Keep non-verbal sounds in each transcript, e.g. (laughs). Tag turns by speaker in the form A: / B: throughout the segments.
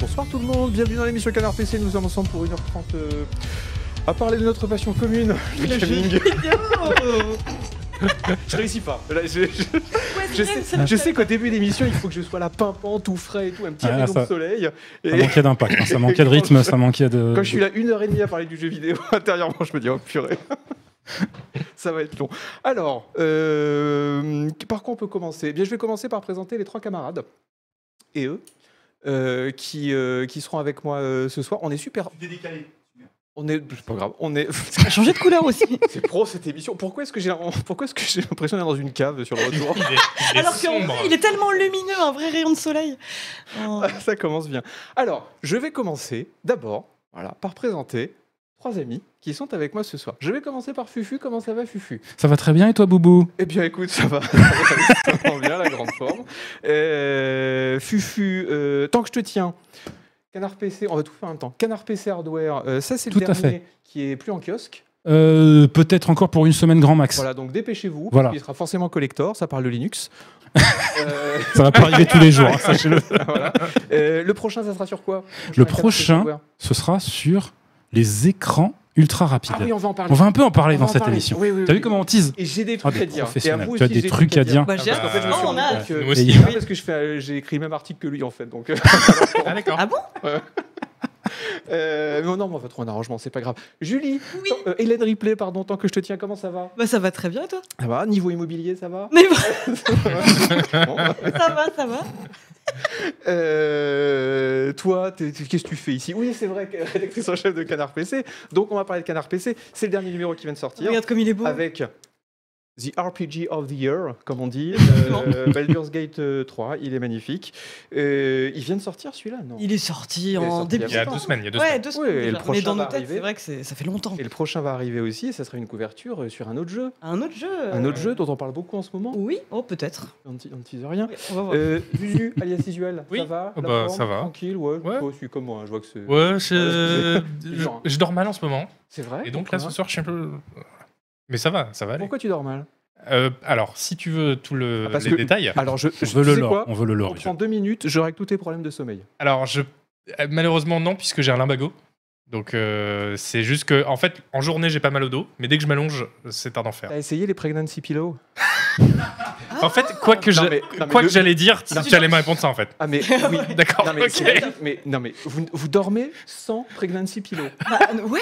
A: Bonsoir tout le monde, bienvenue dans l'émission Canard PC, nous sommes ensemble pour 1h30 euh, à parler de notre passion (laughs) commune, le gaming. je réussis pas. Là, je, je- je sais, je sais qu'au début d'émission, il faut que je sois là pimpant, tout frais et tout, un petit
B: Ah,
A: rayon
B: ça-
A: de soleil. Et
B: Ça manquait d'impact,
A: (laughs)
B: hein, ça manquait de rythme, ça manquait de.
A: quand je suis là une heure et demie à parler du jeu vidéo, (laughs) intérieurement, je me dis, oh purée. (laughs) Ça va être long. Alors, euh, par quoi on peut commencer Eh Bien, je vais commencer par présenter les trois camarades et eux euh, qui, euh, qui seront avec moi euh, ce soir. On est super. On est, c'est pas grave. On est,
C: a changé de couleur aussi.
A: (laughs) c'est pro cette émission. Pourquoi est-ce que j'ai, pourquoi est-ce que j'ai l'impression d'être dans une cave sur le retour
D: Il est
C: Alors
D: sombre.
C: qu'il est tellement lumineux, un vrai rayon de soleil. Oh.
A: Ah, (laughs) Ça commence bien. Alors, je vais commencer d'abord, voilà, par présenter trois amis qui sont avec moi ce soir. Je vais commencer par Fufu. Comment ça va, Fufu
B: Ça va très bien et toi, Boubou
A: Eh bien, écoute, ça va. (laughs) ça va extrêmement bien, la grande forme. Euh, Fufu, euh, tant que je te tiens. Canard PC, on va tout faire en même temps. Canard PC Hardware, euh, ça c'est le
B: Tout à
A: dernier qui est plus en kiosque.
B: Euh, Peut-être encore pour une semaine grand max.
A: Voilà, donc dépêchez-vous.
B: Voilà.
A: Il sera forcément collector, ça parle de
B: (laughs)
A: Linux. Euh,
B: Ça va pas arriver tous les
A: (laughs)
B: jours, hein, sachez-le.
A: voilà. Euh, le prochain, ça sera sur quoi
B: Le
A: Canard PC
B: prochain-
A: Hardware.
B: Ce sera sur les écrans ultra rapides.
A: Ah oui, on va en parler.
B: On va un peu en parler
A: On va
B: dans
A: en
B: cette
A: parler.
B: émission.
A: Oui, oui,
B: T'as
A: oui.
B: vu comment on tease
A: Et j'ai des
B: Ah,
A: trucs
B: des
A: à dire. Et à
B: professionnels.
A: vous
B: Tu as
A: aussi,
B: des
A: j'ai
B: trucs à dire.
C: Bah, j'ai
A: Ah bah,
C: hâte.
A: en fait, je me suis
C: Oh, on
A: rendu
C: a
A: compte
C: hâte.
A: que-
D: Nous
A: Mais
D: aussi.
A: il y a- parce que je fais, euh, j'ai écrit le même article que lui en fait. Donc, euh,
D: Ah, d'accord.
C: Ah bon
A: euh, mais non, mais on va trouver un arrangement, c'est pas grave. Julie,
C: Oui.
A: tant- euh, Hélène Ripley, pardon, tant que je te tiens, comment ça va
C: Bah ça va très bien et toi
A: Ça va. Niveau immobilier, ça va
C: Mais ça va, ça va.
A: Euh, Toi, t'es- t'es- qu'est-ce que tu fais ici Oui, c'est vrai, (laughs) rédactrice en chef de Canard PC. Donc, on va parler de Canard PC. C'est le dernier numéro qui vient de sortir.
C: Regarde comme il est beau.
A: avec The RPG of the Year, comme on
C: (laughs)
A: dit,
C: Exactement.
A: euh, Baldur's Gate euh, 3, il est magnifique. Euh, il vient de sortir celui-là, non
C: Il est sorti
A: est
C: en
A: sorti
C: début
D: Il y a
A: Attends.
D: deux semaines, il y a deux
C: Ouais,
D: semaines.
C: deux
A: Oui, et
C: semaines.
A: le
C: déjà.
A: prochain
C: Mais dans
A: va
C: nos têtes,
A: arriver.
C: c'est vrai que c'est- ça fait longtemps.
A: Et le prochain va arriver aussi, et ça sera une couverture euh, sur un autre jeu.
C: Un autre jeu.
A: Un autre
C: euh,
A: jeu dont on parle beaucoup en ce moment,
C: Oui, oh peut-être.
A: on ne te- on ne tease rien.
C: Oui, on va voir.
A: Euh,
C: (laughs)
A: Zuzu, alias Isuel, ça
D: Oui.
A: va
D: Oh
A: La
D: bah,
A: forme
D: ça va.
A: Tranquille, ouais.
D: Ouais.
A: Toi aussi, comme moi, hein, je vois que c'est...
D: Ouais, je... (laughs) je...
A: Genre. hein.
D: je dors mal en ce moment.
A: C'est vrai
D: Et donc là, ce
A: pourquoi
D: soir, je suis un peu. Mais ça va, ça va aller.
A: Pourquoi tu dors mal
D: Euh, alors, si tu veux tout le
A: Ah, parce
D: les
A: que-
D: détails,
A: Alors, je,
B: On
A: je
B: veut le
A: sais
B: lore,
A: quoi
B: on veut le
A: On
B: lore.
A: prend deux minutes, je règle tous tes problèmes de sommeil.
D: alors je euh, malheureusement non, puisque j'ai un lumbago. Donc euh, c'est juste que en fait, en journée, j'ai pas mal au dos, mais dès que je m'allonge, c'est un enfer.
A: T'as essayé les pregnancy pillows
D: En fait, quoi que
A: Ah Non,
D: je-
A: mais- non, mais
D: quoi
A: le-
D: que j'allais dire, tu
A: Non.
D: tu allais me répondre ça en fait.
A: (laughs) Ah
C: (laughs)
A: mais oui,
D: D'accord. (laughs)
A: Non mais,
D: ok.
A: c'est- mais- non, mais vous, vous dormez sans pregnancy pillow.
C: Bah, ouais,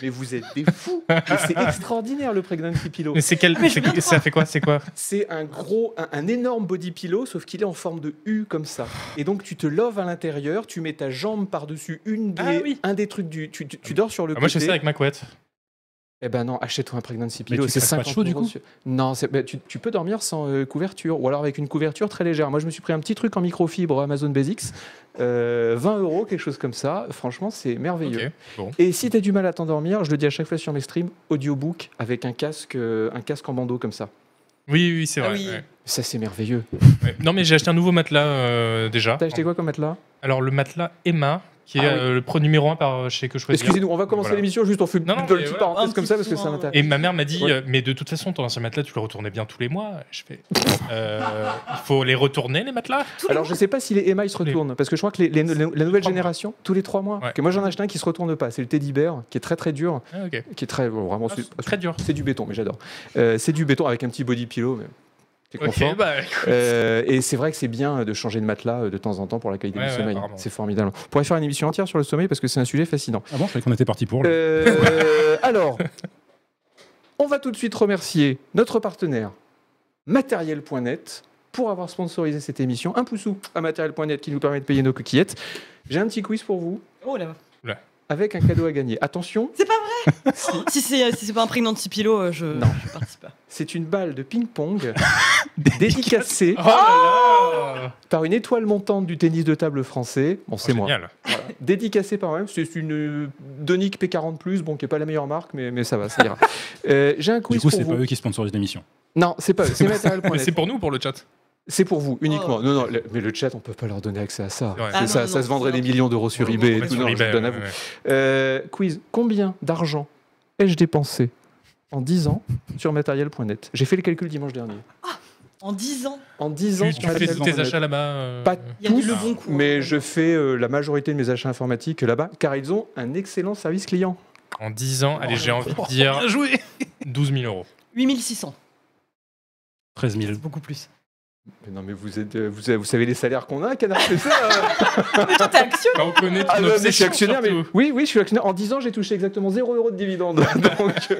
A: Mais vous êtes des fous. Et c'est extraordinaire le pregnancy pillow.
D: Mais c'est quel
C: Mais je
D: c'est-
C: viens de
D: ça fait quoi
A: (laughs)
D: C'est quoi
A: C'est un gros, un, un énorme body pillow, sauf qu'il est en forme de U comme ça. Et donc tu te loves à l'intérieur, tu mets ta jambe par dessus une des,
D: Ah oui.
A: un des trucs du, tu, tu- tu dors sur le
D: Ah,
A: côté.
D: Moi, je fais ça avec ma couette.
A: Eh ben non, achète-toi un pregnancy
B: Mais
A: pillow.
B: tu
A: C'est
B: te fasses pas
A: 50
B: chaud, du
A: euros
B: coup
A: sur- Non, c'est- ben, tu, tu peux dormir sans euh, couverture ou alors avec une couverture très légère. Moi, je me suis pris un petit truc en microfibre Amazon Basics, euh, 20 euros, quelque chose comme ça. Franchement, c'est merveilleux.
D: Ok. Bon.
A: Et si t'as du mal à t'endormir, je le dis à chaque fois sur mes streams, audiobook avec un casque, euh, un casque en bandeau comme ça.
D: Oui, oui, c'est
C: Ah
D: vrai.
C: oui.
D: ouais.
A: Ça c'est merveilleux.
D: Ouais. Non, mais j'ai acheté un nouveau matelas euh, déjà.
A: T'as acheté quoi comme matelas
D: Alors, le matelas Emma, qui est
A: Ah oui.
D: euh, le pro numéro 1 par euh, chez que je choisis.
A: Excusez-nous, on va commencer
D: Voilà.
A: l'émission juste on fait une
D: Non, non,
A: petite
D: mais voilà.
A: parenthèse
C: Un
A: comme
C: petit
A: ça parce que
C: point.
A: ça m'intéresse.
D: Et ma mère m'a dit,
A: Ouais.
D: euh, mais de toute façon, ton ancien matelas, tu le retournais bien tous les mois. Je fais, euh, il faut les retourner, les matelas
C: tout le
A: Alors je sais pas si les Emma ils se
D: Les-
A: retournent parce que je crois que les, les- les- la nouvelle
D: trois
A: génération tous les trois mois.
D: Ouais.
A: Que moi j'en ai acheté un qui se retourne pas. C'est le Teddy Bear qui est très très dur,
D: Ah, ok.
A: qui est très bon, vraiment
D: Ah,
A: c'est-
D: c'est Très dur.
A: c'est du béton mais j'adore. Euh, c'est du béton avec un petit body pillow mais t'es content.
D: Ok, bah,
A: Euh, et c'est vrai que c'est bien de changer de matelas euh, de temps en temps pour la qualité
D: Ouais,
A: du
D: ouais,
A: sommeil.
D: apparemment.
A: C'est formidable. On pourrait faire une émission entière sur le sommeil parce que c'est un sujet fascinant.
B: Ah bon, je croyais qu'on était parti pour. là.
A: Euh, alors, on va tout de suite remercier notre partenaire matériel.net pour avoir sponsorisé cette émission. Un poussou à matériel.net qui nous permet de payer nos coquillettes. J'ai un petit quiz pour vous
C: Oh là.
A: avec un cadeau à gagner. Attention,
C: Si c'est euh, si c'est pas un prégnant de Pilo, euh, je
A: Non.
C: je participe pas.
A: c'est une balle de
D: (laughs)
A: ping-pong dédicacée
D: oh là là
A: par une étoile montante du tennis de table français. Bon, c'est
D: Oh,
A: moi.
D: Génial.
A: dédicacée par moi-même. C'est une euh, Donic P40+, bon, qui n'est pas la meilleure marque, mais, mais ça va, ça
D: (laughs)
A: ira. Euh, J'ai un quiz
B: du coup,
A: pour
B: c'est
A: vous.
B: pas eux qui sponsorisent l'émission.
A: Non, c'est pas eux,
D: (laughs)
A: c'est
D: Mais c'est
A: matériel.net.
D: pour nous ou pour le chat
A: C'est pour vous, uniquement. Non, non, le- mais le chat, on peut pas leur donner accès à ça.
D: C'est vrai.
A: C'est
D: Ah
C: Oh. non,
A: ça,
C: non,
A: ça se
C: non,
A: vendrait
C: c'est
A: des millions d'euros sur
D: On
A: eBay
D: va
A: et tout.
D: sur
A: Non, je
D: eBay,
A: le donne à
D: ouais,
A: vous.
D: ouais.
A: Euh, quiz, combien d'argent ai-je dépensé en 10 ans sur matériel.net J'ai fait le calcul dimanche dernier.
C: En 10 ans,
A: En 10 ans,
D: Tu, tu
A: pas
D: fais
A: tellement,
D: tes
A: mais-
D: achats là-bas euh,
A: Pas
C: il y a eu
A: tous,
C: le bon coup.
A: mais je fais euh, la majorité de mes achats informatiques là-bas, car ils ont un excellent service client.
D: en 10 ans. Allez, j'ai
A: Oh,
D: envie de dire 12 000 euros.
C: 8600,
B: 13 000.
C: beaucoup plus.
A: Mais non, mais vous, êtes, euh, vous, vous savez les salaires qu'on a, Canard PC, euh.
C: Mais toi, t'es anxieux
D: Bah, on connaît
A: (laughs)
D: ton
A: Ah, bah, mais je suis
D: obsession,
A: actionnaire, mais...
D: surtout.
A: Oui, oui, je suis actionnaire. En 10 ans, j'ai touché exactement 0 euros de dividende. (laughs) Donc, euh,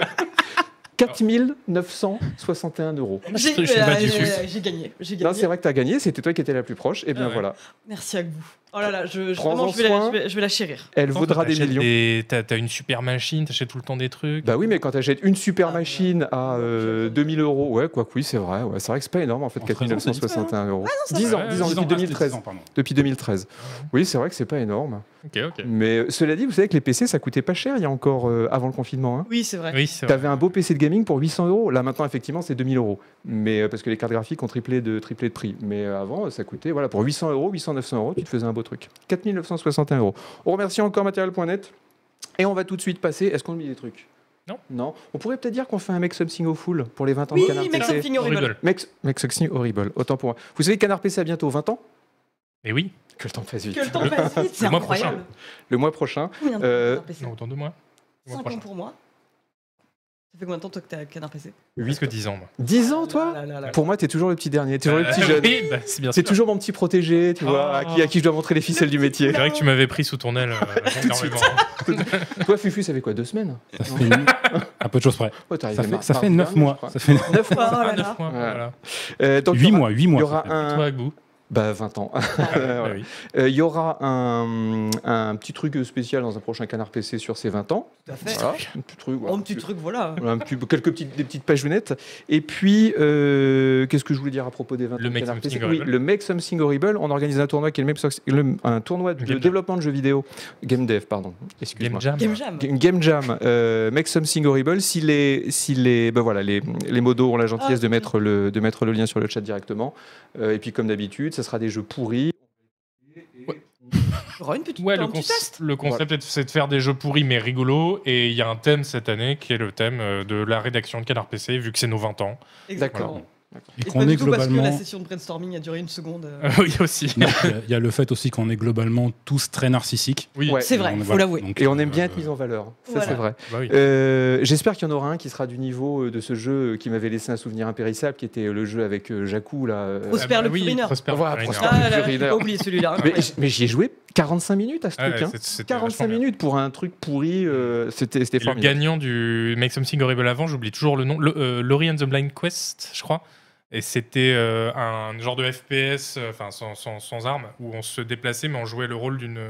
A: 4961 euros.
C: J'ai euh,
D: je suis pas du
C: j'ai-
D: tout.
C: j'ai gagné, j'ai
A: Non,
C: gagné.
A: c'est vrai que t'as gagné, c'était toi qui étais la plus proche. Et bien
D: Ah ouais.
A: voilà,
C: Merci à vous. Oh là là, je, je-
A: Prends-en
C: vraiment, je vais, la,
A: soin.
C: je, vais, je vais la chérir.
A: elle
D: Attends,
A: vaudra
D: toi,
A: des
D: t'achètes
A: millions.
D: T'as t'as une super machine, t'achètes tout le temps des trucs.
A: Bah oui, mais quand t'achètes une super
C: Ah,
D: bah,
A: machine à euh, 2000 euros, ouais, quoi que oui, c'est vrai. ouais, c'est vrai que c'est pas énorme en fait,
B: En 13
A: 4961 euros. 10 ans,
D: va.
A: 10 ans,
D: Ouais,
A: depuis 2013. Depuis 2013. Oui, c'est vrai que c'est pas énorme.
D: Ok, ok.
A: Mais euh, cela dit, vous savez que les PC, ça coûtait pas cher il y a encore euh, avant le confinement. Hein.
C: Oui, c'est vrai.
D: Oui, c'est vrai.
A: T'avais un beau PC de gaming pour 800 euros. Là maintenant, effectivement, c'est 2000 euros. Mais euh, parce que les cartes graphiques ont triplé de, triplé de prix. Mais euh, avant, ça coûtait, voilà, pour 800 euros, 800, 900 euros, tu te faisais un beau truc. 4961 euros. On remercie encore matériel.net. Et on va tout de suite passer. Est-ce qu'on oublie des trucs
D: Non.
A: Non. On pourrait peut-être dire qu'on fait un Make Something au Full pour les 20 ans
C: Oui,
A: de Canard
C: Make
A: PC.
C: Something Horrible.
D: Horrible.
A: Make, Make Something horrible. Autant pour moi. Vous savez, Canard PC a bientôt 20 ans.
D: Mais oui,
A: Que le temps passe vite.
C: Que le temps passe vite, c'est
D: Le mois
C: incroyable.
A: Le mois prochain.
C: Combien de
A: Euh,
C: temps t'as PC
D: non, autant de moi.
C: 5
D: Moi,
C: ans
D: franchement,
C: pour moi. Ça fait combien de temps toi que t'as canard PC
D: Presque 10 ans. moi.
A: 10 ans, Oh, toi
C: Là, là, là, là.
A: Pour moi, t'es toujours le petit dernier, toujours le petit
D: Euh,
A: jeune.
D: oui, bah, c'est bien
A: C'est
D: sûr.
A: toujours mon petit protégé, tu vois,
D: Ah.
A: à qui, à qui je dois montrer les ficelles du métier.
D: (laughs) C'est vrai que tu m'avais pris sous ton aile
A: (laughs)
D: euh, énormément.
A: Toi, Fufu, ça fait quoi, deux semaines
B: Ça fait une- à peu de choses près.
A: Ouais, t'es arrivé
B: Ça fait,
A: mar-
B: ça fait
A: mardi
B: 9
A: dernier,
B: mois.
A: je crois.
B: Ça fait
A: Neuf
C: Oh
A: mois.
C: là
D: Ah,
C: là.
D: neuf mois,
A: Ouais.
D: voilà.
A: Euh, donc,
B: 8
A: il y aura-
B: mois, 8 mois.
A: Il y aura
B: ça fait.
A: un.
D: Toi, Agbou.
A: Bah, 20 ans. (laughs)
D: Bah
A: Euh,
D: oui.
A: Il y aura un, un petit truc spécial dans un prochain canard PC sur ses 20 ans.
C: Tout à fait.
A: Voilà, un petit truc. voilà,
C: Un petit truc, voilà.
A: Voilà, un petit- quelques petites, des petites pagounettes. Et puis, euh, qu'est-ce que je voulais dire à propos des 20
D: Le
A: ans de
D: Make
A: Canard
D: Something
A: PC Oui,
D: Horrible.
A: le Make Something Horrible. On organise un tournoi qui est le Make Sox- le- un tournoi de
D: Game Jam.
A: développement de jeux vidéo. Game Dev, pardon.
D: Game
A: Excuse-moi.
D: Jam.
C: Game Jam.
A: Game- Game Jam, euh, Make Something Horrible. Si les, si les, ben voilà, les, les modos ont la gentillesse de, mettre le, de mettre le lien sur le chat directement. Euh, et puis, comme d'habitude, ça sera des jeux pourris.
C: Il y aura une petite
D: Ouais,
C: un
D: le,
C: petit
D: conce-
C: test.
D: le concept, c'est de faire des jeux pourris mais rigolos. Et il y a un thème cette année qui est le thème euh, de la rédaction de Canard PC, vu que c'est nos
A: (laughs)
D: 20 ans.
A: D'accord.
B: Et
C: Et qu'on
B: qu'on
C: Parce
B: est
C: que la
B: globalement.
C: session de brainstorming a duré une seconde. euh.
D: Euh, oui, aussi.
B: Non, Il y a- il y, a le fait aussi qu'on est globalement tous très narcissiques.
D: Oui,
A: Ouais.
C: C'est vrai,
B: On-
C: faut
B: voilà.
C: l'avouer.
B: Donc,
A: Et on aime bien
B: euh,
A: être mis en valeur. Ça,
C: Voilà.
A: c'est vrai.
D: bah oui.
A: Euh, J'espère qu'il y en aura un qui sera du niveau euh, de ce jeu euh, qui m'avait laissé un souvenir impérissable, qui était euh, le jeu avec euh, Jakku. Là, euh.
C: Prosper
D: Ah bah
C: le
D: oui,
C: Purineur.
D: Prosper le
A: Voilà,
D: Purineur.
A: Prosper.
C: Ah là là, j'ai
A: Purineur.
C: pas oublié celui-là.
A: Mais,
C: incroyable.
A: mais j'y ai joué 45 minutes à ce
D: Ah,
A: truc. hein.
D: c'est- c'était
A: 45
D: vachement bien.
A: minutes pour un truc pourri, euh, c'était c'était
D: Et le
A: formidable.
D: gagnant du Make Something Horrible avant, j'oublie toujours le nom, le, euh, Laurie and the Blind Quest, je crois. Et c'était euh, un genre de FPS, euh, enfin sans, sans, sans armes, où on se déplaçait, mais on jouait le rôle d'une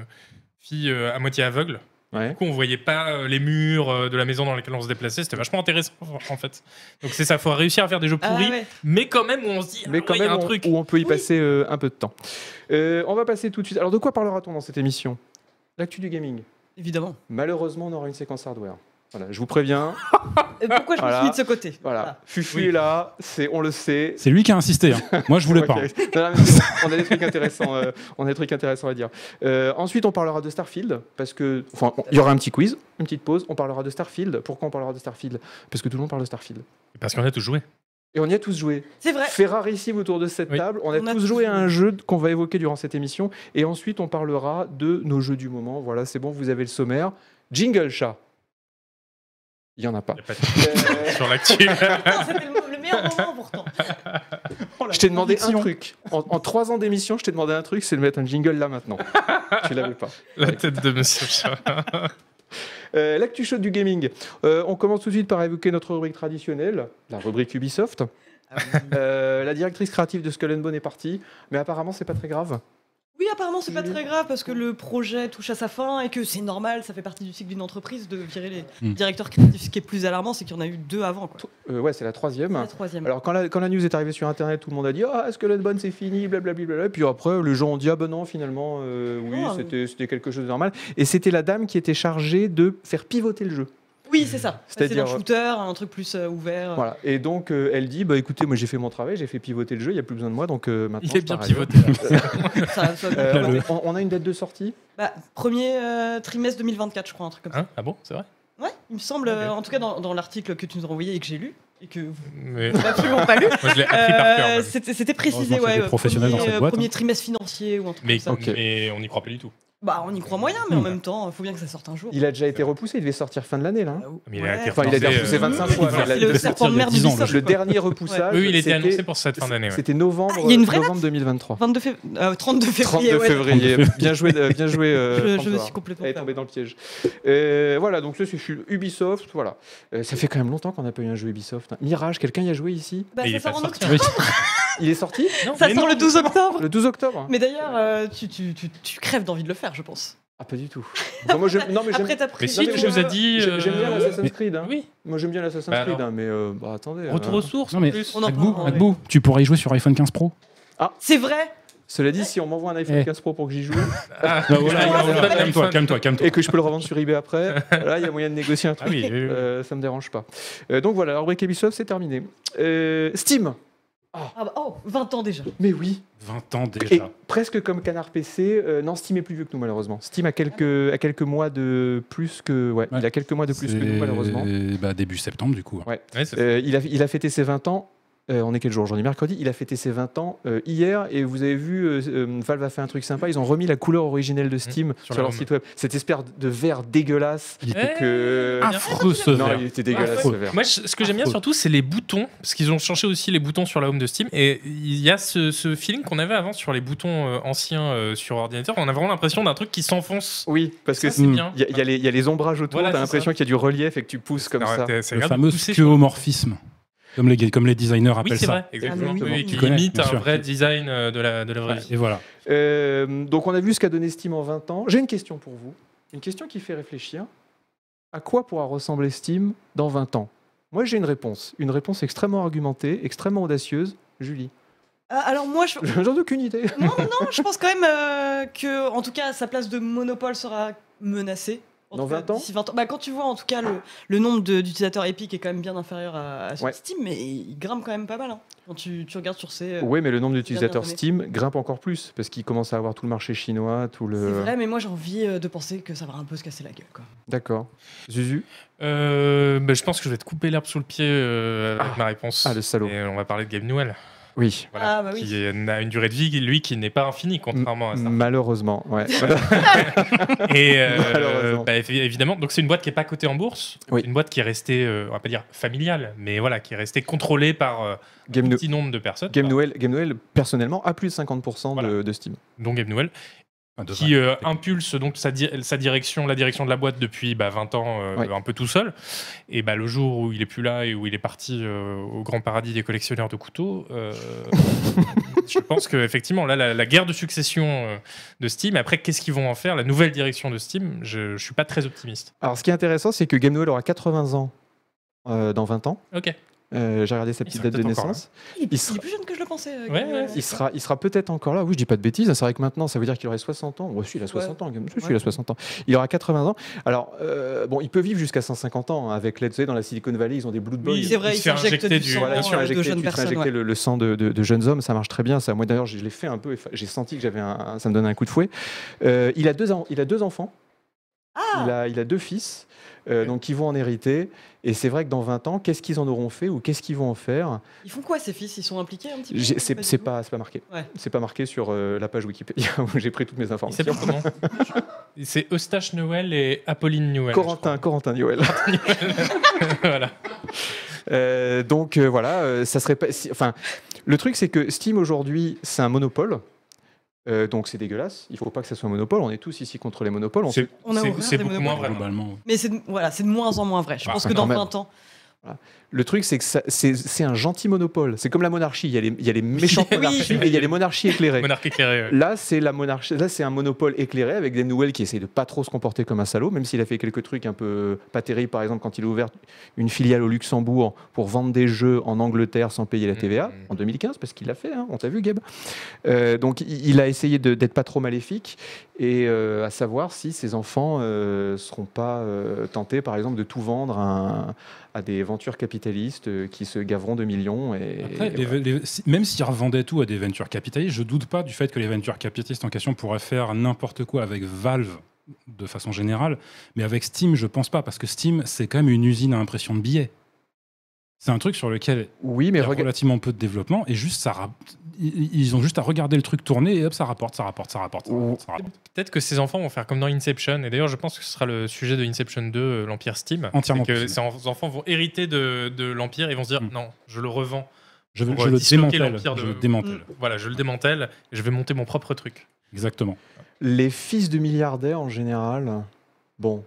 D: fille euh, à moitié aveugle.
A: Ouais.
D: Du coup, on voyait pas euh, les murs euh, de la maison dans laquelle on se déplaçait. C'était vachement intéressant, en fait. Donc c'est ça, faut réussir à faire des jeux
C: Ah
D: pourris,
C: ouais.
D: mais quand même où on se dit,
A: Mais
D: ah
A: quand
D: ouais, il y
A: même,
D: a un
A: on-
D: truc.
A: où on peut y
C: Oui.
A: passer euh, un peu de temps. Euh, on va passer tout de suite. Alors, de quoi parlera-t-on dans cette émission L'actu du gaming.
C: Évidemment.
A: Malheureusement, on aura une séquence hardware. Voilà, je vous préviens.
C: Et Euh, pourquoi je me
A: Ah, Voilà.
C: suis mis de ce côté
A: Voilà. Fufu
D: Ah, Oui.
A: est là, c'est- on le sait,
B: C'est lui qui a insisté. hein. Moi, je voulais
A: Ouais,
B: pas. hein.
A: qui reste. Non, non, mais c'est bon, on a des trucs intéressants. euh, on a des trucs intéressants à dire. Euh, ensuite, on parlera de Starfield parce que, enfin, on- il y aura un petit quiz, une petite pause. On parlera de Starfield. Pourquoi on parlera de Starfield Parce que tout le monde parle de Starfield.
D: Parce qu'on a tout joué.
A: Et on y a tous joué.
C: C'est vrai.
A: Ferrarissime autour de cette
D: Oui.
A: table. On a, tous, joué à un jeu qu'on va évoquer durant cette émission. Et ensuite, on parlera de nos jeux du moment. Voilà, c'est bon, vous avez le sommaire. Jingle chat. Il y en a pas.
D: Y a pas de- (laughs)
A: Euh,
D: sur l'actu.
C: Putain, C'était le le meilleur moment pourtant. Oh la
A: Je t'ai demandé un
C: conviction.
A: truc. En, en trois ans d'émission, je t'ai demandé un truc, c'est de mettre un jingle là maintenant. tu l'avais pas.
D: la tête de Monsieur Chat.
A: Euh, L'actu chaude du gaming. Euh, on commence tout de suite par évoquer notre rubrique traditionnelle, la rubrique Ubisoft.
C: Ah oui.
A: Euh, la directrice créative de Skull and Bone est partie, mais apparemment c'est pas très grave.
C: Oui, apparemment, c'est pas très grave parce que le projet touche à sa fin et que c'est normal, ça fait partie du cycle d'une entreprise de virer les
B: Hmm.
C: directeurs créatifs. Ce qui est plus alarmant, c'est qu'il y en a eu deux avant. Quoi.
A: Euh, ouais, c'est la troisième.
C: La troisième.
A: Alors quand la, quand la news est arrivée sur internet, tout le monde a dit ah Skull and Bone c'est fini, blablabla. Et puis après les gens ont dit ah ben non finalement euh, oui
C: Ah,
A: c'était c'était quelque chose de normal. Et c'était la dame qui était chargée de faire pivoter le jeu.
C: oui, c'est ça. C'est
A: C'est-à-dire-
C: un shooter, un truc plus euh, ouvert.
A: Voilà. Et donc euh, elle dit bah écoutez moi j'ai fait mon travail, j'ai fait pivoter le jeu, il y a plus besoin de moi donc euh, maintenant.
D: Il est
A: je
D: bien
A: pars ailleurs.
D: pivoté. là.
C: Ça- ça-
A: Euh,
B: Là, le-
A: on, on a une date de sortie.
C: bah, premier euh, trimestre 2024, je crois, un truc comme ça.
D: Hein ah bon, c'est vrai
C: Ouais, il me semble,
D: Ok.
C: euh, en tout cas dans, dans l'article que tu nous as envoyé et que j'ai lu, et que vous
D: Mais
C: n'avez absolument pas lu.
D: moi, je l'ai appris par cœur.
C: Euh,
D: même.
C: C'était c'était précisé,
B: Heureusement qu'il y a
C: ouais.
B: Oh, des professionnels dans
C: premier,
B: cette boîte,
C: premier
B: hein.
C: trimestre financier ou un truc
D: Mais,
C: comme ça.
A: Ok.
D: mais on n'y croit pas du tout.
C: Bah, on y croit moyen, mais en
B: Hmm.
C: même temps, il faut bien que ça sorte un jour.
A: Il a déjà été repoussé, il devait sortir fin de l'année là. hein.
C: Bah,
D: Mais
C: ouais.
D: il a été
A: Enfin, il a été repoussé
D: euh,
A: 25 fois,
D: enfin,
A: mais la-
C: le
B: de
C: serpent de
B: sortir
C: mer
B: il y a
C: du
B: 10 ans,
D: Ah,
C: Ubisoft.
A: Le
C: quoi.
A: dernier repoussage,
D: Eux, il était
A: c'était-
D: annoncé pour cette fin d'année. ouais.
A: C'était novembre,
C: Ah, il y a une vraie
A: novembre 2023.
C: 22 fév- euh, 32 février.
A: 32
C: ouais.
A: février. Bien joué, euh, bien joué. euh,
C: Je, je me
A: François.
C: suis complètement
A: Elle est
C: perdue.
A: tombée dans le piège. Euh, voilà, donc là, c'est Ubisoft. Voilà, Euh, ça fait quand même longtemps qu'on n'a pas eu un jeu Ubisoft. hein. Mirage, quelqu'un y a joué ici
C: Bah,
D: Mais il
C: ça
D: est
C: sort
D: pas
C: en
D: sorti.
C: octobre.
B: Oui.
A: Il est sorti
D: Non,
C: Ça
D: mais
C: sort
D: non.
C: le 12 octobre.
A: le 12 octobre. hein
C: Mais d'ailleurs, euh, tu, tu, tu, tu crèves d'envie de le faire, je pense.
A: Ah, pas du tout. Enfin, moi, j'aime- non, mais j'aime
C: Après, t'as
D: Mais
C: pris.
D: si,
A: mais
D: tu
A: je-
D: nous as dit.
A: j'aime- j'aime bien
D: euh,
A: l'Assassin's Creed. hein.
D: Oui,
A: Moi, j'aime bien l'Assassin's
D: Bah,
A: Creed,
D: alors.
A: hein, mais euh, bah, attendez.
D: retour
A: euh,
D: aux sources
B: Non,
D: en
B: mais-
D: plus.
C: On en
B: Agbo,
C: parlera.
B: Agbo, tu pourras y jouer sur iPhone 15 Pro.
C: C'est vrai.
A: Cela dit, si on m'envoie un iPhone
B: Eh.
A: 15 Pro pour que j'y joue
D: Ah,
B: Bah,
D: voilà,
C: voilà, voilà.
D: on va pas
B: Calme-toi,
D: faire
B: calme-toi,
A: et
B: calme-toi.
A: que je peux le revendre sur eBay
D: (laughs)
A: après, là, il y a moyen de négocier un
D: Ah
A: truc.
D: oui, oui, oui.
A: Euh, ça me dérange pas. Euh, donc voilà, la rubrique Ubisoft, c'est terminé. Euh, Steam
C: Ah bah, oh, 20 ans déjà.
A: Mais oui
B: 20 ans déjà.
A: Et presque comme Canard PC, euh, non, Steam est plus vieux que nous, malheureusement. Steam a quelques, a quelques mois de plus que. Ouais,
B: Ouais.
A: il a quelques mois de plus que nous, malheureusement.
B: C'est, bah, début septembre, du coup.
D: Ouais, ça-
A: Euh, il, a, il a fêté ses 20 ans. euh, on est quel jour Aujourd'hui, mercredi. Il a fêté ses 20 ans euh, hier. Et vous avez vu, euh, euh, Valve a fait un truc sympa. Ils ont remis la couleur originelle de Steam sur,
D: la
A: leur
D: home.
A: site web. Cette espèce de vert dégueulasse.
B: Il
D: Eh,
A: que- Ah,
D: bien.
B: Affreux Ah, ce
A: non,
B: verre.
A: il était dégueulasse
B: Affreux.
A: ce vert.
D: Eh. Moi, je- ce que j'aime bien
B: Affreux.
D: surtout, c'est les boutons, parce qu'ils ont changé aussi les boutons sur la home de Steam. Et il y a ce, ce feeling qu'on avait avant sur les boutons euh, anciens euh, sur ordinateur. On a vraiment l'impression d'un truc qui s'enfonce.
A: Oui, parce que
D: Ça, c'est
B: Mm.
D: bien.
A: il y, a- il y a les- il y a les ombrages autour.
D: Ah, Voilà,
A: T'as
D: c'est
A: l'impression qu'il y a du relief et que tu pousses comme
D: Alors,
A: ça.
D: t'es- Ah c'est
B: Le
D: grave de
B: fameux
D: pousser sur-
B: skeuomorphisme. Comme les, comme les designers appellent
D: Oui, c'est
B: ça.
D: vrai, exactement.
C: Ah, mais oui.
D: Oui, qui
B: Tu connais,
D: imite
B: bien
D: un
B: sûr.
D: vrai design euh, de la, de la vraie
B: Ouais,
D: vie.
B: Et voilà.
A: Euh, donc on a vu ce qu'a donné Steam en 20 ans. J'ai une question pour vous. Une question qui fait réfléchir. À quoi pourra ressembler Steam dans 20 ans Moi j'ai une réponse. Une réponse extrêmement argumentée, extrêmement audacieuse. Julie. (laughs)
C: Ah, alors moi, je,
A: J'en ai aucune idée.
C: Non, non, non, je pense quand même euh, que, en tout cas, sa place de monopole sera menacée. En
A: Dans
C: tout cas,
A: 20 ans
C: d'ici Bah, quand tu vois, en tout cas, le, le nombre de- d'utilisateurs Epic est quand même bien inférieur à, à sur
A: Ouais.
C: Steam, mais il grimpe quand même pas mal. hein. Quand tu, tu regardes sur ces. euh,
A: Oui, mais le nombre d'utilisateurs
C: Dernière
A: Steam grimpe encore plus parce qu'ils commencent à avoir tout le marché chinois, tout
C: C'est
A: le.
C: vrai, mais moi j'ai envie euh, de penser que ça va un peu se casser la gueule. Quoi.
A: D'accord. Zuzu.
D: Euh, bah, je pense que je vais te couper l'herbe sous le pied euh, avec
A: Ah.
D: ma réponse.
A: Ah le salaud.
D: Et on va parler de Gabe Newell,
A: Oui.
D: voilà,
C: Ah, bah oui.
D: qui est- n'a une durée de vie, lui, qui n'est pas infinie, contrairement à ça.
A: Mm. Malheureusement. Ouais.
D: Et euh,
A: (laughs) Malheureusement.
D: bah, évi- évidemment, donc c'est une boîte qui est pas cotée en bourse,
A: Oui.
D: une boîte qui est restée, euh, on va pas dire familiale, mais voilà, qui est restée contrôlée par euh,
A: Game,
D: un
A: No-
D: petit nombre de personnes,
A: Game
D: voilà,
A: Noël, Game Noël, personnellement, a plus de 50% de,
D: Voilà.
A: de Steam.
D: dont Game Newell,
B: Enfin, de vrai.
D: qui euh, impulse donc sa, di- sa direction, la direction de la boîte depuis bah, 20 ans, euh,
A: Ouais.
D: un peu tout seul. Et bah, le jour où il est plus là et où il est parti euh, au grand paradis des collectionneurs de couteaux, euh, (laughs) je pense que effectivement là, la, la guerre de succession euh, de Steam. Après, qu'est-ce qu'ils vont en faire La nouvelle direction de Steam, je, je suis pas très optimiste.
A: Alors, ce qui est intéressant, c'est que Game Noël aura 80 ans euh, dans 20 ans.
D: Ok.
A: Euh, J'ai regardé sa
D: Il
A: petite
D: sera
A: date de
D: peut-être encore
A: naissance.
C: Il, est-
A: Il sera-
C: il est plus jeune que je le pensais. euh,
D: Ouais,
C: Gabriel,
D: ouais,
C: euh,
A: Il sera, il sera peut-être encore là. Oui, je dis pas de bêtises. hein, C'est vrai que maintenant, ça veut dire qu'il aurait 60 ans. Ouais, si, il a 60 ans. Game- si, si, il a
C: Ouais.
A: 60 ans. Il aura 80 ans. Alors, euh, bon, il peut vivre jusqu'à 150 ans. hein, Avec, let's say, dans la Silicon Valley, ils ont des Blood Boys.
C: Oui, c'est vrai,
D: Il se
C: il
D: fait
C: s'injecte
D: injecter
C: du
D: du-
C: sang
A: Voilà,
D: Vraiment,
A: tu te fais
C: euh, de
A: injecter,
C: jeunes
A: tu te fais
C: personnes.
A: injecter
C: ouais.
A: le, le sang de, de- de jeunes hommes, ça marche très bien. Ça. Moi d'ailleurs, je, je l'ai fait un peu, et fa- j'ai senti que j'avais un, un- ça me donnait un coup de fouet. Euh, il, a deux, en- il a deux enfants, il,
C: Ah
A: a, il a deux fils, euh,
D: Ok.
A: donc ils vont en hériter. Et c'est vrai que dans 20 ans, qu'est-ce qu'ils en auront fait ou qu'est-ce qu'ils vont en faire
C: Ils font quoi ces fils Ils sont impliqués un petit peu
A: J'ai-
C: ou
A: C'est
C: du
A: c'est
C: tout
A: pas, c'est pas marqué.
C: Ouais.
A: C'est pas marqué sur euh, la page Wikipédia (laughs) où j'ai pris toutes mes
D: Il s'appelle
A: informations.
D: comment (laughs) C'est Eustache Noël et Apolline Noël.
A: Corentin, Corentin
D: (laughs)
A: Yoel.
D: voilà.
A: Euh, donc euh, voilà, euh, ça serait pas. si- enfin, le truc c'est que Steam aujourd'hui, c'est un monopole. Euh, donc c'est dégueulasse. Il faut pas que ça soit un monopole. On est tous ici contre les monopoles. On
D: C'est
C: On a
D: c'est-
C: ouvert
D: c'est
C: des
D: beaucoup
C: monopoles.
D: moins vrai.
B: Globalement.
C: Mais c'est de- voilà, c'est de moins en moins vrai. Je
D: Ah,
C: pense que
A: quand
C: dans
A: même.
C: 20 ans.
A: Le truc, c'est que ça- c'est c'est un gentil monopole. C'est comme la monarchie. Il y a les, il y a les méchantes
D: (laughs) Oui.
A: monarchies et il y a les monarchies éclairées.
D: Monarque éclairé. ouais.
A: Là, c'est la monarchie. Là, c'est un monopole éclairé avec des nouvelles qui essaie de pas trop se comporter comme un salaud, même s'il a fait quelques trucs un peu pas terribles. Par exemple, quand il a ouvert une filiale au Luxembourg pour vendre des jeux en Angleterre sans payer
B: Mmh,
A: la TVA
D: Mhm.
A: en 2015, parce qu'il l'a fait. hein. on t'a vu, Gabe. Euh, donc, il il a essayé de- d'être pas trop maléfique et euh, à savoir si ses enfants euh, seront pas euh, tentés, par exemple, de tout vendre à, à des ventures capitalistes euh, qui se gaveront de millions. Et,
B: Après,
A: et
B: les-
A: voilà.
B: les- si- même s'ils revendaient tout à des ventures capitalistes, je doute pas du fait que les ventures capitalistes en question pourraient faire n'importe quoi avec Valve de façon générale, mais avec Steam, je pense pas, parce que Steam, c'est quand même une usine à impression de billets. C'est un truc sur lequel
A: Oui, mais
B: il y a
A: regarde.
B: relativement peu de développement et juste ça rap- ils ils ont juste à regarder le truc tourner et hop ça rapporte, ça rapporte, ça rapporte, ça rapporte, ça rapporte.
D: Peut-être que ces enfants vont faire comme dans Inception, et d'ailleurs je pense que ce sera le sujet de Inception 2, euh, l'Empire Steam.
B: Entièrement
D: C'est que
B: possible.
D: ces en- enfants vont hériter de, de l'Empire et vont se dire
B: Mm.
D: non, je le revends,
B: Je, vais-
D: Pour,
B: je
D: euh,
B: le
D: disloquer
B: démantèle,
D: l'empire
B: je
D: de- Mm.
B: le démantèle.
D: voilà, je le démantèle et je vais monter mon propre truc.
B: Exactement.
A: Les fils de milliardaires en général, bon.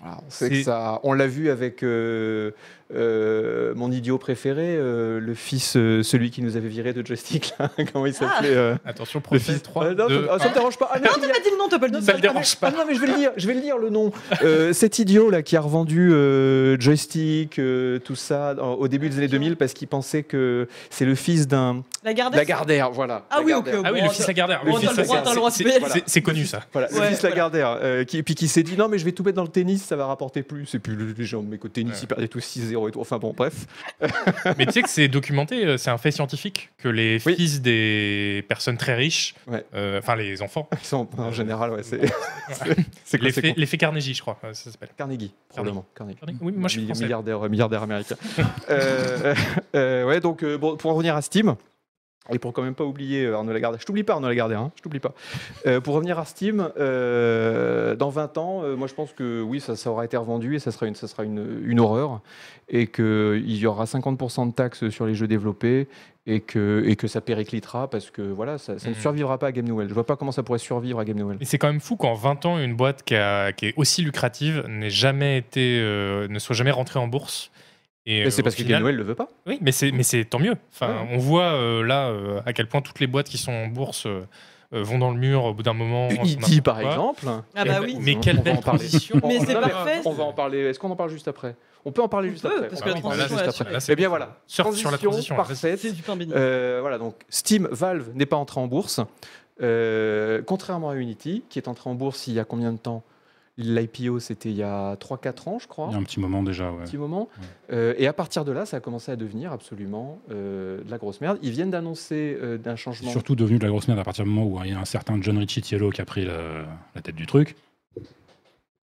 A: Voilà, Ah, on sait que
D: C'est-
A: ça. On l'a vu avec euh, euh, mon idiot préféré, euh, le fils, euh, celui qui nous avait viré de Joystick, là. (laughs) Comment il
C: Ah,
A: s'appelait euh,
D: Attention, procès
A: fils-
D: 3,
A: Ah, non,
D: deux,
A: ça, ah, ça me dérange pas. Ah, non,
C: Non, t'as pas dit le nom, t'as pas le nom.
D: Ça me
A: Ah, mais-
D: dérange pas.
A: (laughs) ah, non, mais je vais le lire, je vais le lire le (laughs) nom. Euh, cet idiot là qui a revendu euh, joystick, euh, tout ça en- au début des années 2000 parce qu'il pensait que c'est le fils d'un
C: La Gardesse.
A: Lagardère, voilà.
C: Ah oui, ok.
A: Lagardère.
D: Ah oui,
C: Bon,
D: le fils Lagardère.
A: le
D: oui,
A: fils
D: ça,
A: Lagardère,
D: c'est-
A: t'as le
C: droit de
D: c'est-
C: payer.
D: c'est- C'est connu ça.
A: Voilà, le
C: Ouais,
A: fils
C: voilà.
A: Lagardère, euh, qui, puis qui s'est dit non mais je vais tout mettre dans le tennis, ça va rapporter plus. Et puis le- les gens de mes côtés, tennis,
D: Ouais.
A: ils perdaient tous 6-0 et tout. Enfin bon, bref.
D: Mais tu sais que c'est documenté, euh, c'est un fait scientifique que les
A: Oui.
D: fils des personnes très riches,
A: Ouais.
D: euh, enfin les
A: (laughs)
D: enfants,
A: Ils sont- en général, ouais, c'est (laughs) c'est quoi, c'est
D: l'effet
A: con.
D: l'effet Carnegie, je crois, euh, ça s'appelle.
A: Carnegie, probablement. Carnegie.
D: Carnegie Oui, moi je suis
A: Milli-
D: français.
A: milliardaire, euh, milliardaire américain. (laughs) Euh, euh, ouais, donc euh, bon, pour en revenir à Steam, et pour quand même pas oublier euh, Arnaud Lagardère, je t'oublie pas Arnaud Lagardère, hein, je t'oublie pas. Euh, pour revenir à Steam, euh, dans 20 ans, euh, moi je pense que oui, ça, ça aura été revendu et ça sera une, ça sera une, une horreur, et qu'il y aura 50% de taxes sur les jeux développés, et que, et que ça périclitera parce que voilà, ça, ça ne
D: Mhm.
A: survivra pas à Game Noël. Je vois pas comment ça pourrait survivre à Game Noël.
D: Mais c'est quand même fou qu'en 20 ans, une boîte qui, a- qui est aussi lucrative n'ait jamais été, euh, ne soit jamais rentrée en bourse. Et,
A: Mais C'est
D: euh,
A: parce
D: au
A: que
D: final-
A: Game Noël le veut pas.
D: Oui, mais c'est mais c'est tant mieux. Enfin,
A: Ouais.
D: on voit euh, là euh, à quel point toutes les boîtes qui sont en bourse euh, euh, vont dans le mur au bout d'un moment. font
A: E.T.
D: n'importe
A: par
D: quoi.
A: exemple.
C: Ah bah
D: Eh ben,
C: oui.
D: Mais
A: On
D: quelle
A: va
D: belle
A: en parler.
D: transition.
A: On-
C: Mais
A: on-
C: c'est
A: non,
C: parfait,
A: On va en parler. Est-ce qu'on en parle juste après On peut en parler
C: On
A: juste
C: peut,
A: après.
C: parce
A: On
D: que
A: peut en
D: la
A: parler juste
D: transition
C: est
A: après.
C: assurée.
D: Là, c'est-
A: Eh bien voilà.
D: Surf sur la transition. là, c'est-
A: parfaite.
C: C'est du pain béni.
A: Euh, voilà donc Steam, Valve n'est pas entré en bourse. Euh, contrairement à Unity, qui est entré en bourse il y a combien de temps L'IPO, c'était il y a 3-4 ans, je crois.
B: Il y a un petit moment déjà. ouais.
A: Un petit moment. Euh, et à partir de là, ça a commencé à devenir absolument euh, de la grosse merde. Ils viennent d'annoncer euh, d'un
B: C'est
A: changement.
B: surtout devenu de la grosse merde à partir du moment où il y a un certain John Ricciello qui a pris la, la tête du truc.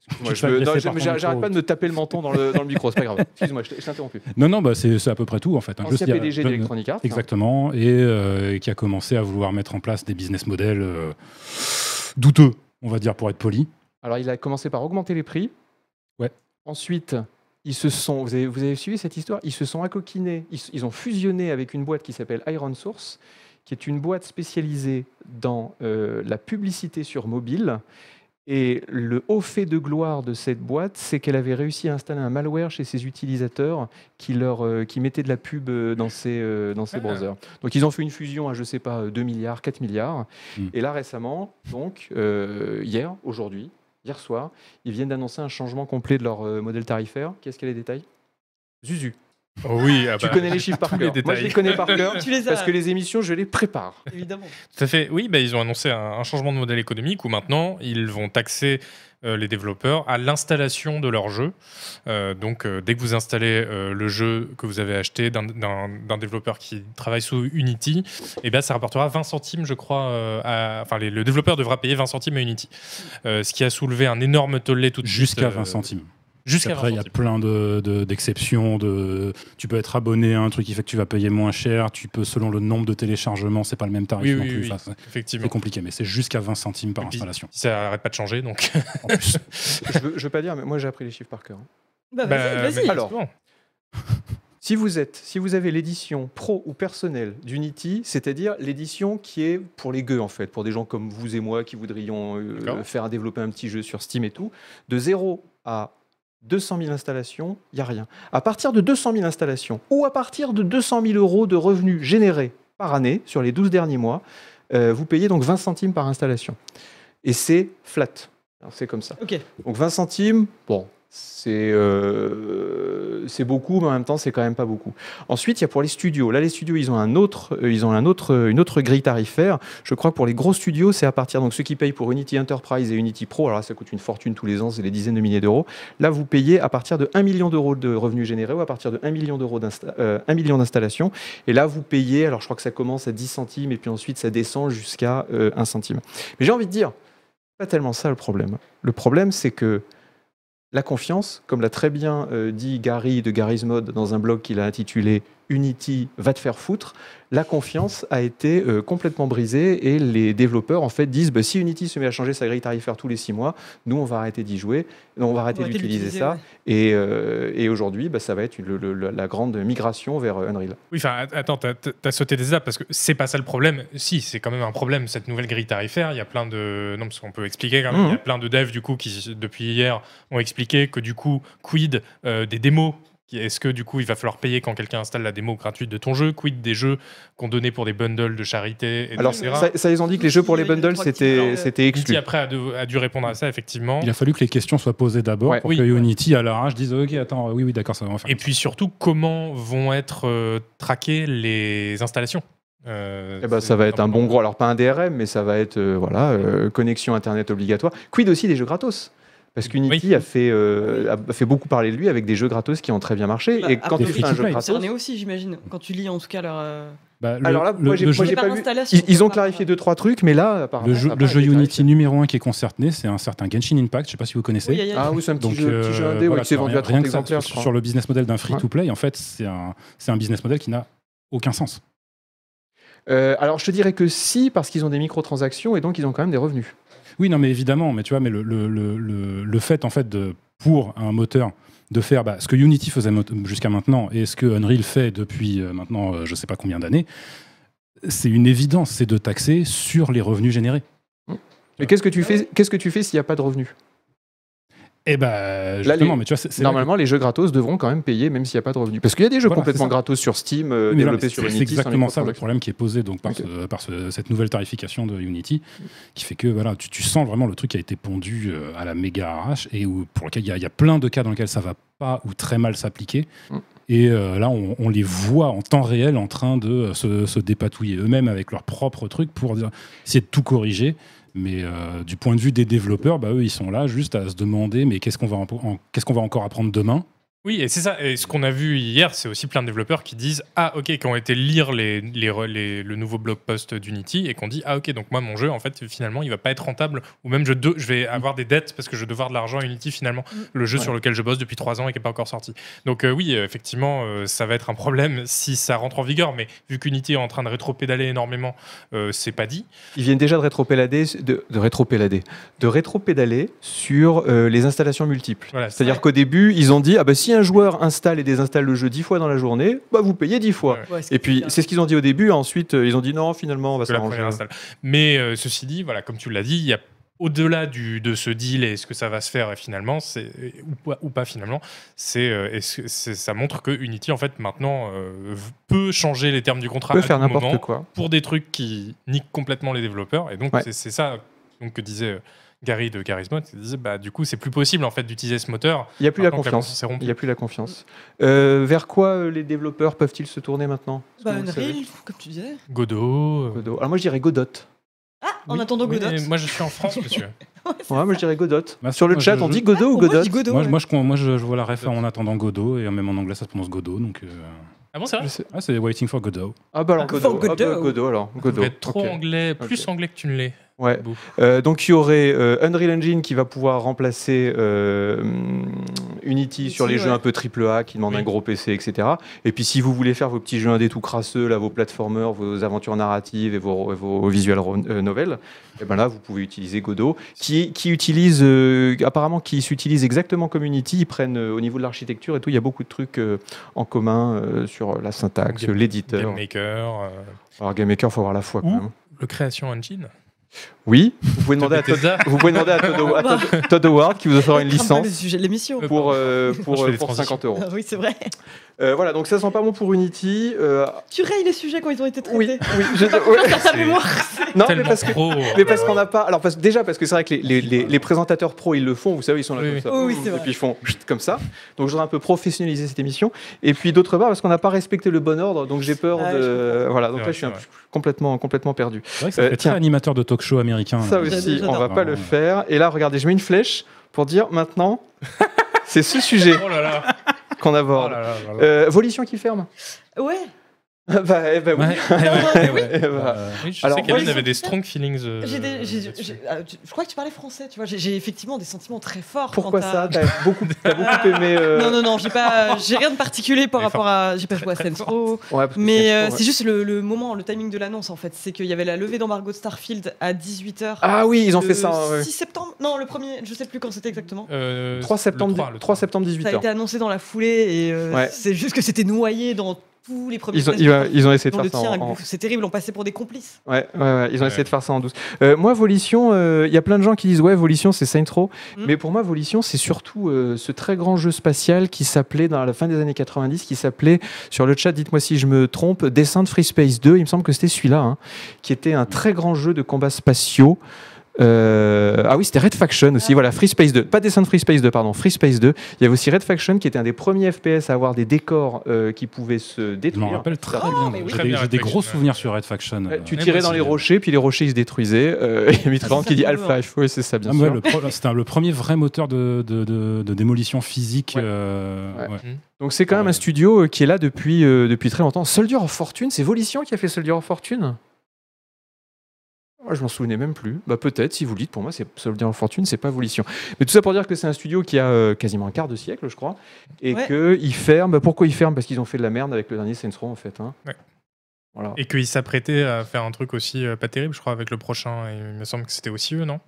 A: Excuse-moi,
B: Tu te
A: je me-
B: fais
A: non,
B: agresser
A: j'ai-
B: par ton
A: j'ai- J'arrête
B: micro.
A: pas de me taper le menton dans le, dans le micro, c'est pas grave. Excuse-moi, je t'ai je t'ai interrompu.
B: Non, non, bah, c'est c'est à peu près tout en fait. hein. Juste,
A: Ancien
B: il y a
A: PDG
B: John-
A: d'Electronic Arts. hein.
B: Exactement, et euh, qui a commencé à vouloir mettre en place des business models euh, douteux, on va dire, pour être poli.
A: Alors, il a commencé par augmenter les prix.
B: Ouais.
A: Ensuite, ils se sont. Vous avez, vous avez suivi cette histoire Ils se sont accoquinés. Ils, s- ils ont fusionné avec une boîte qui s'appelle Iron Source, qui est une boîte spécialisée dans euh, la publicité sur mobile. Et le haut fait de gloire de cette boîte, c'est qu'elle avait réussi à installer un malware chez ses utilisateurs qui, leur, euh, qui mettait de la pub euh, dans ses, euh, dans ses
D: Ah.
A: browsers. Donc ils ont fait une fusion à, je ne sais pas, euh, 2 milliards, 4 milliards.
B: Mm.
A: Et là récemment, donc euh, hier, aujourd'hui, hier soir, ils viennent d'annoncer un changement complet de leur euh, modèle tarifaire. Qu'est-ce qu'il y a les détails Zuzu,
D: Oh oui, ah
A: tu
D: bah,
A: connais les chiffres par
D: tous
A: cœur.
D: les
A: Moi, je
D: détails.
A: les connais par cœur
C: Tu les as,
A: parce que les émissions, je les prépare.
C: évidemment.
D: Tout à fait. Oui, bah, ils ont annoncé un, un changement de modèle économique où maintenant ils vont taxer euh, les développeurs à l'installation de leur jeu. Euh, donc euh, dès que vous installez euh, le jeu que vous avez acheté d'un- d'un d'un développeur qui travaille sous Unity, eh ben, ça rapportera 20 centimes, je crois. euh, à- enfin, les- le développeur devra payer 20 centimes à Unity. Euh, ce qui a soulevé un énorme tollé tout de suite.
B: Jusqu'à
D: euh,
B: 20 centimes.
D: Jusqu'à 20
B: Après, il y a
D: centimes.
B: plein d'exceptions. De, d'exceptions, de, tu peux être abonné à un truc qui fait que tu vas payer moins cher. Tu peux, selon le nombre de téléchargements, c'est pas le même tarif
D: Oui,
B: non
D: oui,
B: plus.
D: oui,
B: Enfin, c'est-
D: effectivement.
B: c'est compliqué, mais c'est jusqu'à 20 centimes par
D: Et puis- (laughs)
B: installation.
D: Ça n'arrête pas de changer, donc.
B: En plus.
A: je, veux, je veux pas dire, mais moi, j'ai appris les chiffres par cœur.
C: Bah
D: Bah,
C: vas-y, vas-y.
D: mais-
A: Alors. Si vous êtes, si vous avez l'édition pro ou personnelle d'Unity, c'est-à-dire l'édition qui est pour les gueux en fait, pour des gens comme vous et moi qui voudrions euh,
D: D'accord.
A: faire développer un petit jeu sur Steam et tout, de 0 à 200 000 installations, il n'y a rien. À partir de 200 000 installations ou à partir de 200 000 euros de revenus générés par année sur les 12 derniers mois, euh, vous payez donc 20 centimes par installation. Et c'est flat. Alors, C'est comme ça.
C: Ok.
A: Donc 20 centimes, bon, c'est euh, c'est beaucoup, mais en même temps, c'est quand même pas beaucoup. Ensuite, il y a pour les studios. Là, les studios, ils ont, un autre, euh, ils ont un autre, euh, une autre grille tarifaire. Je crois que pour les gros studios, c'est à partir, donc ceux qui payent pour Unity Enterprise et Unity Pro, alors là, ça coûte une fortune tous les ans, c'est des dizaines de milliers d'euros. Là, vous payez à partir de 1 million d'euros de revenus générés ou à partir de 1 million d'euros d'insta- euh, 1 million d'installations. Et là, vous payez, alors je crois que ça commence à 10 centimes et puis ensuite, ça descend jusqu'à euh, 1 centime. Mais j'ai envie de dire, c'est pas tellement ça le problème. Le problème, c'est que La confiance, comme l'a très bien euh, dit Gary de Gary's Mode dans un blog qu'il a intitulé Unity va te faire foutre, la confiance a été euh, complètement brisée et les développeurs en fait disent bah, si Unity se met à changer sa grille tarifaire tous les six mois, nous on va arrêter d'y jouer, on va arrêter
C: arrêter
A: d'utiliser
C: d'utiliser,
A: ça.
C: ouais.
A: Et, euh, et aujourd'hui, bah, ça va être le- le- le- la grande migration vers euh, Unreal.
D: Oui, enfin, att- attends, t'as- t'as t'as sauté des étapes parce que c'est pas ça le problème. Si, c'est quand même un problème, cette nouvelle grille tarifaire. Il y a plein de. Non, parce qu'on peut expliquer quand même. Il y a
A: Mhm.
D: plein de devs, du coup, qui, depuis hier, ont expliqué que, du coup, quid euh, des démos qui- est-ce que du coup il va falloir payer quand quelqu'un installe la démo gratuite de ton jeu Quid des jeux qu'on donnait pour des bundles de charité etc.
A: Alors,
C: c'est
A: ça, ça, ils ont dit que les jeux pour les
C: Il y a eu des
A: bundles,
C: trois petits
A: c'était
C: erreurs.
A: c'était exclu.
D: Unity après a dû, a dû répondre à ça effectivement.
B: Il a fallu que les questions soient posées d'abord
A: Ouais.
B: pour
D: Oui.
B: que Unity, à l'arrache, dise Ok, attends, oui, oui, d'accord, ça va en faire.
D: Et puis surtout, comment vont être euh, traquées les installations Euh,
A: Eh ben,
D: c'est
A: ça va être un
D: important.
A: bon gros, alors pas un DRM, mais ça va être euh, voilà, euh, connexion Internet obligatoire. Quid aussi des jeux gratos parce qu'Unity
D: Oui.
A: a, fait, euh, a fait beaucoup parler de lui avec des jeux gratos qui ont très bien marché.
C: Bah,
A: et quand
C: après,
A: tu fais
B: les
A: un jeu
B: free-to-play.
A: gratos,
C: Concerné aussi, j'imagine, quand tu lis en tout cas leur. euh,
B: Bah, le-
A: Alors là,
B: le-
A: moi, j'ai-
B: le
A: moi,
B: jeu-
A: j'ai-
C: par
A: pas vu.
C: installation,
A: ils, ils ont
C: par-
A: clarifié deux trois trucs, mais là, apparemment,
B: le
A: ça
B: jeu,
A: a
B: le
A: pas
B: jeu
A: été
B: Unity
A: clarifié.
B: numéro 1 qui est concerné, c'est un certain Genshin Impact, je sais pas si vous connaissez.
C: Oui, aïe, aïe.
A: Ah oui, c'est un petit,
B: Donc,
A: jeu, petit jeu
B: euh,
A: indé ouais,
B: voilà,
A: qui s'est
B: rien-
A: vendu à
B: rien
A: 30
B: que ça,
A: exemplaires. je
B: sur,
A: crois.
B: sur le business model d'un free-to-play, en fait, c'est un, c'est un business model qui n'a aucun sens.
A: Euh, alors, je te dirais que si, parce qu'ils ont des microtransactions et donc ils ont quand même des revenus.
B: Oui, non, mais évidemment, mais tu vois, mais le, le, le, le- le fait, en fait, de, pour un moteur, de faire bah, ce que Unity faisait mot- jusqu'à maintenant et ce que Unreal fait depuis euh, maintenant euh, je sais pas combien d'années, c'est une évidence, c'est de taxer sur les revenus générés.
A: Mais qu'est-ce que tu fais Qu'est-ce que tu fais s'il n'y a pas de revenus
B: Et ben
A: Là,
B: justement,
A: les-
B: mais tu vois, c'est c'est là que-
A: Normalement, les jeux gratos devront quand même payer, même s'il n'y a pas de revenus. Parce qu'il y a des jeux
B: Voilà,
A: complètement
B: c'est ça.
A: gratos sur Steam, euh,
B: Mais voilà,
A: développés
B: mais
A: sur
B: c'est-
A: Unity.
B: C'est
A: sans
B: exactement ça le
A: microtransactions.
B: problème qui est posé donc par, ce- par ce- cette nouvelle tarification de Unity, qui fait que voilà, tu, tu sens vraiment le truc qui a été pondu euh, à la méga arrache et où, pour lequel il y, a- il y a plein de cas dans lesquels ça va pas ou très mal s'appliquer.
A: Mm.
B: Et euh, là, on, on les voit en temps réel en train de euh, se, se dépatouiller eux-mêmes avec leurs propres trucs pour dire- essayer de tout corriger. Mais euh, du point de vue des développeurs, bah, eux, ils sont là juste à se demander mais qu'est-ce qu'on va, en- en- qu'est-ce qu'on va encore apprendre demain
D: Oui, et c'est ça. Et ce qu'on a vu hier, c'est aussi plein de développeurs qui disent Ah, ok, qui ont été lire les, les re- les- le nouveau blog post d'Unity et qu'on dit Ah, ok, donc moi, mon jeu, en fait, finalement, il va pas être rentable. Ou même, je, de- je vais avoir des dettes parce que je vais devoir de l'argent à Unity, finalement, le jeu
A: Ouais.
D: sur lequel je bosse depuis trois ans et qui n'est pas encore sorti. Donc, euh, oui, euh, effectivement, euh, ça va être un problème si ça rentre en vigueur. Mais vu qu'Unity est en train de rétro-pédaler énormément, euh, c'est pas dit.
A: Ils viennent déjà de rétropélader, de, de rétropélader, de rétropédaler sur euh, les installations multiples.
D: Voilà,
A: C'est-à-dire qu'au début, ils ont dit ah bah, si un joueur installe et désinstalle le jeu 10 fois dans la journée, bah, vous payez 10 fois.
D: Ouais.
C: Ouais, ce qui
A: Et puis,
C: est-
A: c'est ce qu'ils ont dit au début. Ensuite, euh, ils ont dit non, finalement, on va
D: que la
A: s'arranger.
D: première installe. Mais euh, ceci dit, voilà, comme tu l'as dit, il y a au-delà du, de ce deal et ce que ça va se faire et finalement, c'est, euh, ou, pas, ou pas finalement, c'est, euh, est-ce que- c'est- ça montre que Unity, en fait, maintenant, euh, v- peut changer les termes du contrat
A: On peut
D: à
A: faire
D: tout moment
A: n'importe quoi.
D: pour des trucs qui niquent complètement les développeurs. Et donc,
A: Ouais.
D: c'est, c'est ça donc, que disait euh, Gary de Garismod. Il disait, bah, du coup, c'est plus possible, en fait, d'utiliser ce moteur.
A: Il n'y a plus la
D: Maintenant que
A: confiance.
D: s'est rompue.
A: Il n'y a plus la confiance. Euh, vers quoi euh, les développeurs peuvent-ils se tourner maintenant Est-ce que
C: Bah,
A: vous le savez
C: Unreal, comme tu disais.
D: Godot. euh,
A: Godot. Alors moi je dirais Godot.
C: Ah, en
D: oui,
C: attendant
D: oui,
C: Godot.
D: mais Moi, je suis en France,
C: (laughs)
D: monsieur.
A: Ouais, moi je dirais Godot.
B: Bah,
A: Sur le
B: moi,
A: chat,
B: je-
A: on
B: je-
A: dit Godot ou
C: Ah, Pour moi,
A: Godot
C: je dis Godot.
B: moi,
C: ouais.
B: moi, je, moi, je, je vois la ref en attendant Godot et même en anglais ça se prononce Godot donc euh,
D: Ah bon, c'est vrai
A: Je sais-
B: ah, c'est Waiting for Godot.
A: Ah bah alors
C: Ah,
A: Godot.
C: Godot.
A: Ah bah, Godot alors. Godot.
D: Vous êtes trop
A: Ok.
D: anglais, plus
A: Ok.
D: anglais que tu ne l'es.
A: Ouais.
D: Bou.
A: Euh, donc il y aurait euh, Unreal Engine qui va pouvoir remplacer euh, hum, Unity
C: Unity,
A: sur les jeux
C: ouais.
A: un peu triple A qui demandent
D: Oui.
A: un gros PC, etc. Et puis si vous voulez faire vos petits jeux indés tout crasseux, là, vos platformers, vos aventures narratives et vos, et vos visual ro- euh, novels, et ben là vous pouvez utiliser Godot, qui, qui utilise euh, apparemment qui s'utilise exactement comme Unity. Ils prennent euh, au niveau de l'architecture et tout, il y a beaucoup de trucs euh, en commun euh, sur la syntaxe,
D: Game- Game
A: l'éditeur.
D: Maker. euh,
A: Alors Game Maker, faut avoir la foi quand
D: Ou-
A: même.
D: le Création Engine.
A: Oui, vous pouvez demander à Todd
D: Bethesda.
A: Vous pouvez demander à Todd, Howard- à Todd- Todd Howard qui vous offrira une
C: Crains pas le
A: licence
C: sujet de l'émission.
D: Euh,
A: pour, euh,
D: Je
A: pour,
D: fais
A: euh,
D: des
A: pour 50 euros.
C: Ah oui, c'est vrai.
A: Euh, voilà, donc ça sent pas bon pour Unity. euh,
C: Tu rayes les sujets quand ils ont été traités.
A: oui, oui, je-
C: Pas
A: ouais.
C: confiance à ta
D: C'est-
C: mémoire.
A: Non, mais
D: tellement euh,
A: parce que.
D: pro.
A: Mais parce qu'on n'a pas. Alors parce, déjà parce que c'est vrai que les, les- les- les présentateurs pro ils le font, vous savez ils sont là
D: Oui,
A: comme
D: oui.
A: ça,
C: Oh oui,
A: et
C: c'est vrai.
A: puis ils font chut comme ça. Donc j'aurais un peu professionnalisé cette émission. Et puis d'autre part parce qu'on n'a pas respecté le bon ordre, donc j'ai peur
C: Ah, je
A: de. Voilà, donc
D: C'est
A: là
D: vrai,
A: je suis un
D: c'est
A: peu complètement complètement perdu.
B: C'est vrai que ça
A: Euh,
B: fait
A: tiens.
B: très animateur de talk show
D: Ah
B: américain.
A: Ça
B: là.
A: aussi, on
C: j'adore.
A: va pas le
B: Vraiment.
A: faire. Et là regardez, je mets une flèche pour dire maintenant (laughs) c'est ce sujet
D: Oh là là.
A: qu'on
D: Oh
A: aborde.
D: là là là là.
A: Euh, volition qui Euh, ferme. (laughs)
C: Ouais.
A: bah, eh ben (laughs) oui.
D: Ouais, ouais, ouais, ouais.
A: Eh ben,
B: Euh,
D: Oui, je
A: Alors,
D: sais
A: moi,
D: qu'Aline
A: je-
D: avait des strong feelings. euh,
C: J'ai des- j'ai-
D: là-dessus.
C: j'ai- ah, tu- je crois que tu parlais français, tu vois. J'ai- J'ai effectivement des sentiments très forts.
A: pourquoi
C: quant à-
A: ça T'as beaucoup, t'as
C: (laughs)
A: beaucoup aimé. euh,
C: Non, non, non,
A: (laughs)
C: j'ai pas, j'ai rien de particulier par
D: Elle est
C: rapport à. J'ai pas joué à Saints Row.
A: ouais, parce que
C: Mais
A: c'est-
C: euh,
A: ouais.
C: c'est juste le, le moment, le timing de l'annonce en fait. C'est qu'il y avait la levée d'embargo de Starfield à 18h.
A: Ah oui,
C: Euh,
A: ils ont fait ça. hein, ouais.
C: Le 6 septembre Non, le premier, je sais plus quand c'était exactement.
D: Euh,
A: 3 septembre,
D: le 3, le
A: 3
D: 3.
A: septembre 18
C: Ça a
A: h
C: été annoncé dans la foulée et euh,
A: Ouais.
C: c'est juste que c'était noyé dans tous les premiers.
A: Ils ont,
C: tests
A: ils, ont- ils ont essayé de
C: dont le
A: faire ça
C: tien,
A: en, en-
C: C'est terrible, on passait pour des complices.
A: Ouais, ouais, ouais, ils ont
D: Ouais.
A: essayé de faire ça en douce. Euh, moi, Volition, euh, il y a plein de gens qui disent ouais, Volition, c'est Saints Row.
C: Hmm.
A: Mais pour moi, Volition, c'est surtout euh, ce très grand jeu spatial qui s'appelait, dans la fin des années 90, qui s'appelait, sur le chat, dites-moi si je me trompe, Descent Free Space 2. Il me semble que c'était celui-là, hein, qui était un très grand jeu de combats spatiaux. Euh, ah oui, c'était Red Faction aussi,
C: Ah.
A: voilà, Free Space 2, pas Descent Free Space 2, pardon, Free Space 2. Il y avait aussi Red Faction qui était un des premiers FPS à avoir des décors euh, qui pouvaient se
B: Je m'en
A: détruire.
B: rappelle très
C: Oh,
B: bien.
C: mais oui.
B: J'ai
D: Très
B: des-
D: bien,
B: J'ai des
D: Red
B: gros
D: Faction.
B: souvenirs sur Red Faction.
A: Ouais, Eh, tu
B: Euh,
D: mais
A: tirais
D: moi
A: dans
D: aussi,
A: les
D: euh.
A: rochers, puis les rochers ils se détruisaient. Euh, (laughs) et Mitran qui dit
C: Ça, ça me
A: Half-Life, oui, c'est ça, bien
B: ah, ouais,
A: sûr.
B: le pro- C'était un- le premier vrai moteur de, de- de- de démolition physique.
A: Ouais.
B: euh,
A: Ouais.
B: ouais.
A: Donc c'est quand même
B: Ouais.
A: un studio euh, qui est là depuis, euh, depuis très longtemps. Soldier of Fortune, c'est Volition qui a fait Soldier of Fortune Ah, je m'en souvenais même plus. Bah peut-être si vous le dites. Pour moi, c'est Soldier of Fortune, c'est pas Volition. Mais tout ça pour dire que c'est un studio qui a euh, quasiment un quart de siècle, je crois, et
C: Ouais.
A: que ils ferment. Bah, pourquoi ils ferment Parce qu'ils ont fait de la merde avec le dernier Saints Row, en fait. hein.
D: Ouais.
A: Voilà.
D: Et qu'ils s'apprêtaient à faire un truc aussi euh, pas terrible, je crois, avec le prochain. et il me semble que c'était aussi eux, non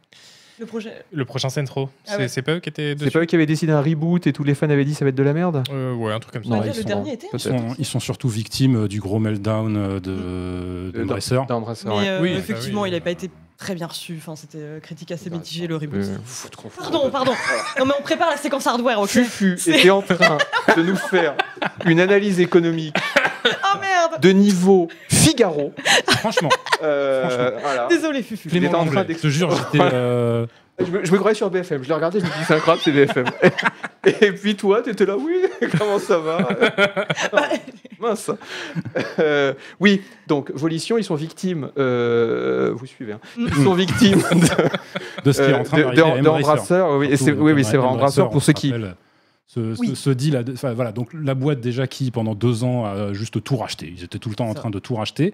C: Le projet.
D: Le prochain Centro.
C: Ah
D: C'est
C: ouais.
D: c'est pas eux qui étaient
A: C'est
D: dessus
A: pas eux qui avaient décidé un reboot et tous les fans avaient dit ça va être de la merde.
D: Euh, Ouais, un truc comme ça.
C: dire,
A: ils
C: le
A: sont-
C: dernier était
B: Ils,
A: peut-être.
B: sont, ils sont surtout victimes euh, du gros meltdown euh, de, de
A: Euh,
B: Embracer.
A: Dans Embracer,
C: Mais
A: ouais.
C: euh,
D: Oui, bah
C: effectivement,
D: oui,
C: il n'avait pas
D: euh.
C: été très bien reçu. Enfin, c'était euh, critique assez
A: Bah,
C: mitigée le reboot.
A: Euh, faut te confondre.
C: Pardon, pardon. Non, mais on prépare la séquence hardware, Ah,
A: (laughs)
C: ok
A: Fufu
C: C'est-
A: était en train de nous faire une analyse économique
C: Oh merde
A: de niveau Figaro.
B: Franchement,
A: Euh,
B: Franchement.
A: voilà.
C: Désolé, Fufu.
A: Il était
B: Clément
A: en train
B: Langlais, je te jure, j'étais, euh,
A: Je me, je me croyais sur BFM. Je l'ai regardé, je me dis c'est incroyable, c'est BFM. Et, et puis toi, t'étais là, oui, (laughs) comment ça va Mince. Euh, oui, donc Volition, ils sont victimes. euh, vous suivez. hein.
C: Mm.
B: (laughs)
A: Ils sont victimes de,
B: de ce qui est en train
A: Euh, de-
B: d'arriver à
A: de- de
B: Embracer.
A: Embracer, Oui, et c'est-
B: Surtout,
A: oui,
B: euh,
A: oui, c'est vrai, Embracer
B: Embracer, on
A: pour ceux
B: se
A: qui.
B: rappelle, Ce, ce-
C: Oui.
B: ce deal, a- enfin, voilà, donc la boîte déjà qui pendant deux ans a juste tout racheté. Ils étaient tout le temps en
C: Ça.
B: train de tout racheter.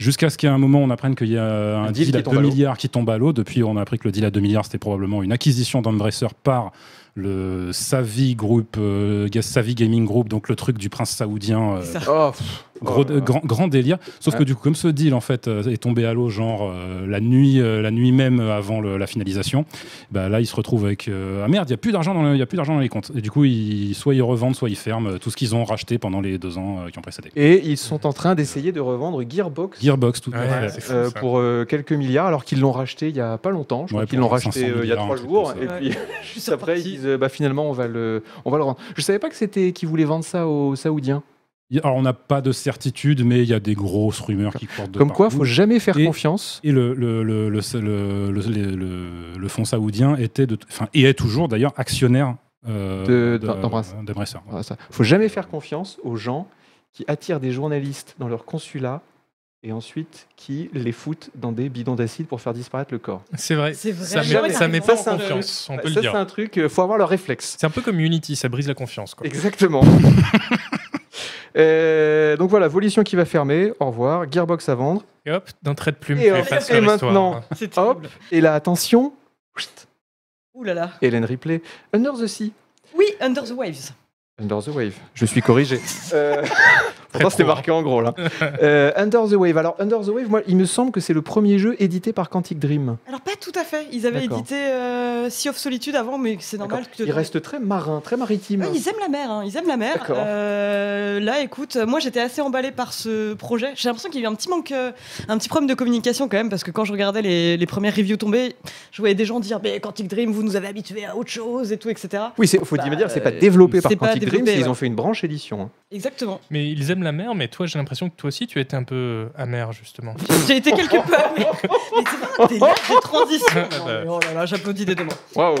B: Jusqu'à ce qu'il y ait un moment, on apprenne qu'il y a un,
A: Un deal
B: deal,
A: qui
B: à
A: tombe
B: 2
A: à l'eau.
B: milliards qui tombe à l'eau. Depuis, on a appris que le deal à 2 milliards, c'était probablement une acquisition d'Embracer par le Savi Group, euh, Savi Gaming Group, donc le truc du prince saoudien. euh,
C: C'est ça.
A: Oh, pff,
B: Gros,
A: oh là là.
B: grand, grand délire. Sauf que
A: Ouais.
B: du coup, comme ce deal en fait euh, est tombé à l'eau, genre euh, la nuit, euh, la nuit même euh, avant le- la finalisation, bah là, ils se retrouvent avec euh, ah merde, il y a plus d'argent dans le- il y a plus d'argent dans les comptes. Et du coup, ils, soit ils revendent, soit ils ferment euh, tout ce qu'ils ont racheté pendant les deux ans euh, qui ont précédé.
A: Et ils sont en train d'essayer de revendre Gearbox
B: Gearbox, tout à
D: Ouais,
B: fait.
D: c'est fou,
A: Euh,
D: ça.
A: pour euh, quelques milliards, alors qu'ils l'ont racheté il y a pas longtemps. Je crois
B: Ouais,
A: qu'ils
B: pour
A: l'ont racheté
B: 500
A: euh, il y a
B: milliards,
A: trois
B: un truc
A: jours.
B: comme
A: Et
C: ça.
A: puis
C: Juste
A: (laughs) juste après, ils
C: reparti.
A: disent euh, bah, finalement, on va, le, on va le rendre. Je savais pas que c'était qu'ils voulaient vendre ça aux Saoudiens.
B: Il- Alors, on n'a pas de certitude, mais il y a des grosses rumeurs qui portent de
A: Comme quoi,
B: partout.
A: faut jamais faire
B: Et-
A: confiance.
B: Et le, le, le, le, le- le- le- le- le fonds saoudien était de, enfin, et est toujours d'ailleurs actionnaire euh,
A: De- d'Embracer.
B: de- d'Embracer.
A: Voilà, ça. Faut jamais faire confiance aux gens qui attirent des journalistes dans leur consulat et ensuite qui les foutent dans des bidons d'acide pour faire disparaître le corps.
D: C'est vrai.
C: C'est vrai.
D: Ça
A: Jamais
D: met, ça met
A: Ça,
D: pas
A: c'est
D: en
A: un
D: confiance, on
A: Bah,
D: peut
A: ça,
D: le
A: c'est
D: dire.
A: un truc, euh, faut avoir le réflexe.
D: C'est un peu comme Unity, ça brise la confiance. Quoi.
A: (laughs) Exactement. Euh, donc voilà, Volition qui va fermer, au revoir, Gearbox à vendre.
D: Et hop, d'un trait de plume,
A: Et
D: tu
A: hop,
D: effaces
A: et
D: leur histoire.
A: maintenant.
C: C'est
A: Hop,
C: terrible.
A: et là, attention, chut,
C: Ouh là là.
A: Hélène Ripley, Under the Sea.
C: Oui, Under the Waves.
A: Under the Wave, je suis corrigé. (laughs) Euh,
D: Très
A: pourtant, c'était
D: pro,
A: marqué en (laughs) gros là. Euh, Under the Wave. Alors, Under the Wave, moi, il me semble que c'est le premier jeu édité par Quantic Dream.
C: Alors, pas tout à fait. Ils avaient
A: D'accord.
C: édité euh, Sea of Solitude avant, mais c'est normal que.
A: Il reste très marin, très maritime.
C: Ouais, ils aiment la mer, hein, ils aiment la mer.
A: D'accord.
C: Euh, là, écoute, moi j'étais assez emballée par ce projet. J'ai l'impression qu'il y a eu un petit manque, euh, un petit problème de communication quand même, parce que quand je regardais les, les premières reviews tomber, je voyais des gens dire Mais Quantic Dream, vous nous avez habitués à autre chose et tout, etc.
A: Oui, c'est- faut
C: Bah,
A: me dire, c'est pas
C: euh,
A: développé par
C: c'est pas
A: Quantic Dream,
C: développé,
A: c'est- ils
C: ouais.
A: ont fait une branche édition. hein.
C: Exactement.
D: Mais ils aiment la mer, mais toi, j'ai l'impression que toi aussi, tu étais un peu euh, amer, justement.
C: J'ai été quelque (laughs) peu. Mais, mais c'est pas un délire de transition. (laughs) Non, mais oh là là, j'applaudis des deux mains.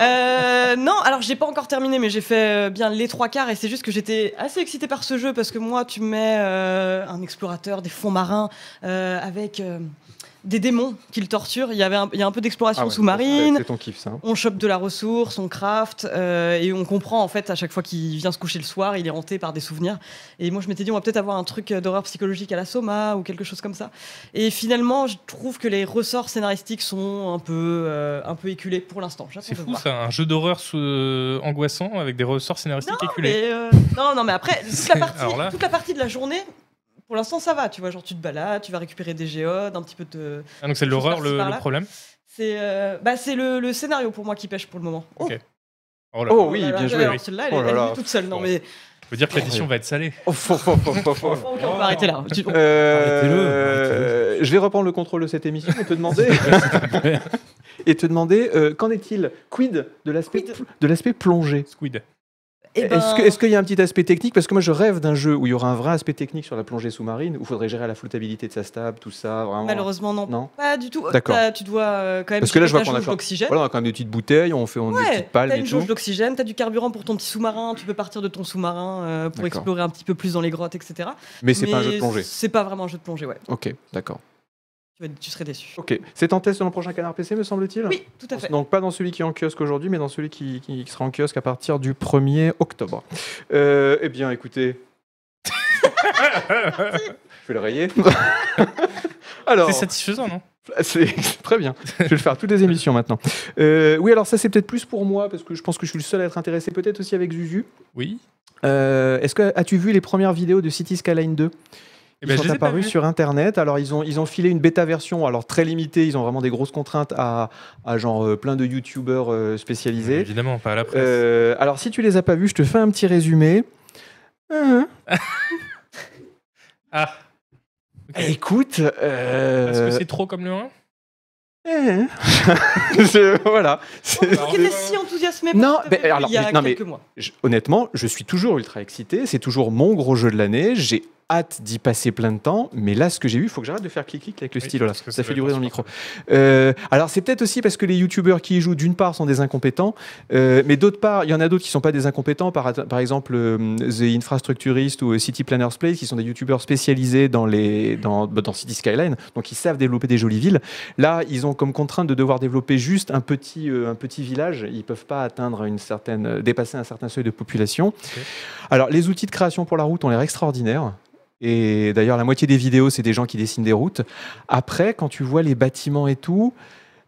C: Euh, non, alors j'ai pas encore terminé, mais j'ai fait euh, bien les trois quarts et c'est juste que j'étais assez excitée par ce jeu parce que moi, tu mets euh, un explorateur des fonds marins euh, avec. euh, des démons qu'ils torturent. Il y avait un, il y a un peu d'exploration
A: Ah ouais,
C: sous-marine.
A: c'est- C'est ton kiff, ça. hein.
C: On chope de la ressource, on craft, euh, et on comprend en fait à chaque fois qu'il vient se coucher le soir, il est hanté par des souvenirs. Et moi je m'étais dit, on va peut-être avoir un truc euh, d'horreur psychologique à la Soma ou quelque chose comme ça. Et finalement, je trouve que les ressorts scénaristiques sont un peu, euh, un peu éculés pour l'instant. J'attends
D: C'est
C: de
D: fou,
C: voir.
D: ça, un jeu d'horreur sous- euh, angoissant avec des ressorts scénaristiques éculés.
C: Mais, euh, non, non, mais
D: (laughs)
C: après, toute
D: C'est-
C: la, partie,
D: alors là-
C: toute la partie de la journée, pour l'instant ça va, tu vois, genre tu te balades, tu vas récupérer des géodes, un petit peu de...
D: Ah, donc c'est
C: je
D: l'horreur
C: passe
D: le,
C: par
D: le
C: là.
D: problème.
C: C'est euh, bah, c'est le, le scénario pour moi qui pêche pour le moment.
D: Ok. Oh là,
A: Oh oui,
C: là là,
A: bien joué.
C: alors Celle-là, elle,
A: Oh là
C: elle
A: là.
C: vit toute seule. Non,
D: Bon.
C: mais
D: Je veux dire que l'édition va être salée.
A: Oh, fo- fo- fo- fo- fo-
D: Oh.
C: Ok, on va arrêter là. Tu- on-
A: Euh, je vais reprendre le contrôle de cette émission et te demander (laughs) et te demander euh, qu'en est-il quid de l'aspect
C: Quid
A: pl- de l'aspect plongée
D: Squid.
C: Eh ben,
A: est-ce que- est-ce qu'il y a un petit aspect technique parce que moi je rêve d'un jeu où il y aura un vrai aspect technique sur la plongée sous-marine où il faudrait gérer la flottabilité de sa stable tout ça vraiment
C: Malheureusement, non.
A: non
C: Pas du tout.
A: D'accord.
C: T'as- Tu dois euh, quand même.
A: Parce que là, je vois
C: checker ta
A: qu'on a
C: jauge
A: fait-
C: d'oxygène.
A: voilà on a quand même des petites bouteilles on fait on a des
C: Ouais,
A: petites palmes
C: t'as
A: et
C: une
A: tout
C: jauge d'oxygène, t'as du carburant pour ton petit sous-marin, tu peux partir de ton sous-marin euh, pour
A: D'accord.
C: explorer un petit peu plus dans les grottes, etc.
A: mais c'est pas un jeu de plongée
C: C'est pas vraiment un jeu de plongée, ouais.
A: ok d'accord
C: Tu, vas- tu serais déçu.
A: ok c'est en test dans le prochain canard PC me semble-t-il
C: Oui, tout à fait.
A: Donc pas dans celui qui est en kiosque aujourd'hui, mais dans celui qui, qui sera en kiosque à partir du 1er octobre. Euh, eh bien, écoutez, je vais le rayer. (laughs) alors,
D: C'est satisfaisant, non
A: c'est (laughs) très bien. Je vais le faire à toutes les émissions maintenant. Euh, oui, alors ça c'est peut-être plus pour moi parce que je pense que je suis le seul à être intéressé, peut-être aussi avec Zuzu.
D: Oui.
A: Euh, Est-ce que as-tu vu les premières vidéos de City Skyline 2
D: Eh
A: ils
D: ben, je
A: sont
D: les ai pas
A: apparus
D: vus.
A: sur Internet. Alors, ils ont, ils ont filé une bêta version, alors très limitée. Ils ont vraiment des grosses contraintes à, à genre euh, plein de YouTubers euh, spécialisés.
D: Évidemment, pas à la presse.
A: Euh, alors, si tu les as pas vus, je te fais un petit résumé.
D: Uh-huh.
A: Hein
D: Ah. Ok.
A: Eh, Écoute, euh,
D: Parce que c'est trop comme le 1
A: hein (laughs) Je- voilà. C'est-
C: Moi qui étais si enthousiasmé
A: Non,
C: par cette
A: mais
C: vidéo
A: alors,
C: il y a
A: mais- non, mais-
C: quelques mois.
A: je- honnêtement, je suis toujours ultra excité. C'est toujours mon gros jeu de l'année. J'ai hâte d'y passer plein de temps. Mais là, ce que j'ai vu, il faut que j'arrête de faire clic-clic avec le
D: Oui,
A: stylo. Là.
D: parce que
A: Ça
D: ça
A: fait
D: doit
A: du bruit
D: être
A: dans le micro. Euh, alors, c'est peut-être aussi parce que les youtubeurs qui y jouent, d'une part, sont des incompétents. euh, mais d'autre part, il y en a d'autres qui sont pas des incompétents. Par, par exemple, euh, The Infrastructurist ou euh, City Planners Place, qui sont des youtubeurs spécialisés dans, les, dans, dans City Skyline. Donc, ils savent développer des jolies villes. Là, ils ont comme contrainte de devoir développer juste un petit, euh, un petit village. Ils ne peuvent pas atteindre une certaine, euh, dépasser un certain seuil de population. Alors, les outils de création pour la route ont l'air extraordinaires. Et d'ailleurs, la moitié des vidéos, c'est des gens qui dessinent des routes. Après, quand tu vois les bâtiments et tout,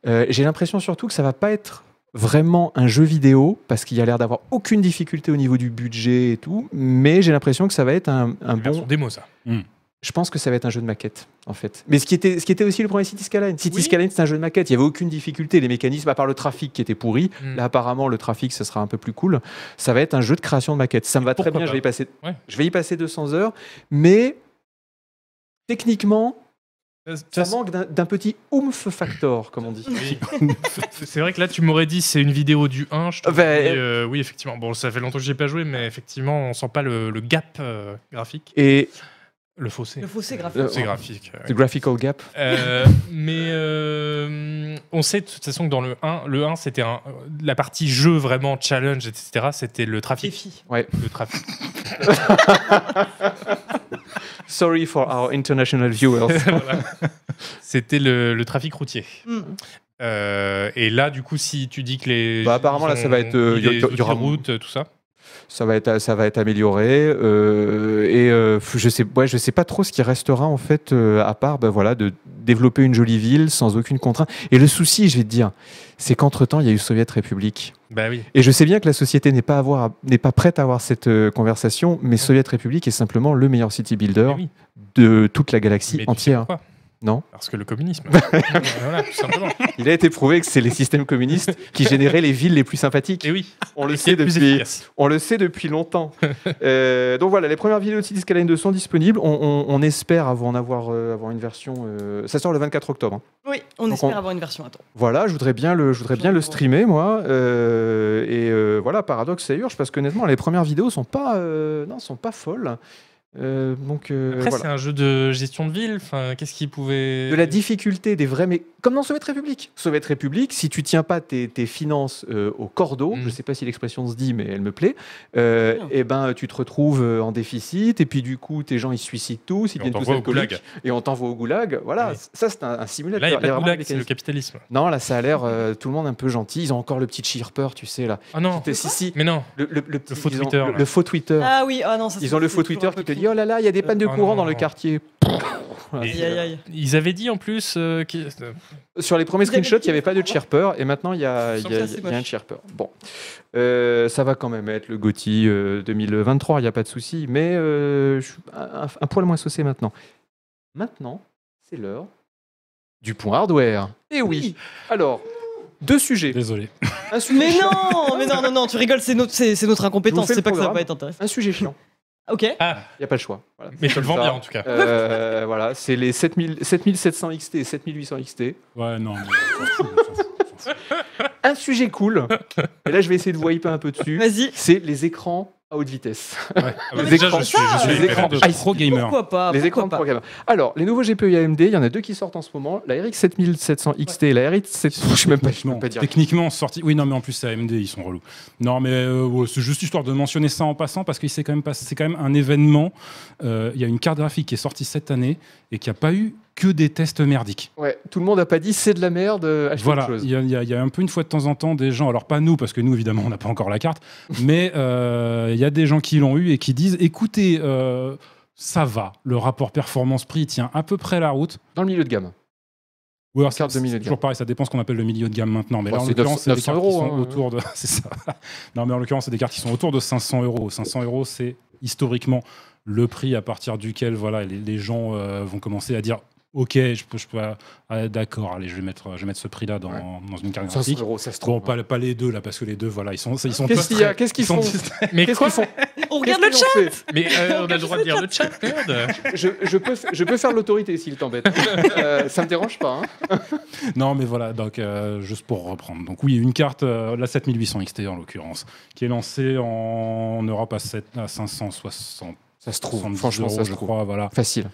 A: euh, j'ai l'impression surtout que ça va pas être vraiment un jeu vidéo parce qu'il y a l'air d'avoir aucune difficulté au niveau du budget et tout. Mais j'ai l'impression que ça va être un, un
D: Une version
A: bon.
D: démo, ça.
A: Je pense que ça va être un jeu de maquette, en fait. Mais ce qui était, ce qui était aussi le premier City Skyline. City
D: Oui.
A: Skyline, c'est un jeu de maquette. Il y avait aucune difficulté. Les mécanismes, à part le trafic qui était pourri,
D: Hmm.
A: Là, apparemment, le trafic, ça sera un peu plus cool. Ça va être un jeu de création de maquettes. Ça me va très
D: pourquoi
A: bien.
D: pas
A: Je vais, y passer,
D: Ouais.
A: je vais y passer 200 heures. Mais techniquement,
D: De toute
A: ça
D: façon,
A: manque d'un- d'un petit oomph factor, comme on
D: (laughs)
A: dit. (laughs)
D: oui. c'est vrai que là, tu m'aurais dit c'est une vidéo du 1. Je te
A: Ben,
D: dis, euh, oui, effectivement. Bon, ça fait longtemps que j'ai pas joué, mais effectivement, on sent pas le, le gap euh, graphique.
A: Et
D: Le fossé.
C: Le fossé graphique.
A: Le-
D: Euh, oh. C'est graphique. ouais.
A: The Graphical Gap.
D: Euh, mais euh, on sait de toute façon que dans le 1, le 1 c'était un- la partie jeu vraiment challenge, etc. C'était le trafic.
C: Défi.
D: Le trafic.
A: Sorry for our international viewers.
D: (laughs) Voilà. (laughs) C'était le, le trafic routier.
C: Mm.
D: Euh, et là, du coup, si tu dis que les.
A: Bah, apparemment, là,
D: ils
A: ça
D: ont
A: va être, euh,
D: mis
A: y a-
D: les
A: y a- y aura-
D: autoroutes, euh, tout ça.
A: ça, va être, ça va être amélioré. euh, et euh, je sais, ouais, je sais pas trop ce qui restera, en fait, euh, à part ben, voilà, de développer une jolie ville sans aucune contrainte. Et le souci, je vais te dire, c'est qu'entre-temps, il y a eu Soviet République.
D: Bah oui.
A: Et je sais bien que la société n'est pas, à avoir- n'est pas prête à avoir cette euh, conversation, mais Soviet République est simplement le meilleur city builder
D: Mais Eh oui.
A: de toute la galaxie
D: Mais tu sais
A: entière.
D: pourquoi
A: hein. Non.
D: Parce que le
A: (laughs)
D: communisme. voilà, tout simplement.
A: Il a été prouvé que c'est les systèmes communistes qui généraient les villes les plus sympathiques.
D: Et Eh oui.
A: On le
D: Et qui est
A: sait
D: plus
A: depuis,
D: efficace.
A: on le sait depuis
D: (laughs)
A: longtemps. Euh, donc voilà, les premières vidéos de City Skyline 2 sont disponibles. On, on- on espère avoir, en avoir, euh, avoir une version. euh, Ça sort le 24 octobre. hein.
C: Oui, on
A: Donc
C: espère
A: on-
C: avoir une version à temps.
A: Voilà, je voudrais bien le, je voudrais bien le streamer, moi. Euh, et euh, voilà, Paradox, ça urge, parce qu'honnêtement, les premières vidéos sont pas, euh, non, sont pas folles. Euh, donc, euh,
D: Après,
A: voilà.
D: c'est un jeu de gestion de ville. Enfin, qu'est-ce qu'il pouvait.
A: De la difficulté des vrais. Mais comme dans Soviet République. Soviet République, si tu tiens pas tes, tes finances euh, au cordeau,
D: Mm.
A: je sais pas si l'expression se dit, mais elle me plaît, euh,
C: Bien.
A: et ben tu te retrouves euh, en déficit, et puis du coup, tes gens ils se suicident tous, ils
D: Et on
A: deviennent tous
D: t'envoie au
A: alcooliques,
D: goulag.
A: et on t'envoie au goulag. Voilà,
D: Oui.
A: ça c'est un, un simulateur.
D: Là, il n'y a
A: Il
D: pas
A: y
D: de
A: a vraiment
D: goulag,
A: des
D: c'est le
A: mécanismes.
D: capitalisme.
A: Non, là ça a l'air euh, tout le monde un peu gentil. Ils ont encore le petit chirper, tu sais, là.
D: Ah non,
A: Si, si,
D: mais non.
A: le, le- le petit-
D: faux
A: ils ont-
D: Twitter,
A: le-
D: là.
A: le faux Twitter.
C: Ah oui, ah non, ça,
A: Ils
C: c'est-
A: ont le
C: c'est
A: faux
C: toujours
A: Twitter
C: un peu
A: qui te
C: pire.
A: dit Oh euh, là là, il y a des pannes de
D: Ah non,
A: courant
D: non,
A: dans le
D: non.
A: quartier. Voilà,
D: Et-
A: c'est-
C: Aïe, aïe, aïe.
D: Ils avaient dit en plus. euh, qu'il-
A: Sur les premiers
C: Vous avez
A: screenshots, il
C: dit
A: n'y avait pas de
C: qu'il y
A: chirper, et maintenant il y a, il y a-
C: Ça, c'est
A: il y a un
C: moche.
A: chirper. Bon, Euh, ça va quand même être le GOTY euh, 2023, il n'y a pas de souci, mais euh, je suis un, un- un poil moins saucé maintenant. Maintenant, c'est l'heure du point hardware. Et oui. Alors, deux sujets.
B: Désolé.
A: Un sujet,
C: Mais
A: chiant,
C: non, mais non, non, non, tu rigoles, c'est notre, c'est, c'est notre incompétence,
A: Je vous fais
C: c'est pas
A: le
C: que ça va
A: programme.
C: pas être intéressant.
A: un sujet chiant.
C: Ok.
D: Ah,
A: Il n'y a pas le choix.
C: (laughs)
A: Voilà.
D: mais tu le vends
A: Ça.
D: bien en tout cas.
A: Euh, voilà, c'est les 7000 7700 XT et 7800 XT.
B: Ouais, non. mais-
A: (laughs) Un sujet
C: (laughs)
A: cool. Et là, je vais essayer de vous hyper un peu dessus.
C: Vas-y.
A: C'est les écrans à haute vitesse.
D: Ah,
C: mais
D: bah, déjà,
C: écrans-
D: je suis, je
C: ça,
D: suis
A: les
D: hyper
A: écrans
B: écran
A: de-
B: de
D: déjà.
B: pro gamer.
C: Pourquoi pas
A: les
C: Ah, pourquoi
A: écrans de
C: pas.
A: programme. Alors, les nouveaux GPU AMD, il y en a deux qui sortent en ce moment, la RX 7700 XT et la RX 700. Je sais même pas, je peux
B: Techniquement,
A: pas dire.
B: techniquement sorti. Oui, non, mais en plus, c'est AMD, ils sont relous. Non, mais euh, ouais, c'est juste histoire de mentionner ça en passant parce que c'est quand, même pas- c'est quand même un événement. Euh, Il y a une carte graphique qui est sortie cette année et qui n'a pas eu que des tests merdiques.
A: Ouais, tout le monde a pas dit c'est de la merde, euh, achetez
B: Voilà,
A: autre chose.
B: il y, a- il y a- il y a un peu une fois de temps en temps des gens, alors pas nous, parce que nous évidemment on n'a pas encore la carte, (laughs) mais euh, il y a des gens qui l'ont eu et qui disent écoutez, euh, ça va, le rapport performance-prix tient à peu près la route.
A: Dans le milieu de gamme.
B: Ou alors,
A: Carte de
B: c'est-
A: milieu de
B: c'est
A: gamme.
B: toujours pareil, ça dépend ce qu'on appelle le milieu de gamme maintenant. Mais
A: Bon,
B: là, en
A: c'est
B: l'occurrence, c'est des
A: 900
B: cartes qui sont
A: euros, hein.
B: autour de. (laughs) c'est ça. Non, mais en l'occurrence, c'est des cartes qui sont autour de 500 euros. 500 euros, c'est historiquement le prix à partir duquel voilà, les, les gens euh, vont commencer à dire Ok, je peux. Je peux ah, D'accord, allez, je vais mettre, je vais mettre ce prix-là dans,
A: Ouais.
B: dans une carte
A: 500
B: graphique.
A: euros, ça se
B: Bon,
A: trouve.
C: hein.
B: pas, pas les deux, là, parce que les deux, voilà, ils sont. Ils sont
A: Qu'est-ce qu'il y a Qu'est-ce qu'ils
B: ils sont
A: font
B: distraits.
D: Mais
A: Qu'est-ce
D: quoi
A: qu'ils font
C: On regarde le chat.
D: Mais euh, on a le
C: Qu'est-ce
D: droit
C: que
D: de dire le chat, merde.
A: je, je peux, je peux faire l'autorité s'il
B: (laughs)
A: t'embête. Euh, ça me dérange pas. hein.
B: Non, mais voilà, donc euh, juste pour reprendre. Donc oui, une carte, euh, la 7800 XT en l'occurrence, qui est lancée en Europe à, 7, à 560
A: Ça se trouve,
B: 70
A: franchement,
B: euros,
A: ça se
B: je
A: trouve.
B: crois, voilà.
A: Facile.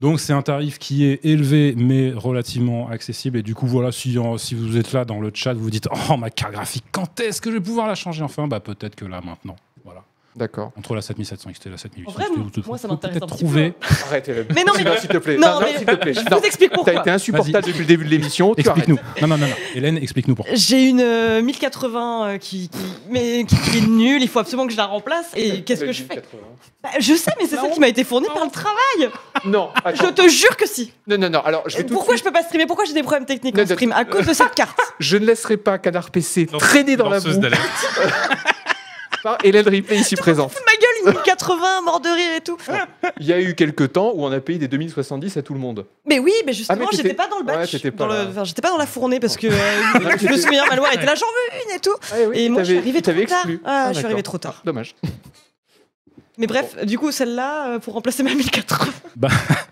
B: Donc c'est un tarif qui est élevé, mais relativement accessible. Et du coup, voilà, si, euh, si vous êtes là dans le chat, vous vous dites « Oh, ma carte graphique, quand est-ce que je vais pouvoir la changer enfin ?» Bah peut-être que là, maintenant. Voilà.
A: D'accord.
B: Entre la 7700 XT et la 7800
C: En vrai,
B: XT, vous
C: moi,
B: pouvez
C: ça m'intéresse
B: peut-être
C: un petit
B: trouver.
A: Arrêtez le.
C: Mais non, mais-
A: Non, s'il te plaît.
C: Non, mais-
A: s'il te plaît.
C: Je
A: Non,
C: vous explique
A: T'as été
C: pourquoi.
A: insupportable
B: Vas-y.
A: depuis le début de l'émission. tu arrêtes.
B: Explique-nous. Non, non, non, non. Hélène, explique-nous pourquoi.
C: J'ai une euh, 1080 euh, qui, qui- mais qui, qui est nulle. Il faut absolument que je la remplace. Et qu'est-ce que je fais Bah, Je sais, mais c'est ça qui m'a été
A: Bah
C: fourni par le travail.
A: Non,
C: Je
A: attends.
C: te jure que si.
A: Non, non, non. Alors, je vais tout de
C: Pourquoi
A: suite-
C: je peux pas streamer Pourquoi j'ai des problèmes techniques
A: Non,
C: en
A: non.
C: stream à cause de
A: (laughs)
C: cette carte
A: je ne laisserai pas Canard PC traîner dans la
D: Danseuse
A: boue
D: d'alerte.
A: par Hélène Ripley
C: (laughs)
A: ici présente.
C: Ma gueule, une (laughs) 1080 mort de rire et tout.
A: Il y a eu quelques temps où on a payé des 2070 à tout le monde.
C: Mais oui, mais justement,
A: Ah, mais t'étais-
C: j'étais pas dans le
A: Ouais,
C: batch.
A: t'étais pas
C: dans
A: là.
C: le- enfin, j'étais pas dans la fournée parce que euh,
A: (laughs) mais
C: je me
A: t'étais-
C: souviens, Maloir était là, j'en veux une et tout.
A: Ah oui,
C: Et moi, je suis
A: t'avais-
C: arrivée trop
A: t'avais
C: tard.
A: exclu.
C: Ah,
A: Ah,
C: je suis
A: d'accord.
C: arrivée trop tard.
A: Dommage.
C: Mais bref, du coup, celle-là, euh, pour remplacer ma 1080.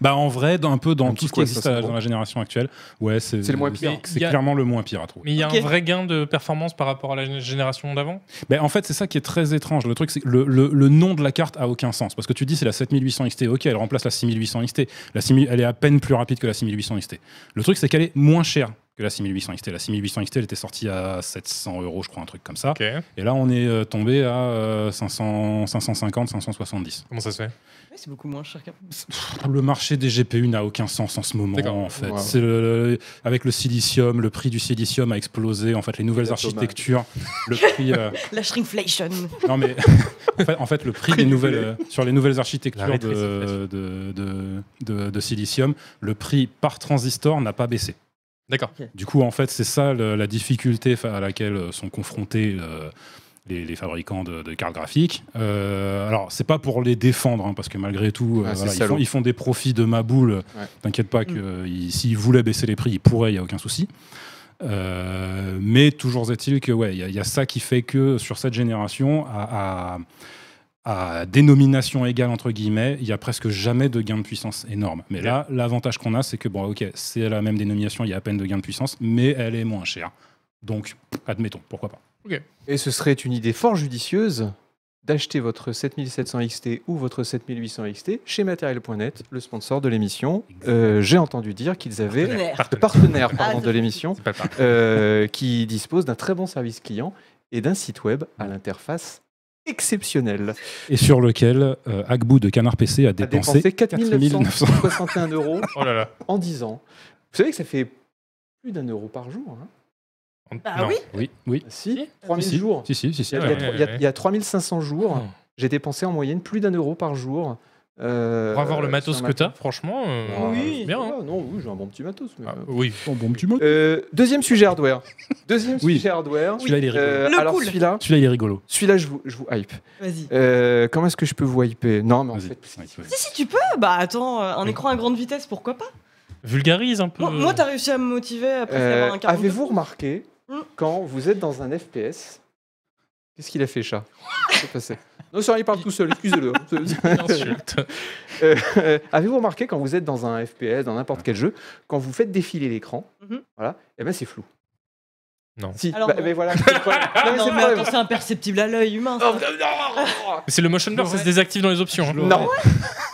B: Bah en vrai, dans, un peu dans
A: Un petit
B: tout ce qui
A: quoi,
B: existe
A: 500
B: euh, dans la génération actuelle, ouais, c'est
A: C'est le moins pire.
B: c'est- C'est
D: Il y a-
B: clairement le moins pire à trouver.
D: Mais il y a
C: Ok.
D: un vrai gain de performance par rapport à la gén- génération d'avant.
B: Ben, en fait, c'est ça qui est très étrange. Le truc, c'est que le, le- le nom de la carte a aucun sens. Parce que tu dis c'est la 7800 XT, ok, elle remplace la 6800 XT. La 6000 elle est à peine plus rapide que la 6800 XT. Le truc, c'est qu'elle est moins chère que la 6800 XT. La 6800 XT, elle était sortie à 700 euros, je crois, un truc comme ça.
D: Ok.
B: Et là, on est euh, tombé à euh, 500, 550, 570.
D: Comment ça se fait
C: Oui, c'est beaucoup moins cher. quand même.
B: Le marché des GPU n'a aucun sens en ce moment,
D: D'accord.
B: en fait.
A: Ouais.
B: C'est le- avec le silicium, le prix du silicium a explosé. En fait, les nouvelles
A: Les
B: architectures, le prix. euh,
C: La shrinkflation.
B: Non mais (laughs) en fait, en fait, le prix des nouvelles euh, sur les nouvelles architectures
D: La
B: de,
D: rétréciflation.
B: de, de- de- de silicium, le prix par transistor n'a pas baissé.
D: D'accord.
B: Du coup, en fait, c'est ça le- la difficulté fa- à laquelle euh, sont confrontés euh, les, les fabricants de, de cartes graphiques. Euh, alors, c'est pas pour les défendre, hein, parce que malgré tout, euh,
A: Ah, c'est
B: voilà, ils,
A: salaud.
B: font, ils font des profits de ma boule. T'inquiète pas que
C: Mm.
B: euh, ils- s'ils voulaient baisser les prix, ils pourraient, il n'y a aucun souci. Euh, mais toujours est-il que ouais, il y, a- il y a ça qui fait que sur cette génération, à, à- à dénomination égale entre guillemets, il y a presque jamais de gain de puissance énorme. Mais là, l'avantage qu'on a, c'est que bon, ok, c'est la même dénomination, il y a à peine de gain de puissance, mais elle est moins chère. Donc, admettons, pourquoi pas.
A: Et ce serait une idée fort judicieuse d'acheter votre 7700 XT ou votre 7800 XT chez Material.net, le sponsor de l'émission. Euh, J'ai entendu dire qu'ils avaient
C: Partenaire.
A: de
D: Partenaire.
A: partenaires pardon,
C: Ah,
A: de l'émission
D: C'est pas le partenaire.
A: euh, qui disposent d'un très bon service client et d'un site web à l'interface exceptionnelle.
B: Et sur lequel euh, Agbu de Canard PC a
A: A
B: dépensé,
A: dépensé 4
B: 4900.
A: 961 euros
D: Oh là là.
A: en 10 ans. Vous savez que ça fait plus d'un euro par jour. Hein
C: Bah
D: Non.
C: oui,
B: Oui, oui.
A: si,
C: Si.
A: 3000
B: Si, si.
A: jours.
B: Si, si, si, si. Ah
A: Il y a- il y a trois- il y a- il y a 3500 jours.
D: Oh.
A: J'ai dépensé en moyenne plus d'un euro par jour. euh,
D: Pour avoir le
A: sur
D: matos
A: un
D: que t'as, franchement, euh,
C: Oui.
D: c'est bien. hein.
A: Ah, non, oui, j'ai un bon petit matos. mais,
D: Ah,
A: euh,
D: oui.
B: Bon, Oh, bon petit mot.
A: Euh, deuxième sujet hardware. Deuxième
B: Oui.
A: sujet hardware.
B: Celui-là, il est rigolo.
A: Euh,
C: Le
A: alors
C: cool.
A: celui-là,
B: Celui-là, il est rigolo.
A: celui-là, je vous, je vous hype.
C: vas-y.
A: Euh, comment est-ce que je peux vous hyper Non, mais en
B: Vas-y.
A: fait,
B: Vas-y,
C: (laughs)
B: vas-y.
C: Si, si, tu peux. Bah attends, euh, un
D: Oui.
C: écran à grande vitesse, pourquoi pas
D: Vulgarise un peu.
C: Moi, moi, t'as réussi à me motiver après
A: euh,
C: avoir un 42.
A: avez-vous remarqué
C: Hmm.
A: quand vous êtes dans un FPS Qu'est-ce qu'il a fait, chat Qu'est-ce qui s'est passé Non, ça, il parle tout seul, excusez-le. hein. (laughs)
D: Insulte.
A: Euh, euh, Avez-vous remarqué quand vous êtes dans un FPS, dans n'importe quel jeu, quand vous faites défiler l'écran,
C: Mhm.
A: voilà, et ben c'est flou.
D: Non.
A: Si,
C: Alors
A: bah,
C: non.
A: mais
C: (laughs)
A: voilà, c'est le problème. Non, mais c'est
C: Ah, Non,
A: le
C: mais
A: problème.
C: attends, c'est imperceptible à l'œil humain.
A: Oh,
C: ça.
A: non, non.
D: Mais C'est le motion blur, ça se désactive dans les options. hein.
B: Je l'aurais-
A: Non.
B: (laughs)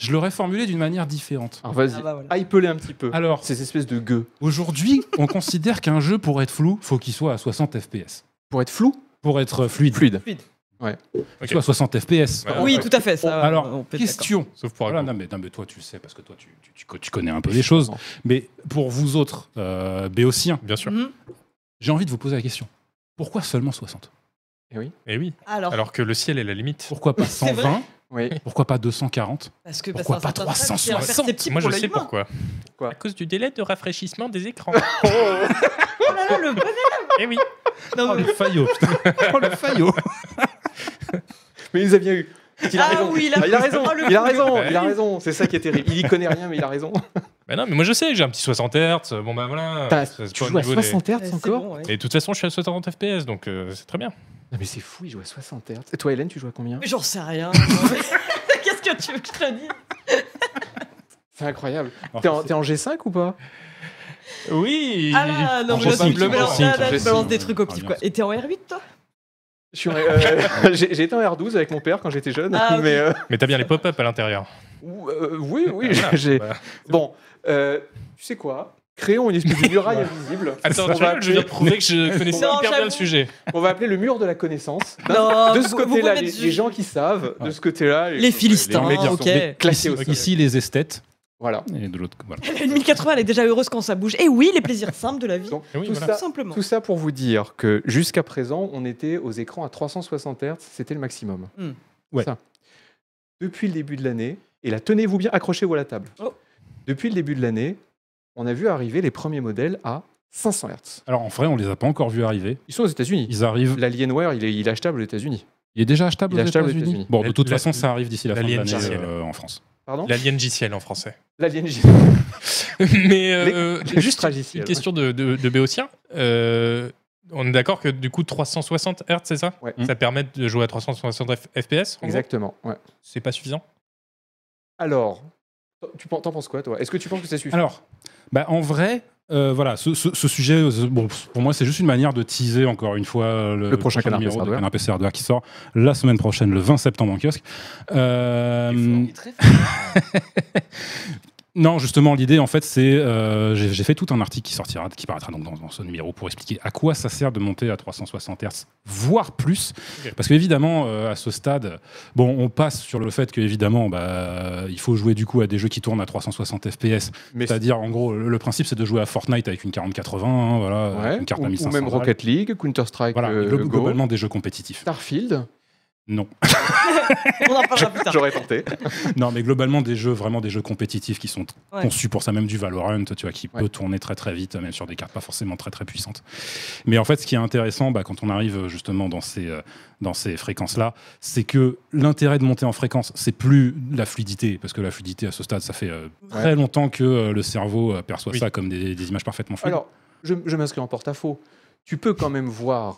B: Je l'aurais formulé d'une manière différente.
A: Alors vas-y,
C: Ah bah voilà.
A: hype-les un petit peu.
B: Alors,
A: Ces espèces de gueux.
B: aujourd'hui, on considère qu'un jeu, pour être flou, faut qu'il soit à 60 FPS.
A: Pour être flou,
B: Pour être fluide, faut
A: fluide.
B: qu'il soit à 60 FPS.
D: Ouais.
C: Oui,
A: Ah,
C: tout à fait.
D: oh,
C: Ça, on
B: Alors,
C: peut être
B: question.
D: Sauf pour
B: Voilà,
D: Agro.
B: non, mais, non, mais toi, tu sais, parce que toi, tu, tu- tu- tu connais un peu les choses. Mais pour vous autres, euh, béotiens,
D: Bien sûr.
C: d'accord. Mhm.
B: j'ai envie de vous poser la question. Pourquoi seulement 60
D: Et Eh oui.
C: Alors,
D: Alors que le ciel est la limite.
B: Pourquoi pas
C: C'est vrai
B: 120
A: Oui.
B: Pourquoi pas 240
C: parce que
B: pourquoi
C: parce qu'un
B: pas
C: certain stade, c'est
B: 360?
C: imperceptible
D: Moi, je
C: pour l'œil
D: sais
C: humain.
D: pourquoi.
A: Quoi
D: À cause du délai de rafraîchissement des écrans. (laughs)
C: Oh là là, le bon
D: Eh oui.
C: Non,
B: Oh
C: mais-
B: le faillot, putain Oh le faillot
A: Mais il nous a bien eu. Il a
C: Ah
A: raison.
C: oui, il a-
A: Ah, il a raison.
C: Oh, le
A: il a
C: coup,
A: raison.
D: le-
A: Il a raison. C'est ça qui est terrible. Il y connaît rien, mais il a raison.
D: Bah non, mais moi je sais, j'ai un petit 60 Hz. Bon bah voilà.
A: T'as-
D: Ça, c'est
A: tu
D: pas au
A: joues à
D: niveau des-
A: 60 Hz
C: c'est
A: encore
C: bon, ouais.
D: Et de toute façon, je suis à 60 FPS, donc euh, c'est très bien.
A: Non, mais c'est fou, il joue à 60 Hz. Et toi, Hélène, tu joues à combien
C: Mais J'en sais rien.
D: (laughs)
C: Qu'est-ce que tu veux que je te dise
A: C'est incroyable.
D: Oh,
A: T'es en, t'es en G5 ou pas
D: Oui.
C: Ah là, non,
B: en
C: mais là, tu-
B: possible,
C: mais alors
B: en
C: là,
B: possible,
C: là,
A: en
C: tu balances
B: possible.
C: des trucs au pif,
B: Ah,
C: quoi.
B: bien
C: Et t'es en R8, toi
A: Je
D: (laughs)
A: suis en- euh, J'ai j'ai été en R12 avec mon père quand j'étais jeune.
C: Ah, ok.
A: mais, euh,
D: Mais t'as bien les pop-up à l'intérieur.
A: ou- euh, oui, oui.
D: Ah, voilà.
A: j'ai-
D: Bah,
A: Bon, euh, tu sais quoi Créons une espèce
D: (laughs)
A: de muraille invisible.
D: Attends,
A: on,
D: tu
A: va
D: vois, je viens
A: appeler,
D: de prouver que je connaissais
C: Non,
D: hyper bien
C: j'avoue.
D: le sujet.
A: on va appeler le mur de la connaissance. D'un-
C: Non,
A: de ce
C: vous- vous
A: côté-là,
C: remettez
A: les,
C: dessus.
A: les gens qui savent, de ce côté-là,
C: Les Philistins,
A: les mecs qui sont
C: ok.
A: des- classés
B: Ici,
A: au sol.
B: ici, les esthètes,
A: Voilà.
B: et de l'autre... Voilà.
C: Elle a une 1080, elle est déjà heureuse quand ça bouge. Et oui, les plaisirs simples de la (laughs) vie.
A: Donc,
D: Eh oui,
A: tout,
D: voilà.
C: Tout
A: ça,
C: simplement.
A: tout ça pour vous dire que jusqu'à présent, on était aux écrans à 360 Hz, c'était le maximum.
C: Hmm.
B: Ouais.
A: Ça. Depuis le début de l'année, et là, tenez-vous bien, accrochez-vous à la table.
C: Oh.
A: Depuis le début de l'année, on a vu arriver les premiers modèles à 500 Hz.
B: Alors en vrai, on les a pas encore vus arriver.
A: Ils sont aux États-Unis.
B: Ils arrivent...
A: L'Alienware, il est, il est achetable aux États-Unis.
B: Il est déjà achetable
A: Il est
B: aux
A: achetable aux
B: États-Unis
A: États-Unis.
B: Bon, de
D: La-
B: toute
D: la-
B: façon, ça arrive d'ici la fin de
D: l'alien
B: l'année
D: Jarciel.
B: euh, en France.
A: Pardon
D: L'alien JCL en français. (laughs)
A: L'Alien J-
B: (laughs)
D: Mais euh,
A: Les- les
D: juste
A: tragiciels.
D: une question de, de, de Béotien. Euh, on est d'accord que du coup 360 Hz, c'est ça
A: Ouais.
D: Ça permet de jouer à 360 F- FPS en gros
A: Exactement. ouais.
D: C'est pas suffisant
A: Alors, tu pen- t'en penses quoi, toi Est-ce que tu penses que ça suffit
B: Alors, bah, en vrai, euh, voilà, ce, ce- ce sujet, euh, ce- bon, pour moi, c'est juste une manière de teaser encore une fois euh, le,
A: Le prochain Canard
B: numéro
A: PC
B: de
A: Hardware.
B: Canard PC Hardware qui sort la semaine prochaine, le 20 septembre en kiosque. Euh, (laughs)
C: Il est très fort.
B: non, justement, l'idée, en fait, c'est. euh, J'ai j'ai fait tout un article qui sortira, qui paraîtra donc dans, dans ce numéro pour expliquer à quoi ça sert de monter à 360 Hz, voire plus.
D: Ok.
B: Parce qu'évidemment, euh, à ce stade, bon, on passe sur le fait qu'évidemment, bah, il faut jouer du coup à des jeux qui tournent à 360 FPS
A: Mais
B: C'est-à-dire, en gros, le le principe, c'est de jouer à Fortnite avec une 4080, hein, voilà,
A: Ouais,
B: avec une carte
A: ou,
B: à
A: ou
B: 1500
A: même
B: balles.
A: Rocket League, Counter-Strike,
B: Voilà,
A: euh,
B: glo-
A: Go,
B: globalement des jeux compétitifs.
A: Starfield.
B: Non. (coughs)
C: On en parlera plus tard.
A: J'aurais tenté.
B: non, mais globalement des jeux, vraiment des jeux compétitifs qui sont
C: Ouais.
B: conçus pour ça, même du Valorant, tu vois, qui
A: Ouais.
B: peut tourner très très vite, même sur des cartes pas forcément très très puissantes. Mais en fait, ce qui est intéressant, bah, quand on arrive euh, justement dans ces, euh, dans ces fréquences-là, c'est que l'intérêt de monter en fréquence, c'est plus la fluidité, parce que la fluidité à ce stade, ça fait euh, très longtemps que euh, le cerveau euh, perçoit
D: Oui.
B: ça comme des, des images parfaitement fluides.
A: Alors, je, je m'inscris en porte-à-faux. Tu peux quand même voir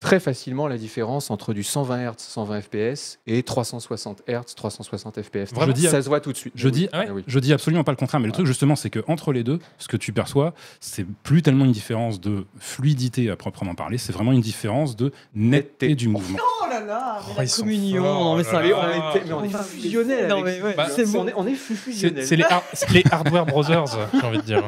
A: très facilement la différence entre du 120 Hz, 120 FPS et 360 Hz, 360 FPS.
D: Vraiment
B: Je dis-
A: ça se voit tout de suite.
B: Je
A: Ah oui.
B: dis-
D: ah ouais.
A: Ah oui.
B: Je dis absolument pas le contraire, mais le truc justement, c'est que entre les deux, ce que tu perçois, c'est plus tellement une différence de fluidité à proprement parler, c'est vraiment une différence de netteté
A: Netteté.
B: du mouvement.
C: Oh là là, mais
D: Oh,
C: la
D: ils sont
C: communion,
D: forts, oh
C: non mais
D: là
C: ça
A: Mais
D: là.
C: va.
A: on était- mais on
C: On
A: est
C: va
A: fusionnel.
C: fusionnel,
A: avec
C: mais
A: ce
C: ouais,
A: jeu.
C: c'est
A: On
C: bon.
A: est, on est
D: C'est
A: fusionnel.
D: c'est les, har- c'est les
B: (laughs)
D: Hardware Brothers, j'ai envie de dire.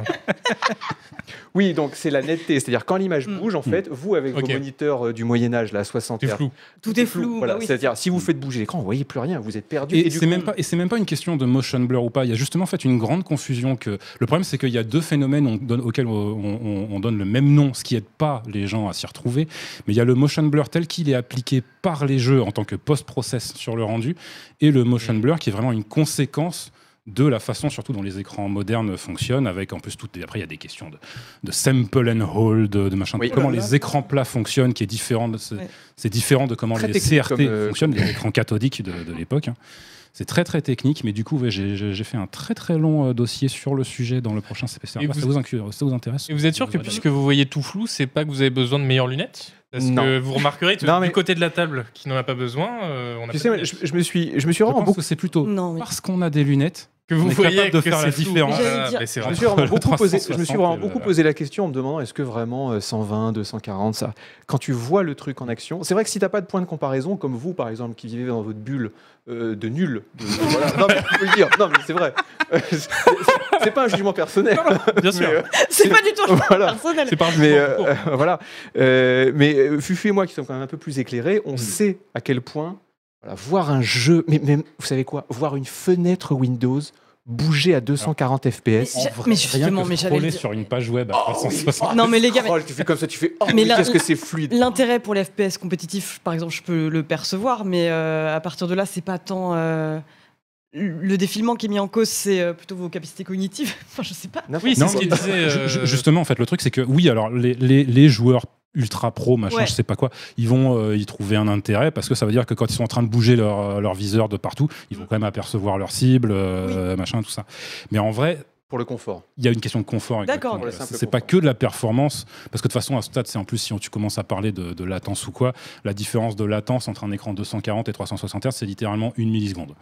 A: Oui, donc c'est la netteté. C'est-à-dire quand l'image
C: Mm.
A: bouge, en fait, vous avec
D: Ok.
A: vos moniteurs euh, du Moyen Âge, là, 60
D: C'est
A: Hz,
D: flou.
C: Tout est flou.
A: Voilà.
C: bah oui.
A: C'est-à-dire si vous faites bouger l'écran, vous voyez plus rien, vous êtes perdu.
B: Et
A: du
B: c'est
A: coup-
B: même pas et c'est même pas une question de motion blur ou pas. Il y a justement en fait une grande confusion que le problème c'est qu'il y a deux phénomènes on donne- auxquels on, on- on donne le même nom, ce qui aide pas les gens à s'y retrouver. Mais il y a le motion blur tel qu'il est appliqué par les jeux en tant que post-process sur le rendu et le motion
A: Mm.
B: blur qui est vraiment une conséquence de la façon surtout dont les écrans modernes fonctionnent avec en plus toutes les- après il y a des questions de, de sample and hold de, de machin
A: Oui.
B: de comment
C: Oh là là.
B: les écrans plats fonctionnent qui est différent de ce-
C: Ouais.
B: c'est différent de comment
A: Très
B: les
A: technique
B: CRT
A: comme, euh,
B: fonctionnent les écrans cathodiques de, de l'époque hein. C'est très très technique, mais du coup, ouais, j'ai- j'ai j'ai fait un très très long euh, dossier sur le sujet dans le prochain CPC.
D: Et
B: Ah,
D: vous-
B: Ça, vous incu- ça vous intéresse
D: Et vous êtes sûr que
B: Ouais.
D: puisque vous voyez tout flou, c'est pas que vous avez besoin de meilleures lunettes Parce
A: Non.
D: que vous remarquerez que
A: Non, mais-
D: du côté de la table qui n'en a pas besoin, euh, on a
A: Tu
D: pas
A: sais,
D: de
A: moi,
D: lunettes.
A: je, je me suis, je me suis
B: Je
A: vraiment
B: pense
A: beaucoup,
B: que c'est plutôt
C: Non, mais
B: parce qu'on a des lunettes.
D: que vous
B: on est
D: voyez
B: capable de
D: que
B: faire
D: c'est
B: la
D: flou.
B: différence.
D: Ah,
C: J'allais dire-
D: mais c'est
A: je me
D: rare.
A: suis
D: (laughs)
A: vraiment
B: Le
A: beaucoup posé, je me suis
B: 360,
A: vraiment
B: et
A: beaucoup
D: euh,
B: voilà.
A: posé la question en me demandant est-ce que vraiment euh, 120, 240, ça, quand tu vois le truc en action, c'est vrai que si t'as pas de point de comparaison, comme vous par exemple qui vivez dans votre bulle euh, de nul, de- voilà. non mais je peux le dire, non mais c'est vrai, Euh, c'est- c'est pas un jugement personnel,
D: Bien sûr.
A: mais, euh, (laughs)
C: c'est pas du tout (laughs) un
A: Voilà.
C: choix personnel.
D: C'est par
A: mais
D: jugement
A: euh,
D: court.
A: euh, voilà, Euh, mais euh, Fufu et moi qui sommes quand même un peu plus éclairés,
D: Mm.
A: on sait à quel point voilà, voir un jeu, mais même vous savez quoi, voir une fenêtre Windows bouger à 240 FPS.
C: Mais
B: En
C: j'a-
B: vrai,
C: mais
B: rien
C: justement,
B: que
C: mais j'allais le
B: scroller
C: dire. Ah,
B: sur une page web à 360.
C: Non, mais les gars, mais-
A: Scroll, tu fais comme ça, tu fais oh,
C: Mais
A: mais
C: là- euh,
A: qu'est-ce que c'est fluide.
C: L'intérêt pour les FPS compétitifs, par exemple, je peux le percevoir, mais euh, à partir de là, c'est pas tant euh, le défilement qui est mis en cause, c'est euh, plutôt vos capacités cognitives. (laughs) enfin, je sais pas.
D: Oui, c'est
B: Non,
D: ce qu'il
B: mais-
D: disait.
B: Ju- ju-
D: euh,
B: Justement, en fait, le truc, c'est que oui, alors les, les- les joueurs ultra pro, machin,
C: Ouais.
B: je sais pas quoi, ils vont euh, y trouver un intérêt parce que ça veut dire que quand ils sont en train de bouger leur, euh, leur viseur de partout, ils vont quand même apercevoir leur cible, euh, machin, tout ça. Mais en vrai,
A: Pour le confort.
B: il y a une question de confort.
C: D'accord,
B: exactement.
A: pour le
B: C'est
A: simple
B: c'est pas
A: confort.
B: que de la performance, parce que de toute façon, à ce stade, c'est en plus, si on- tu commences à parler de, de latence ou quoi, la différence de latence entre un écran 240 et 360 Hz, c'est littéralement une milliseconde.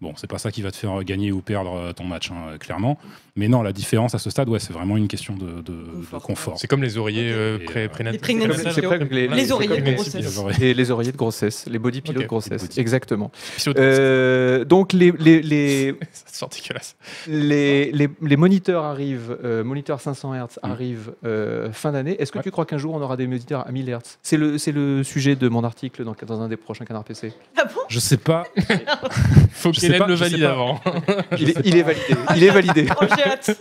B: Bon, c'est pas ça qui va te faire euh, gagner ou perdre euh, ton match, hein, euh, clairement. Mais non, la différence à ce stade, ouais, c'est vraiment une question de, de- de
C: Confort.
B: confort.
D: C'est comme les oreillers euh,
B: Et,
D: pré-
B: euh,
D: prénataux.
C: Les prégnataux.
D: C'est comme
A: C'est
D: ça,
A: pré- les-
D: voilà,
C: les
D: c'est
C: oreillers
D: comme
C: de
D: les
C: grossesse.
D: psy-
A: Et les oreillers de grossesse, les body pillows
D: Ok.
A: de grossesse,
B: Les body-
A: exactement.
D: psy- (laughs)
A: Euh, donc les, les, (laughs) les,
D: Ça sort dégueulasse.
A: les, les- les moniteurs arrivent, euh, moniteurs 500 Hz arrivent euh, fin d'année. Est-ce que
B: Ouais.
A: tu crois qu'un jour on aura des moniteurs à 1000 Hz C'est le, c'est le sujet de mon article dans, dans un des prochains canards PC.
C: Ah bon
B: (laughs) Je
C: (laughs)
B: sais pas.
D: Faut
B: Je sais
D: qu'Hélène
B: pas,
D: le
B: je sais
D: valide
B: pas.
D: avant.
A: Il est, il est validé. Il est (laughs) validé.
C: Oh, j'ai hâte.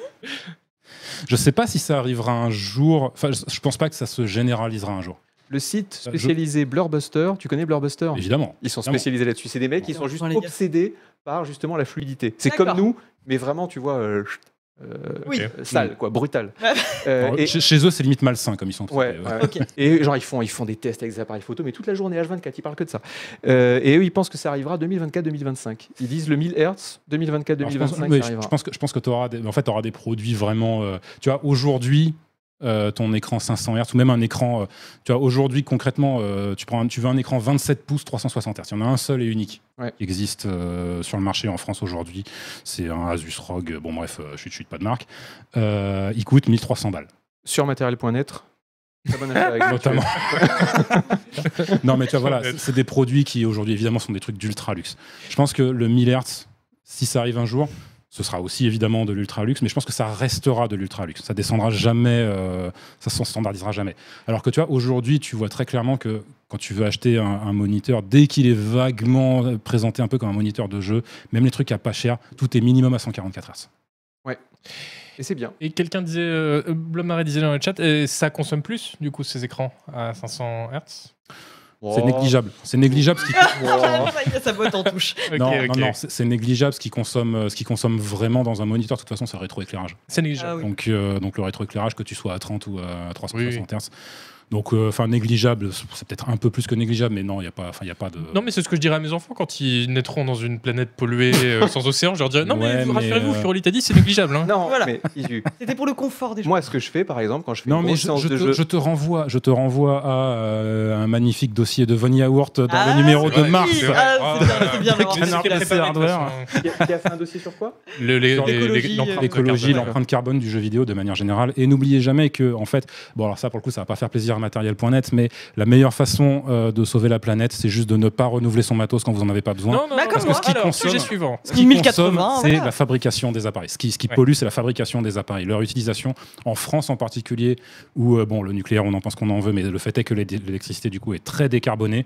B: Je sais pas si ça arrivera un jour. Enfin, je je pense pas que ça se généralisera un jour.
A: Le site
B: Euh, je-
A: spécialisé Blurbuster, tu connais Blurbuster
B: Évidemment.
A: Ils sont
B: Vraiment.
A: spécialisés là-dessus. C'est des mecs qui sont juste
C: Dans les gars.
A: obsédés par justement la fluidité. C'est
C: D'accord.
A: comme nous, mais vraiment, tu vois, euh, chut, euh,
C: Oui.
A: euh,
B: Mm.
A: sale, quoi, brutal.
C: (laughs) Ouais.
A: Euh,
B: Alors,
A: et,
B: chez, chez eux, c'est limite malsain comme ils sont.
A: ouais,
B: traités, ouais.
A: ouais.
C: Ok.
A: Et genre, ils font, ils font des tests avec des appareils photo, mais toute la journée, H24, ils parlent que de ça. Euh, et eux, ils pensent que ça arrivera 2024-2025. Ils disent le 1000 Hz, 2024-2025,
B: Alors, je, pense,
A: ça
B: oui, je-
A: arrivera.
B: je pense que je pense que tu auras des, en fait, auras des produits vraiment. euh, tu vois, aujourd'hui, euh, ton écran 500 Hz ou même un écran. euh, tu vois, aujourd'hui concrètement, euh, tu prends, un- tu veux un écran 27 pouces 360 Hz. Il y en a un seul et unique
A: Ouais.
B: qui existe euh, sur le marché en France aujourd'hui. C'est un Asus ROG. Bon bref, euh, je suis pas de marque. Euh, il coûte 1300 balles.
A: Sur matériel.net, très bon affaire
B: (laughs)
A: avec
B: Notamment. non, mais tu vois, voilà,
D: Honnête.
B: c'est- c'est des produits qui aujourd'hui, évidemment, sont des trucs d'ultra luxe. Je pense que le 1000 Hz, si ça arrive un jour, ce sera aussi évidemment de l'ultra luxe, mais je pense que ça restera de l'ultra luxe. Ça descendra jamais, euh, ça se standardisera jamais. Alors que tu vois, aujourd'hui, tu vois très clairement que quand tu veux acheter un, un moniteur, dès qu'il est vaguement euh, présenté un peu comme un moniteur de jeu, même les trucs à pas cher, tout est minimum à 144 Hz.
A: Et c'est bien.
D: Et quelqu'un disait, euh, Blomare disait dans le chat, euh, ça consomme plus du coup ces écrans à 500 Hz
B: C'est négligeable. C'est négligeable ce qui
A: Oh.
C: Ça y est, sa botte en touche.
B: non, non, non, c'est c'est négligeable ce qui consomme, euh, ce qui consomme vraiment dans un moniteur. De toute façon, c'est le rétroéclairage.
D: C'est négligeable.
C: Ah oui.
B: Donc, euh, donc le rétroéclairage, que tu sois à 30 ou à 360 Hz, Donc, euh, enfin, négligeable, c'est peut-être un peu plus que négligeable, mais non, il n'y a, pas- enfin, il y a pas de.
D: Non, mais c'est ce que je dirais à mes enfants quand ils naîtront dans une planète polluée euh, sans océan. Je leur dirais Non, mais
B: Ouais,
D: vous-
B: mais,
D: rassurez-vous,
B: euh,
D: Furoli t'a dit, c'est négligeable. hein.
A: Non,
C: Voilà.
A: mais Isu,
C: C'était pour le confort des gens.
A: moi, ce que je fais, par exemple, quand je fais
B: Non,
A: une
B: mais
A: grosse
B: je,
A: séance
B: je
A: de
B: te,
A: jeu,
B: je te renvoie, je te renvoie à euh, un magnifique dossier de Von Yaourt dans
C: Ah,
B: le numéro
D: c'est
B: de
D: vrai,
B: mars.
D: c'est vrai.
C: Ah,
D: Oh
C: c'est
D: là
C: bien,
D: là.
C: c'est bien, Laurent.
D: Les- les-
B: Canard
D: les-
B: PC
D: préparés, de
B: hardware.
D: toute façon.
A: qui a, qui a fait un dossier sur quoi
D: Le- les-
B: Sur
D: les- les-
C: l'écologie,
D: l'empreinte
C: euh,
D: de
B: l'écologie,
D: carbone.
B: l'empreinte carbone du jeu vidéo de manière générale. Et n'oubliez jamais que, en fait, bon, alors ça pour le coup, ça va pas faire plaisir à matériel.net, mais la meilleure façon euh, de sauver la planète, c'est juste de ne pas renouveler son matos quand vous en avez pas besoin.
D: Non, non,
C: Bah,
D: non,
C: comme
D: parce
C: moi.
D: que ce qui
B: Alors,
D: consomme.
B: sujet
D: suivant.
B: Ce qui
C: 1080,
B: consomme, c'est
C: voilà.
B: la fabrication des appareils. Ce qui, ce qui
D: Ouais.
B: pollue, c'est la fabrication des appareils, leur utilisation. En France en particulier, où euh, bon, le nucléaire, on en pense qu'on en veut, mais le fait est que l'é- l'électricité du coup est très décarbonée.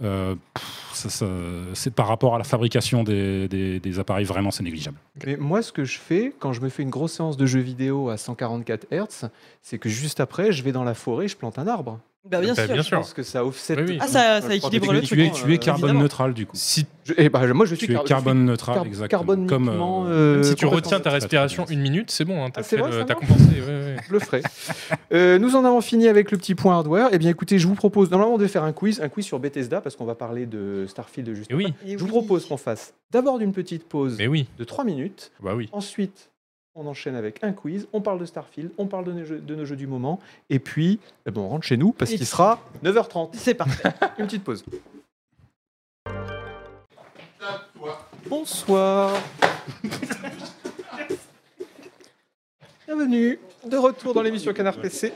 B: Euh, pff, ça- ça- c'est par rapport à la fabrication des, des- des appareils, vraiment, c'est négligeable.
A: Mais moi, ce que je fais quand je me fais une grosse séance de jeux vidéo à 144 Hz, c'est que juste après, je vais dans la forêt, je plante un arbre.
C: Bah, bien
D: Bah,
C: sûr.
D: bien
A: Je
D: sûr.
A: pense que ça Euh, offset.
D: Oui, oui.
C: Ah, ça,
A: Je
C: ça
A: crois
C: équilibre
A: que
B: Tu,
C: le
B: tu
C: truc. hein.
B: es, tu es
A: euh,
B: carbone
C: évidemment.
B: neutral du coup.
D: Si,
A: Je- eh ben, moi, je suis
B: Tu es
A: car- je suis
B: carbone neutral,
A: car-
B: exactement.
A: carbone
B: Comme, euh,
A: uniquement,
D: même
A: euh,
D: si tu
A: complètement.
D: retiens
B: très,
D: ta
B: très
D: respiration
B: bien.
D: une minute, c'est bon, hein, t'as
A: Ah, c'est
D: fait
A: vrai,
D: le-
A: ça
D: t'as
A: marche.
D: compensé. ouais, ouais.
A: Je le ferai. (laughs) Euh, nous en avons fini avec le petit point hardware. Eh bien, écoutez, je vous propose, normalement, de faire un quiz, un quiz sur Bethesda, parce qu'on va parler de Starfield juste
D: (laughs) Et Eh oui, Eh.
C: Et
A: Je vous
C: oui.
A: propose qu'on fasse d'abord une petite pause
D: mais oui,
A: de 3 minutes.
D: bah oui.
A: Ensuite, on enchaîne avec un quiz. On parle de Starfield, on parle de nos jeux, de nos jeux du moment. Et puis, eh ben, on rentre chez nous, parce
C: Et-
A: qu'il sera 9h30.
C: C'est parti.
A: (laughs) Une petite pause.
C: (laughs)
A: Bonsoir. Bienvenue de retour dans l'émission Canard PC.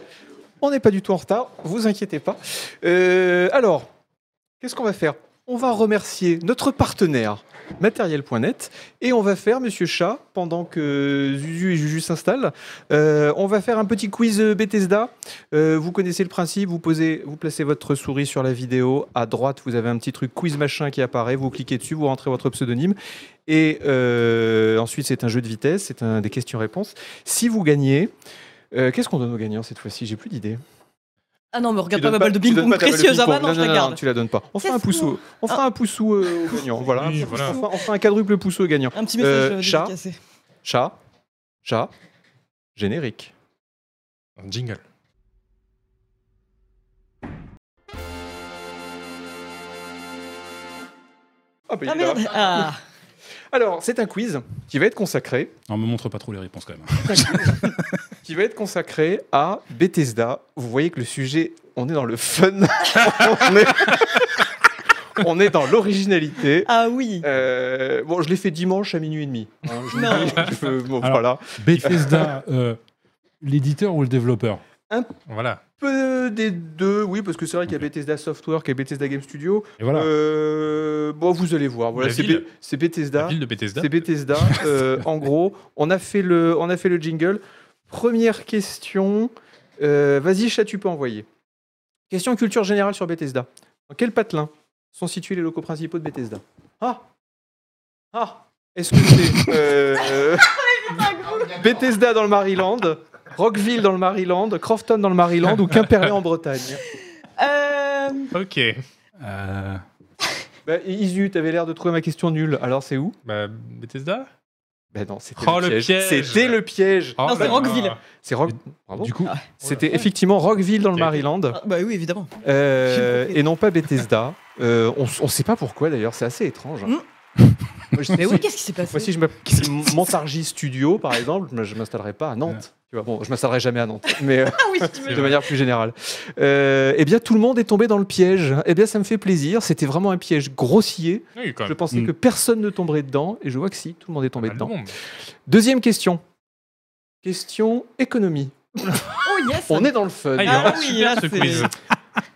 A: On n'est pas du tout en retard, vous inquiétez pas. Euh, alors, qu'est-ce qu'on va faire On va remercier notre partenaire matériel.net et on va faire, monsieur Chat, pendant que Zuzu et Juju s'installent, euh, on va faire un petit quiz euh, Bethesda. Euh, vous connaissez le principe, vous, posez, vous placez votre souris sur la vidéo. À droite, vous avez un petit truc quiz machin qui apparaît. Vous cliquez dessus, vous rentrez votre pseudonyme. Et euh, ensuite, c'est un jeu de vitesse, c'est un des questions-réponses. Si vous gagnez, euh, qu'est-ce qu'on donne aux gagnants cette fois-ci J'ai plus d'idée.
C: Ah non, mais regarde
A: Tu
C: pas
A: donnes
C: ma balle de
A: tu donnes
C: ping-pong
A: pas ta balle de
C: précieuse. Ah bah
A: ping-pong.
C: non, je la
A: non,
C: garde. Ah.
A: tu la donnes pas. On fera
C: C'est
A: un
C: fou.
A: pouceau. On fera un pouceau euh, aux gagnants. Voilà.
D: Oui, voilà.
A: On, fera, on fera un quadruple pouceau aux gagnants.
C: Un petit message
A: Euh,
C: euh,
A: chat.
C: dédicacé.
A: Chat, chat, générique.
D: Un jingle.
A: Ah, bah, il
C: Ah
A: est là.
C: merde. Ah.
A: Alors, c'est un quiz qui va être consacré
B: On me montre pas trop les réponses quand même.
A: qui va être consacré à Bethesda. Vous voyez que le sujet, on est dans le fun, (laughs) on, est... on est dans l'originalité.
C: Ah oui.
A: Euh, bon, je l'ai fait dimanche à minuit et demi. hein, je vous
C: Non.
A: dis, je peux- bon,
B: Alors.
A: voilà.
B: (laughs) Bethesda, euh, l'éditeur ou le développeur
D: Voilà.
A: Peu des deux, oui, parce que c'est vrai qu'il y a Bethesda Software, qu'il y a Bethesda Game Studio.
B: Et voilà.
A: Euh, bon, vous allez voir. Voilà,
D: La
A: c'est
D: ville.
A: Be- c'est Bethesda.
D: La ville de Bethesda.
A: C'est Bethesda.
D: (laughs)
A: Euh, en gros, on a fait le, on a fait le jingle. Première question. Euh, Vas-y, chat, tu peux envoyer. Question culture générale sur Bethesda. Dans quel patelin sont situés les locaux principaux de Bethesda Ah Ah Est-ce que c'est euh, euh, Bethesda dans le Maryland Rockville dans le Maryland, Crofton dans le Maryland ou Quimperlé en Bretagne.
C: Euh,
D: Ok.
B: Euh,
A: Bah, Isu, t'avais l'air de trouver ma question nulle. Alors c'est où
D: Bah, Bethesda
A: Bah non, c'était
D: Oh,
A: le,
D: le
A: piège.
D: piège.
A: C'était le piège.
D: Oh
C: Non, c'est
D: là
C: Rockville.
D: là.
A: C'est Rock. Bravo.
B: du coup,
A: C'était effectivement Rockville dans le
D: Ok.
A: Maryland
C: ah, Bah oui, évidemment.
A: euh,
C: J'ai compris.
A: et non pas Bethesda. Euh, on ne sait pas pourquoi d'ailleurs, c'est assez étrange. hein.
C: Hmm.
A: (laughs) Moi, je- si-
C: Mais oui, qu'est-ce qui s'est
A: Moi,
C: passé
A: si je m'appelle Montargis Studio, par exemple, je me- je m'installerai pas à Nantes. Tu vois, bon, je m'installerai jamais à Nantes, mais euh,
C: Ah oui,
A: de
D: vrai.
A: manière plus générale. Euh, eh bien, tout le monde est tombé dans le piège. Eh bien, ça me fait plaisir. C'était vraiment un piège grossier.
D: Oui, quand
A: Je
D: même. Ah,
A: pensais
B: Hmm.
A: que personne ne tomberait dedans, et je vois que si, tout le monde est tombé
D: Pas mal de
A: dedans.
D: monde.
A: Deuxième question. Question économie.
C: oh yes.
A: On est dans le fun.
D: Ah, il est
C: Ah
D: vraiment
C: oui,
D: super
C: là,
D: ce
C: c'est-
D: (laughs) quiz.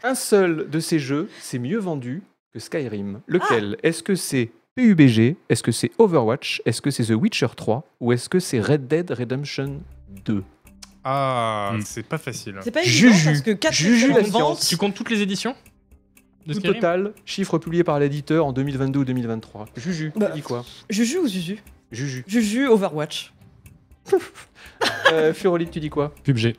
A: Un seul de ces jeux s'est mieux vendu que
D: Ah.
A: Skyrim. Lequel Est-ce que c'est PUBG Est-ce que c'est Overwatch Est-ce que c'est The Witcher 3 Ou est-ce que c'est Red Dead Redemption 2
D: Ah,
B: Hmm.
D: c'est pas facile.
C: C'est pas
A: Juju.
C: évident parce que 4
A: Juju, la
C: en
A: science.
C: vente.
D: Tu comptes toutes les éditions de
A: Tout
D: Skyrim
A: total, chiffre publié par l'éditeur en 2022 ou 2023. Juju, tu
C: Bah.
A: dis quoi
C: Juju ou Zuzu
A: Juju.
C: Juju Overwatch.
A: Euh, Furolite, tu dis quoi
B: PUBG.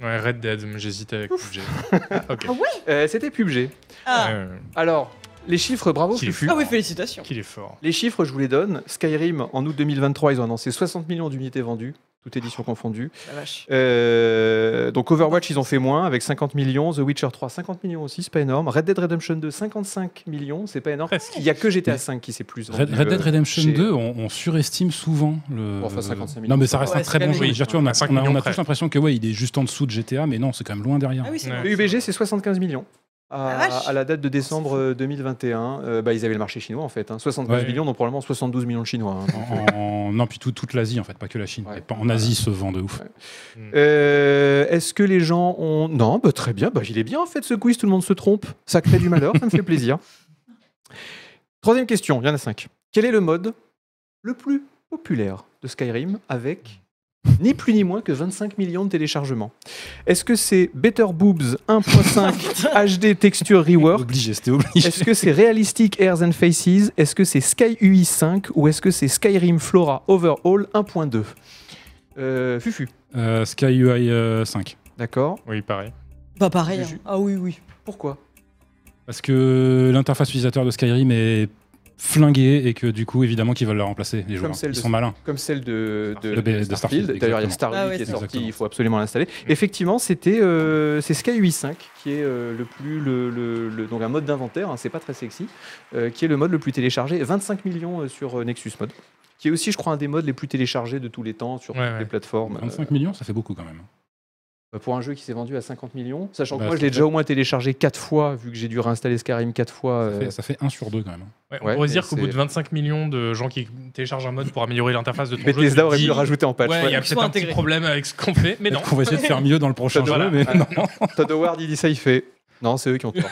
D: Ouais, Red Dead, mais j'hésitais avec
A: (laughs)
D: PUBG. Ah, ok.
C: Ah ouais
A: Euh, C'était PUBG.
C: Ah,
D: Euh,
A: Alors, les chiffres, bravo
D: Qu'il est
A: Fufu.
D: fou.
C: ah oui, félicitations.
D: Qu'il est fort.
A: Les chiffres, je vous les donne. Skyrim, en août 2023, ils ont annoncé 60 millions d'unités vendues. toute édition confondue.
C: La vache.
A: Euh, donc Overwatch, ils ont fait moins avec 50 millions. The Witcher 3, 50 millions aussi, c'est pas énorme. Red Dead Redemption 2, 55 millions, c'est pas énorme.
D: Presque.
A: Il y a que GTA 5 qui s'est plus.
B: Red,
A: vendu,
B: Red Dead
A: euh,
B: Redemption
A: chez-
B: 2, on, on surestime souvent le.
A: Bon, enfin, 55 millions,
B: non, mais
A: ça
B: ça reste
C: va.
B: un
C: Ouais, c'est
B: très bon
C: quand
B: jeu.
C: même-
B: Je veux dire, tu vois, on
D: À
B: a,
D: 5
B: on a- on a
D: millions
B: tous
D: près.
B: l'impression que ouais, il est juste en dessous de GTA, mais non, c'est quand même loin derrière.
C: Ah oui, c'est
D: Ouais.
C: vrai.
A: Le UBG, c'est 75 millions.
C: La
A: À,
C: vache.
A: à la date de décembre euh, 2021, Euh, bah, ils avaient le marché chinois en fait. hein. 75
B: Ouais.
A: millions, donc probablement 72 millions de Chinois. hein.
B: En- en- non, puis tout- toute l'Asie, en fait, pas que la Chine.
A: Ouais.
B: Et pas- En Asie, il se vend de ouf.
D: Mm.
A: Euh, Est-ce que les gens ont. Non, bah, très bien, bah, il est bien en fait ce quiz, tout le monde se trompe. Ça crée du malheur, ça me fait plaisir. Troisième question, il y en a cinq. Quel est le mode le plus populaire de Skyrim avec ni plus ni moins que 25 millions de téléchargements Est-ce que c'est Better Boobs 1.5 HD Texture
B: (laughs)
A: Rework
B: Obligé, c'était obligé.
A: Est-ce que c'est Realistic Airs and Faces Est-ce que c'est Sky UI 5 ou est-ce que c'est Skyrim Flora Overhaul 1.2 Euh, Fufu,
B: Euh, Sky UI euh, 5.
A: d'accord.
D: Oui, pareil.
C: Bah pareil.
A: Juju.
C: hein. Ah oui, oui.
A: Pourquoi
B: Parce que l'interface utilisateur de Skyrim est flinguée et que du coup, évidemment, qu'ils veulent la remplacer. Les joueurs.
A: celle
B: Ils
A: de-
B: sont malins.
A: Comme celle de, de,
B: De B- de Starfield,
A: Starfield. D'ailleurs, il y a
B: exactement.
A: Starfield
C: Ah ouais,
A: qui est
C: c'est
A: sorti,
B: exactement. Mm.
A: il faut absolument l'installer. Effectivement, c'était euh, c'est Sky UI 5 qui est euh, le plus le, le- le- donc un mode d'inventaire, hein, c'est pas très sexy, euh, qui est le mode le plus téléchargé, 25 millions euh, sur euh, Nexus Mode, qui est aussi, je crois, un des modes les plus téléchargés de tous les temps sur
D: Ouais,
A: toutes les
D: ouais.
A: plateformes.
B: 25 millions, ça fait beaucoup quand même.
A: Euh, pour un jeu qui s'est vendu à 50 millions, sachant
B: Bah,
A: que moi, je
B: c'est
A: l'ai déjà
B: vrai.
A: au moins téléchargé 4 fois, vu que j'ai dû réinstaller Skyrim 4 fois.
B: Ça
A: euh,
B: fait- Ça fait 1 sur 2 quand même.
D: Ouais, on
A: Ouais,
D: pourrait
A: mais
D: se dire qu'au bout
A: c'est-
D: de 25 millions de gens qui téléchargent un mode pour améliorer l'interface de ton jeu, tu
A: Bethesda
D: te
A: aurait pu
D: dis,
A: le rajouter en patch.
D: Ouais, il y a
C: Ils sont
D: peut-être un petit
C: intégrés.
D: problème avec ce qu'on fait, mais non.
A: (laughs)
B: Peut-être qu'on va essayer de faire mieux dans le prochain jeu,
A: Voilà. Ah.
B: mais non.
A: Todd Howard, il dit ça, il fait. Non, c'est eux qui ont tort.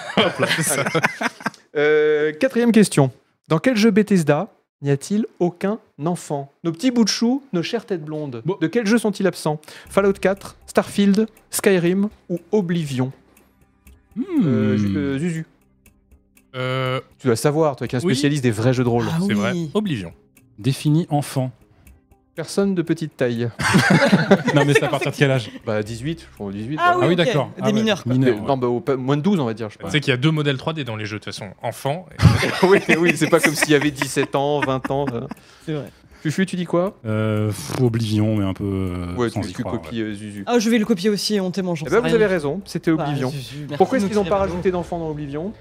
A: Euh, quatrième question. Dans quel jeu Bethesda n'y a-t-il aucun enfant Nos petits bouts de chou, nos chères têtes blondes,
B: Bon.
A: de quel jeu sont-ils absents Fallout 4, Starfield, Skyrim ou Oblivion
B: Hmm.
A: Euh, Ju- euh, Zuzu,
D: Euh,
A: tu dois savoir, toi qui es un
D: Oui.
A: spécialiste des vrais jeux de rôle.
C: Ah
D: c'est
C: oui.
D: vrai. Oblivion.
B: Défini enfant.
A: Personne de petite taille.
B: Non, mais c'est à partir de quel âge
A: Bah 18, je crois 18.
C: Ah
A: voilà.
B: Ah oui,
C: ok.
B: d'accord.
C: Des
B: Ah ouais.
C: mineurs, quoi.
A: Mais-
B: Mineurs, ouais.
A: Non, bah, au- pas- moins de 12, on va dire, je sais pas. (laughs)
D: Tu sais qu'il y a deux modèles 3D dans les jeux, de toute façon. Enfant.
A: oui, oui, c'est pas comme s'il y avait 17 ans, 20 ans. euh.
C: C'est vrai.
A: Fufu, tu dis quoi
B: Euh, pff, Oblivion, mais un peu. euh,
A: Ouais, tu,
B: sans y
A: tu
B: croire, ouais.
A: copies euh, Zuzu.
C: Ah, je vais le copier aussi, on t'aime, j'en
A: Eh
C: sais
A: ben, vous
C: rien.
A: avez raison, c'était
C: Bah,
A: Oblivion.
C: Zuzu, merci
A: Pourquoi est-ce
C: de
A: qu'ils n'ont
C: nous
A: pas
C: tirer
A: rajouté d'enfants dans Oblivion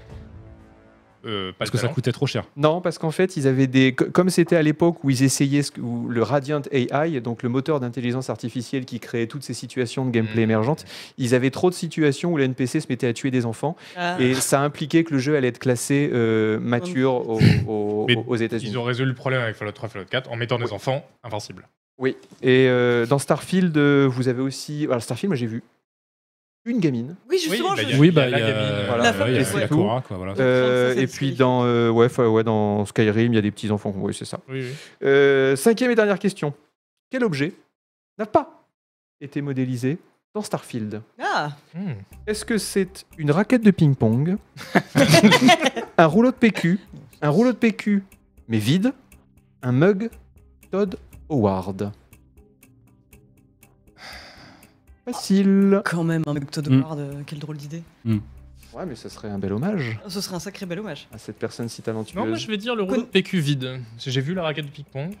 D: euh, pas
B: Parce
D: de
B: que ça
D: talent.
B: coûtait trop cher.
A: Non, parce qu'en fait, ils avaient des. co- Comme c'était à l'époque où ils essayaient ce que- où le Radiant AI, donc le moteur d'intelligence artificielle qui créait toutes ces situations de gameplay
D: Mm.
A: émergentes, ils avaient trop de situations où les NPC se mettaient à tuer des enfants
C: Ah.
A: et ça impliquait que le jeu allait être classé euh, mature au-
C: (laughs)
A: au-
D: Mais
A: aux, États-Unis.
D: Ils ont résolu le problème avec Fallout 3 Fallout 4 en mettant des enfants invincibles.
A: Oui. Et euh, dans Starfield, euh, vous avez aussi. Alors, Starfield, moi j'ai vu une gamine.
C: Oui, justement,
D: bah,
C: je-
D: Il y a-
B: oui,
D: il y a
B: bah, il
D: la
B: y a,
D: gamine,
A: Voilà.
C: la
B: ouais,
C: femme,
B: il y a
A: c'est
B: la
A: tout.
B: Cora, quoi. Voilà.
A: Euh,
C: Ça, c'est
A: et
C: le
A: puis
C: Skyrim.
A: dans, euh, ouais, enfin, ouais, dans Skyrim, il y a des petits enfants. Oui, c'est ça.
D: Oui, oui.
A: Euh, cinquième et dernière question. Quel objet n'a pas été modélisé dans Starfield
C: Ah,
D: Hmm.
A: Est-ce que c'est une raquette de ping-pong Un rouleau de PQ Un rouleau de PQ, mais vide Un mug Todd Howard Facile
C: quand même, un mec de
B: Mm.
C: Ward, euh, quelle drôle d'idée.
A: Ouais, mais ça serait un bel hommage
C: Ah, Ce serait un sacré bel hommage.
A: à cette personne si
D: Non, moi
A: talentueuse.
D: Euh, je vais dire le rouleau de PQ vide. Parce que J'ai vu la raquette de ping-pong.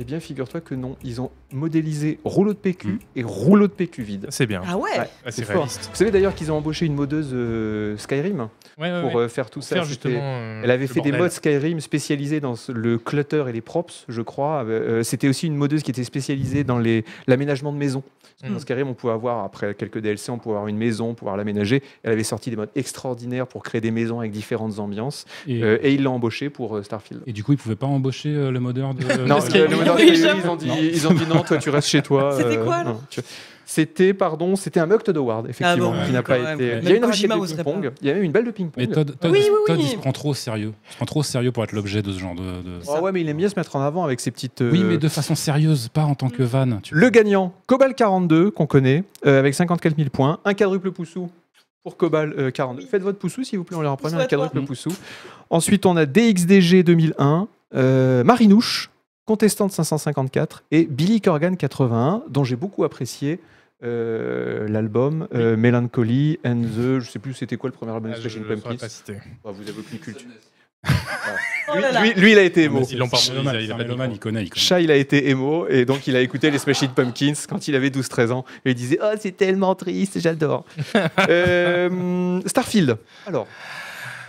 A: eh bien, figure-toi que non, ils ont modélisé rouleau de PQ
B: Mm.
A: et rouleau de PQ vide.
D: C'est bien.
C: Ah ouais,
A: Ouais.
D: Ah, c'est
A: C'est fort.
D: réaliste.
A: Vous savez d'ailleurs qu'ils ont embauché une modeuse euh, Skyrim
D: Ouais, ouais,
A: pour
D: ouais.
A: euh, faire tout
D: Ah Pour
A: ça.
D: faire
A: c'était-
D: justement. euh,
A: Elle avait
D: le
A: fait des
D: bordel.
A: modes Skyrim spécialisés dans ce- le clutter et les props, je crois. Euh, euh, C'était aussi une modeuse qui était spécialisée dans les- l'aménagement de maison. Parce que Dans
D: Mm.
A: Skyrim, on pouvait avoir, après quelques DLC, on pouvait avoir une maison, pouvoir l'aménager. Elle avait sorti des modes extraordinaires pour créer des maisons avec différentes ambiances.
B: Et,
A: Euh, et ils l'ont embauchée pour euh, Starfield.
B: et du coup, ils pouvaient pas embaucher euh, le modeur de.
A: Non, le-
B: de Skyrim.
A: le modeur
C: Oui,
A: Skyrim,
C: j'avoue.
A: ils ont dit,
B: Non.
A: ils ont dit non, toi tu restes chez toi.
C: (laughs)
A: euh,
C: C'était quoi,
A: non,
C: alors Ah
A: tu- C'était, pardon, c'était un Mug Todd Howard, effectivement,
B: bon,
A: qui
B: ouais,
A: n'a
C: quand
A: pas
C: même.
A: été.
C: Même
A: Il y a une raquette
C: Kojima
A: de
C: oserait
A: ping-pong, il y a même une balle de
B: Mais
A: ping-pong.
B: Todd, Todd,
C: Oui,
B: il-
C: oui,
B: Todd,
C: oui.
B: il se prend trop au sérieux. Il se prend trop au sérieux pour être l'objet de ce genre de. de-
A: Ah ouais, mais il aime bien se mettre en avant avec ses petites. euh,
B: Oui, mais de façon sérieuse, pas en tant
C: Mm.
B: que van. tu-
A: Le gagnant, Cobal 42, qu'on connaît, euh, avec 54 000 points. Un quadruple poussou pour Cobal euh, 42. Faites votre poussou, s'il vous plaît, on leur
C: Poussou
A: premier
C: à
A: un quadruple
B: toi.
A: poussou. Ensuite, on a DXDG 2001, euh, Marinouche, Contestante 554 et Billy Corgan 81, dont j'ai beaucoup apprécié. euh, l'album euh, Melancholy and the je sais plus c'était quoi le premier album
D: Ah,
A: de
D: je-
A: Station
D: je saurais
A: Pumpkins
D: pas citer.
A: Bah, vous avez aucune culture
C: Oh là là. (laughs)
A: Lui, lui, il a été
B: Ah, mais
A: émo.
B: c'est-
D: Ils l'ont
B: c'est
D: pas-
B: un
D: ils avaient
B: mélomane,
D: pas
B: un
D: de
B: mélomane,
D: micro.
B: il connaît, il connaît.
A: Chat, il a été émo et donc il a écouté les Smashing Pumpkins quand il avait 12-13 ans et il disait Oh, c'est tellement triste, j'adore. Euh, Starfield. Alors,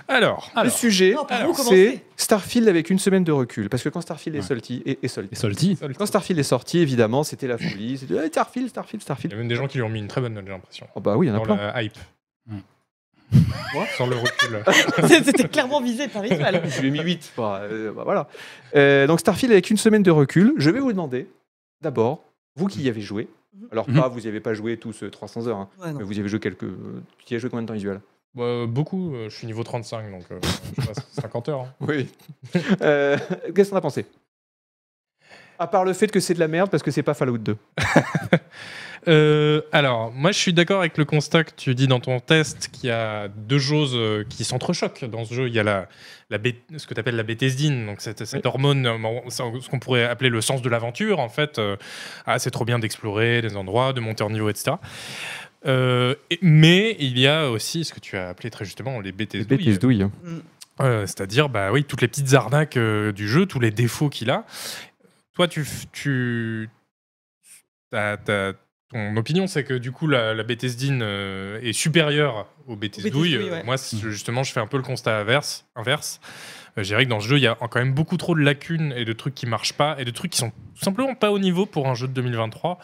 D: Alors,
A: le
B: Alors,
A: sujet,
C: Non, par où
A: c'est
C: commencer
A: Starfield avec une semaine de recul. Parce que quand Starfield est
B: Ouais.
A: sorti, est- est sorti-
B: les Solti,
A: quand Starfield est sorti, évidemment, c'était la folie. C'était Eh, Starfield, Starfield,
D: il y
A: Starfield.
D: a même des gens qui lui ont mis une très bonne note, j'ai l'impression.
A: Oh, bah oui, il y en a
D: Dans
A: plein.
D: la hype.
B: Hmm.
D: Moi Sans
A: (laughs)
D: le recul.
C: C'était clairement visé par Israël.
A: Je lui ai mis 8. bah, voilà. Euh, donc Starfield avec une semaine de recul, je vais vous demander, d'abord, vous qui y avez joué, alors
B: Mhm.
A: pas vous y avez pas joué tous euh, 300 heures, hein,
C: Ouais, non.
A: mais vous y avez joué quelques... euh, Tu y as joué combien de temps, Isuel
D: Bah, beaucoup, euh, je suis niveau 35, donc euh, je passe 50 heures. hein.
A: (laughs) Oui. Euh, Qu'est-ce qu'on a pensé À part le fait que c'est de la merde parce que c'est pas Fallout 2.
D: Euh, alors, moi, je suis d'accord avec le constat que tu dis dans ton test qu'il y a deux choses euh, qui s'entrechoquent dans ce jeu. Il y a la, la bé- ce que tu appelles la béthésdine, donc cette, cette hormone, euh, bon, ça, ce qu'on pourrait appeler le sens de l'aventure, en fait. Euh, ah, c'est trop bien d'explorer des endroits, de monter en niveau, etc. Euh, et- mais il y a aussi ce que tu as appelé très justement les béthésdouilles.
A: douille.
D: Euh, C'est-à-dire, bah oui, toutes les petites arnaques euh, du jeu, tous les défauts qu'il a. Toi, tu, f- tu, t'as- t'as- ton opinion, c'est que du coup, la, la Bethesdine euh, est supérieure aux Bethesdouille.
C: Bethesdouille, ouais.
D: Moi, c'est- justement, je fais un peu le constat inverse. inverse. Euh, je dirais que dans ce jeu, il y a quand même beaucoup trop de lacunes et de trucs qui marchent pas et de trucs qui sont tout simplement pas au niveau pour un jeu de 2023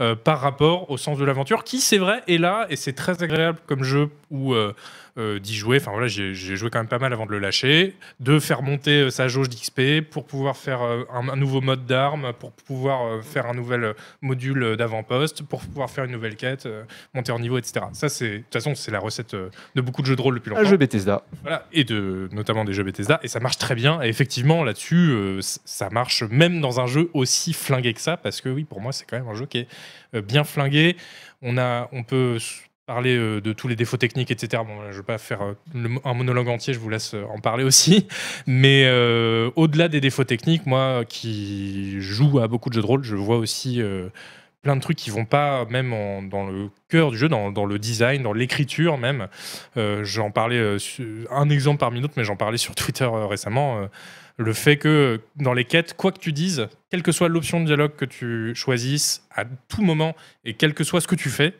D: euh, par rapport au sens de l'aventure qui, c'est vrai, est là et c'est très agréable comme jeu où euh, euh, d'y jouer. Enfin voilà, j'ai j'ai joué quand même pas mal avant de le lâcher, de faire monter euh, sa jauge d'XP pour pouvoir faire euh, un, un nouveau mode d'arme, pour pouvoir euh, faire un nouvel euh, module euh, d'avant-poste, pour pouvoir faire une nouvelle quête, euh, monter en niveau, etc. Ça c'est de toute façon c'est la recette euh, de beaucoup de jeux de rôle depuis longtemps.
A: Un jeu Bethesda.
D: Voilà, et de, notamment des jeux Bethesda, et ça marche très bien. Et effectivement, là-dessus, euh, c- ça marche même dans un jeu aussi flingué que ça, parce que oui, pour moi, c'est quand même un jeu qui est euh, bien flingué. On, a, on peut s- parler euh, de tous les défauts techniques, etc. Bon, voilà, je ne vais pas faire euh, le mo- un monologue entier, je vous laisse euh, en parler aussi. (laughs) Mais euh, au-delà des défauts techniques, moi qui joue à beaucoup de jeux de rôle, je vois aussi euh, plein de trucs qui vont pas même en- dans le cœur du jeu, dans, dans le design, dans l'écriture même. Euh, j'en parlais, euh, su- un exemple parmi d'autres, mais j'en parlais sur Twitter euh, récemment. euh, le fait que euh, dans les quêtes, quoi que tu dises, quelle que soit l'option de dialogue que tu choisisses à tout moment et quel que soit ce que tu fais,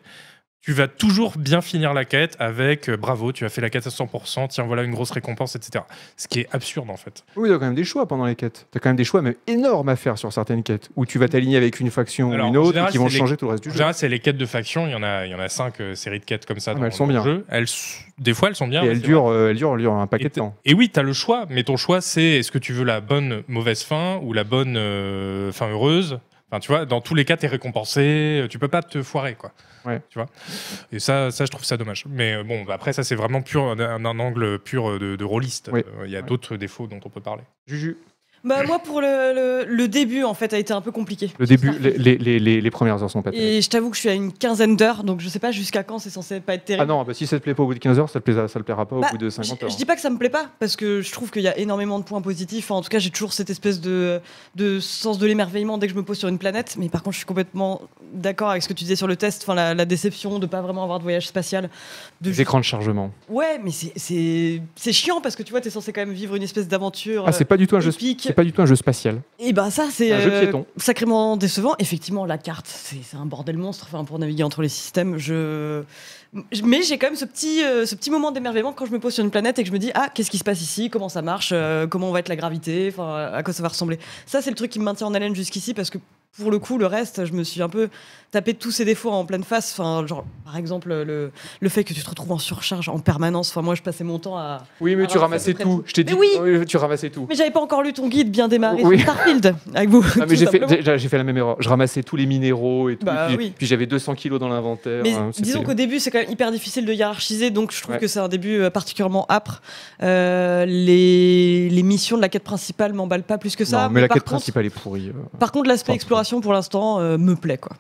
D: tu vas toujours bien finir la quête avec euh, bravo, tu as fait la quête à 100%, tiens voilà une grosse récompense, etc. Ce qui est absurde en fait.
A: Oui, t'as quand même des choix pendant les quêtes. T'as quand même des choix même énormes à faire sur certaines quêtes où tu vas t'aligner avec une faction
D: Alors,
A: ou une
D: en
A: autre
D: général,
A: et qui vont
D: c'est les-
A: changer tout le reste du
D: En
A: jeu.
D: général, c'est les quêtes de faction. Il y en a, il y en a cinq euh, séries de quêtes comme ça
A: Ah, mais
D: dans,
A: elles sont
D: dans
A: bien.
D: le jeu. Elles, s- des fois, elles sont bien.
A: Et
D: mais
A: elle
D: c'est
A: dure, euh, elle dure, elle dure un paquet de
D: t-
A: temps.
D: Et oui, tu as le choix, mais ton choix, c'est est-ce que tu veux la bonne mauvaise fin ou la bonne euh, fin heureuse Enfin, tu vois, dans tous les cas, tu es récompensé, euh, tu peux pas te foirer, quoi.
A: Ouais.
D: Tu vois Et ça, ça, je trouve ça dommage. Mais euh, bon, bah, après, ça, c'est vraiment pur, un, un angle pur de, de rôliste. Euh,
A: Oui.
D: Il y a
A: Ouais.
D: d'autres défauts dont on peut parler.
A: Juju,
C: Bah, moi, pour le, le- le début, en fait, a été un peu compliqué.
A: le début, les, les- les- les- les premières heures sont pas terribles.
C: Et je t'avoue que je suis à une quinzaine d'heures, donc je sais pas jusqu'à quand c'est censé pas être
A: Ah
C: terrible.
A: non, bah, si ça te plaît pas au bout de 15 heures, ça te, plaira- ça te plaira pas au
C: Bah,
A: bout de
C: Je
A: 50 heures. hein.
C: je dis pas que ça me plaît pas, parce que je trouve qu'il y a énormément de points positifs. Enfin, en tout cas, j'ai toujours cette espèce de, de sens de l'émerveillement dès que je me pose sur une planète. Mais par contre, je suis complètement d'accord avec ce que tu disais sur le test. Enfin, la, la déception de pas vraiment avoir de voyage spatial. De
A: Les écrans de chargement.
C: Ouais, mais c'est- c'est c'est chiant parce que tu vois, t'es censé quand même vivre une espèce d'aventure. euh,
A: Ah, c'est pas du tout un jeu,
C: épique.
A: c'est pas du tout un jeu spatial.
C: Et bah ça, c'est
A: Un jeu de
C: euh,
A: piétons.
C: sacrément décevant. Effectivement, la carte, c'est c'est un bordel monstre. Enfin, pour naviguer entre les systèmes, je. Mais j'ai quand même ce petit, euh, ce petit moment d'émerveillement quand je me pose sur une planète et que je me dis ah qu'est-ce qui se passe ici, comment ça marche, Euh, comment va être la gravité, enfin, à quoi ça va ressembler. Ça, c'est le truc qui me maintient en haleine jusqu'ici parce que. Pour le coup, le reste, je me suis un peu tapé tous ces défauts en pleine face. Enfin, genre, par exemple, le, le fait que tu te retrouves en surcharge en permanence. Enfin, moi, je passais mon temps à,
A: Oui, mais
C: Alors,
A: tu
C: ça
A: ramassais
C: fait
A: tout.
C: presque-
A: Je t'ai
C: Mais
A: dit,
C: oui.
A: euh, tu ramassais tout.
C: Mais j'avais pas encore lu ton guide bien démarré
A: Oui.
C: sur Starfield avec vous.
A: Ah, mais
C: (laughs) tout
A: j'ai fait,
C: simplement.
A: j'ai- j'ai fait la même erreur. Je ramassais tous les minéraux et tout.
C: Bah,
A: puis
C: oui.
A: puis j'avais 200 kilos dans l'inventaire.
C: Mais
A: hein,
C: disons
A: c'était-
C: qu'au début, c'est quand même hyper difficile de hiérarchiser, donc je trouve
A: Ouais.
C: que c'est un début euh, particulièrement âpre. Euh, les, les missions de la quête principale m'emballent pas plus que ça.
A: Non, mais la
C: par
A: quête
C: contre,
A: principale est pourrie. euh.
C: Par contre, l'aspect
A: Enfin, Ah
C: exploration pour l'instant euh, me plaît. quoi.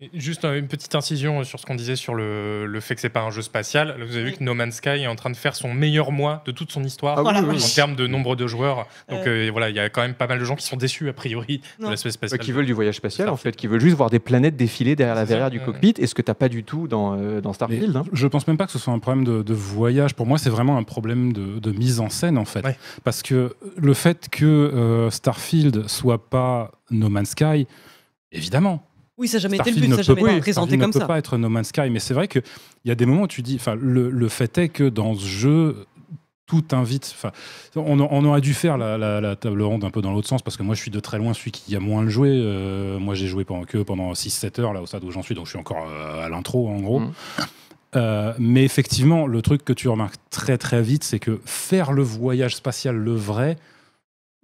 D: Et Juste euh, une petite incision sur ce qu'on disait sur le, le fait que c'est pas un jeu spatial. Là, vous avez vu que No Man's Sky est en train de faire son meilleur mois de toute son histoire
A: Ah
C: Voilà.
A: oui, oui,
D: en
A: oui.
D: termes de nombre de joueurs. Donc
C: Euh.
D: euh, voilà, il y a quand même pas mal de gens qui sont déçus a priori
C: Non.
D: de l'aspect
A: Ouais,
D: spatial.
A: Bah, qui veulent du voyage spatial en fait, qui veulent juste voir des planètes défiler derrière la
D: C'est ça,
A: verrière du
D: euh.
A: cockpit, et ce que t'as pas du tout dans, euh, dans
B: Mais
A: Starfield. hein.
B: Je pense même pas que ce soit un problème de, de voyage. Pour moi, c'est vraiment un problème de, de mise en scène, en fait.
D: Ouais.
B: Parce que le fait que euh, Starfield soit pas No Man's Sky, évidemment.
C: Oui, ça n'a jamais
B: Starfield
C: été le but,
B: ne
C: ça n'a jamais
B: peut-
C: été
B: oui,
C: présenté
B: Starfield
C: comme
B: ne peut
C: ça.
B: pas être No Man's Sky, mais c'est vrai qu'il y a des moments où tu dis, enfin, le, le fait est que dans ce jeu, tout invite. Enfin, on, on aurait dû faire la, la- la table ronde un peu dans l'autre sens parce que moi, je suis de très loin celui qui a moins le joué. Euh, moi, j'ai joué pendant que pendant 6-7 heures là au stade où j'en suis, donc je suis encore euh, à l'intro en gros.
A: Mhm.
B: Euh, mais effectivement, le truc que tu remarques très très vite, c'est que faire le voyage spatial, le vrai,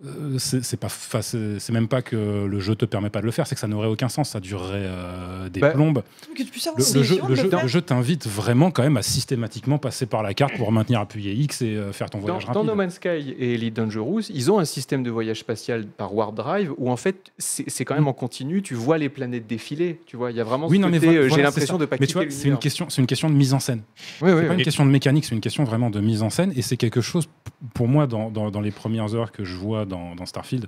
B: euh, c'est c'est pas enfin, c'est c'est même pas que le jeu te permet pas de le faire c'est que ça n'aurait aucun sens ça durerait euh, des
A: Bah,
B: plombes
C: Que tu puisses avoir
B: le, le jeu,
C: l'occasion
B: le
C: de
B: jeu-
C: faire.
B: le jeu t'invite vraiment quand même à systématiquement passer par la carte pour maintenir appuyé X et euh, faire ton
A: Dans,
B: voyage
A: dans
B: rapide
A: No Man's Sky et Elite Dangerous, ils ont un système de voyage spatial par Warp Drive où en fait c'est c'est quand même en continu, tu vois les planètes défiler, tu vois, il y a vraiment
B: oui
A: ce
B: non mais
A: côté,
B: voilà,
A: euh, j'ai
B: voilà, c'est
A: l'impression
B: ça.
A: de pas
B: mais tu vois
A: quitter
B: c'est une
A: l'univers.
B: question c'est une question de mise en scène
A: Oui, oui,
B: C'est pas
A: oui.
B: une question de mécanique, c'est une question vraiment de mise en scène. Et c'est quelque chose, p- pour moi, dans, dans- dans les premières heures que je vois dans, dans Starfield,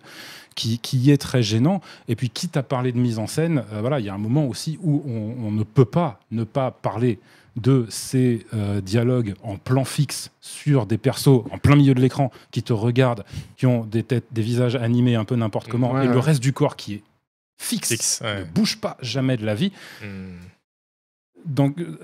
B: qui, qui est très gênant. Et puis, quitte à parler de mise en scène, euh, voilà, il y a un moment aussi où on, on ne peut pas ne pas parler de ces euh, dialogues en plan fixe sur des persos en plein milieu de l'écran qui te regardent, qui ont des têtes, des visages animés un peu n'importe comment,
A: Ouais,
B: et le
A: ouais.
B: reste du corps qui est fixe,
D: Fixe, ouais.
B: ne bouge pas jamais de la vie.
D: Hmm.
B: Donc, euh,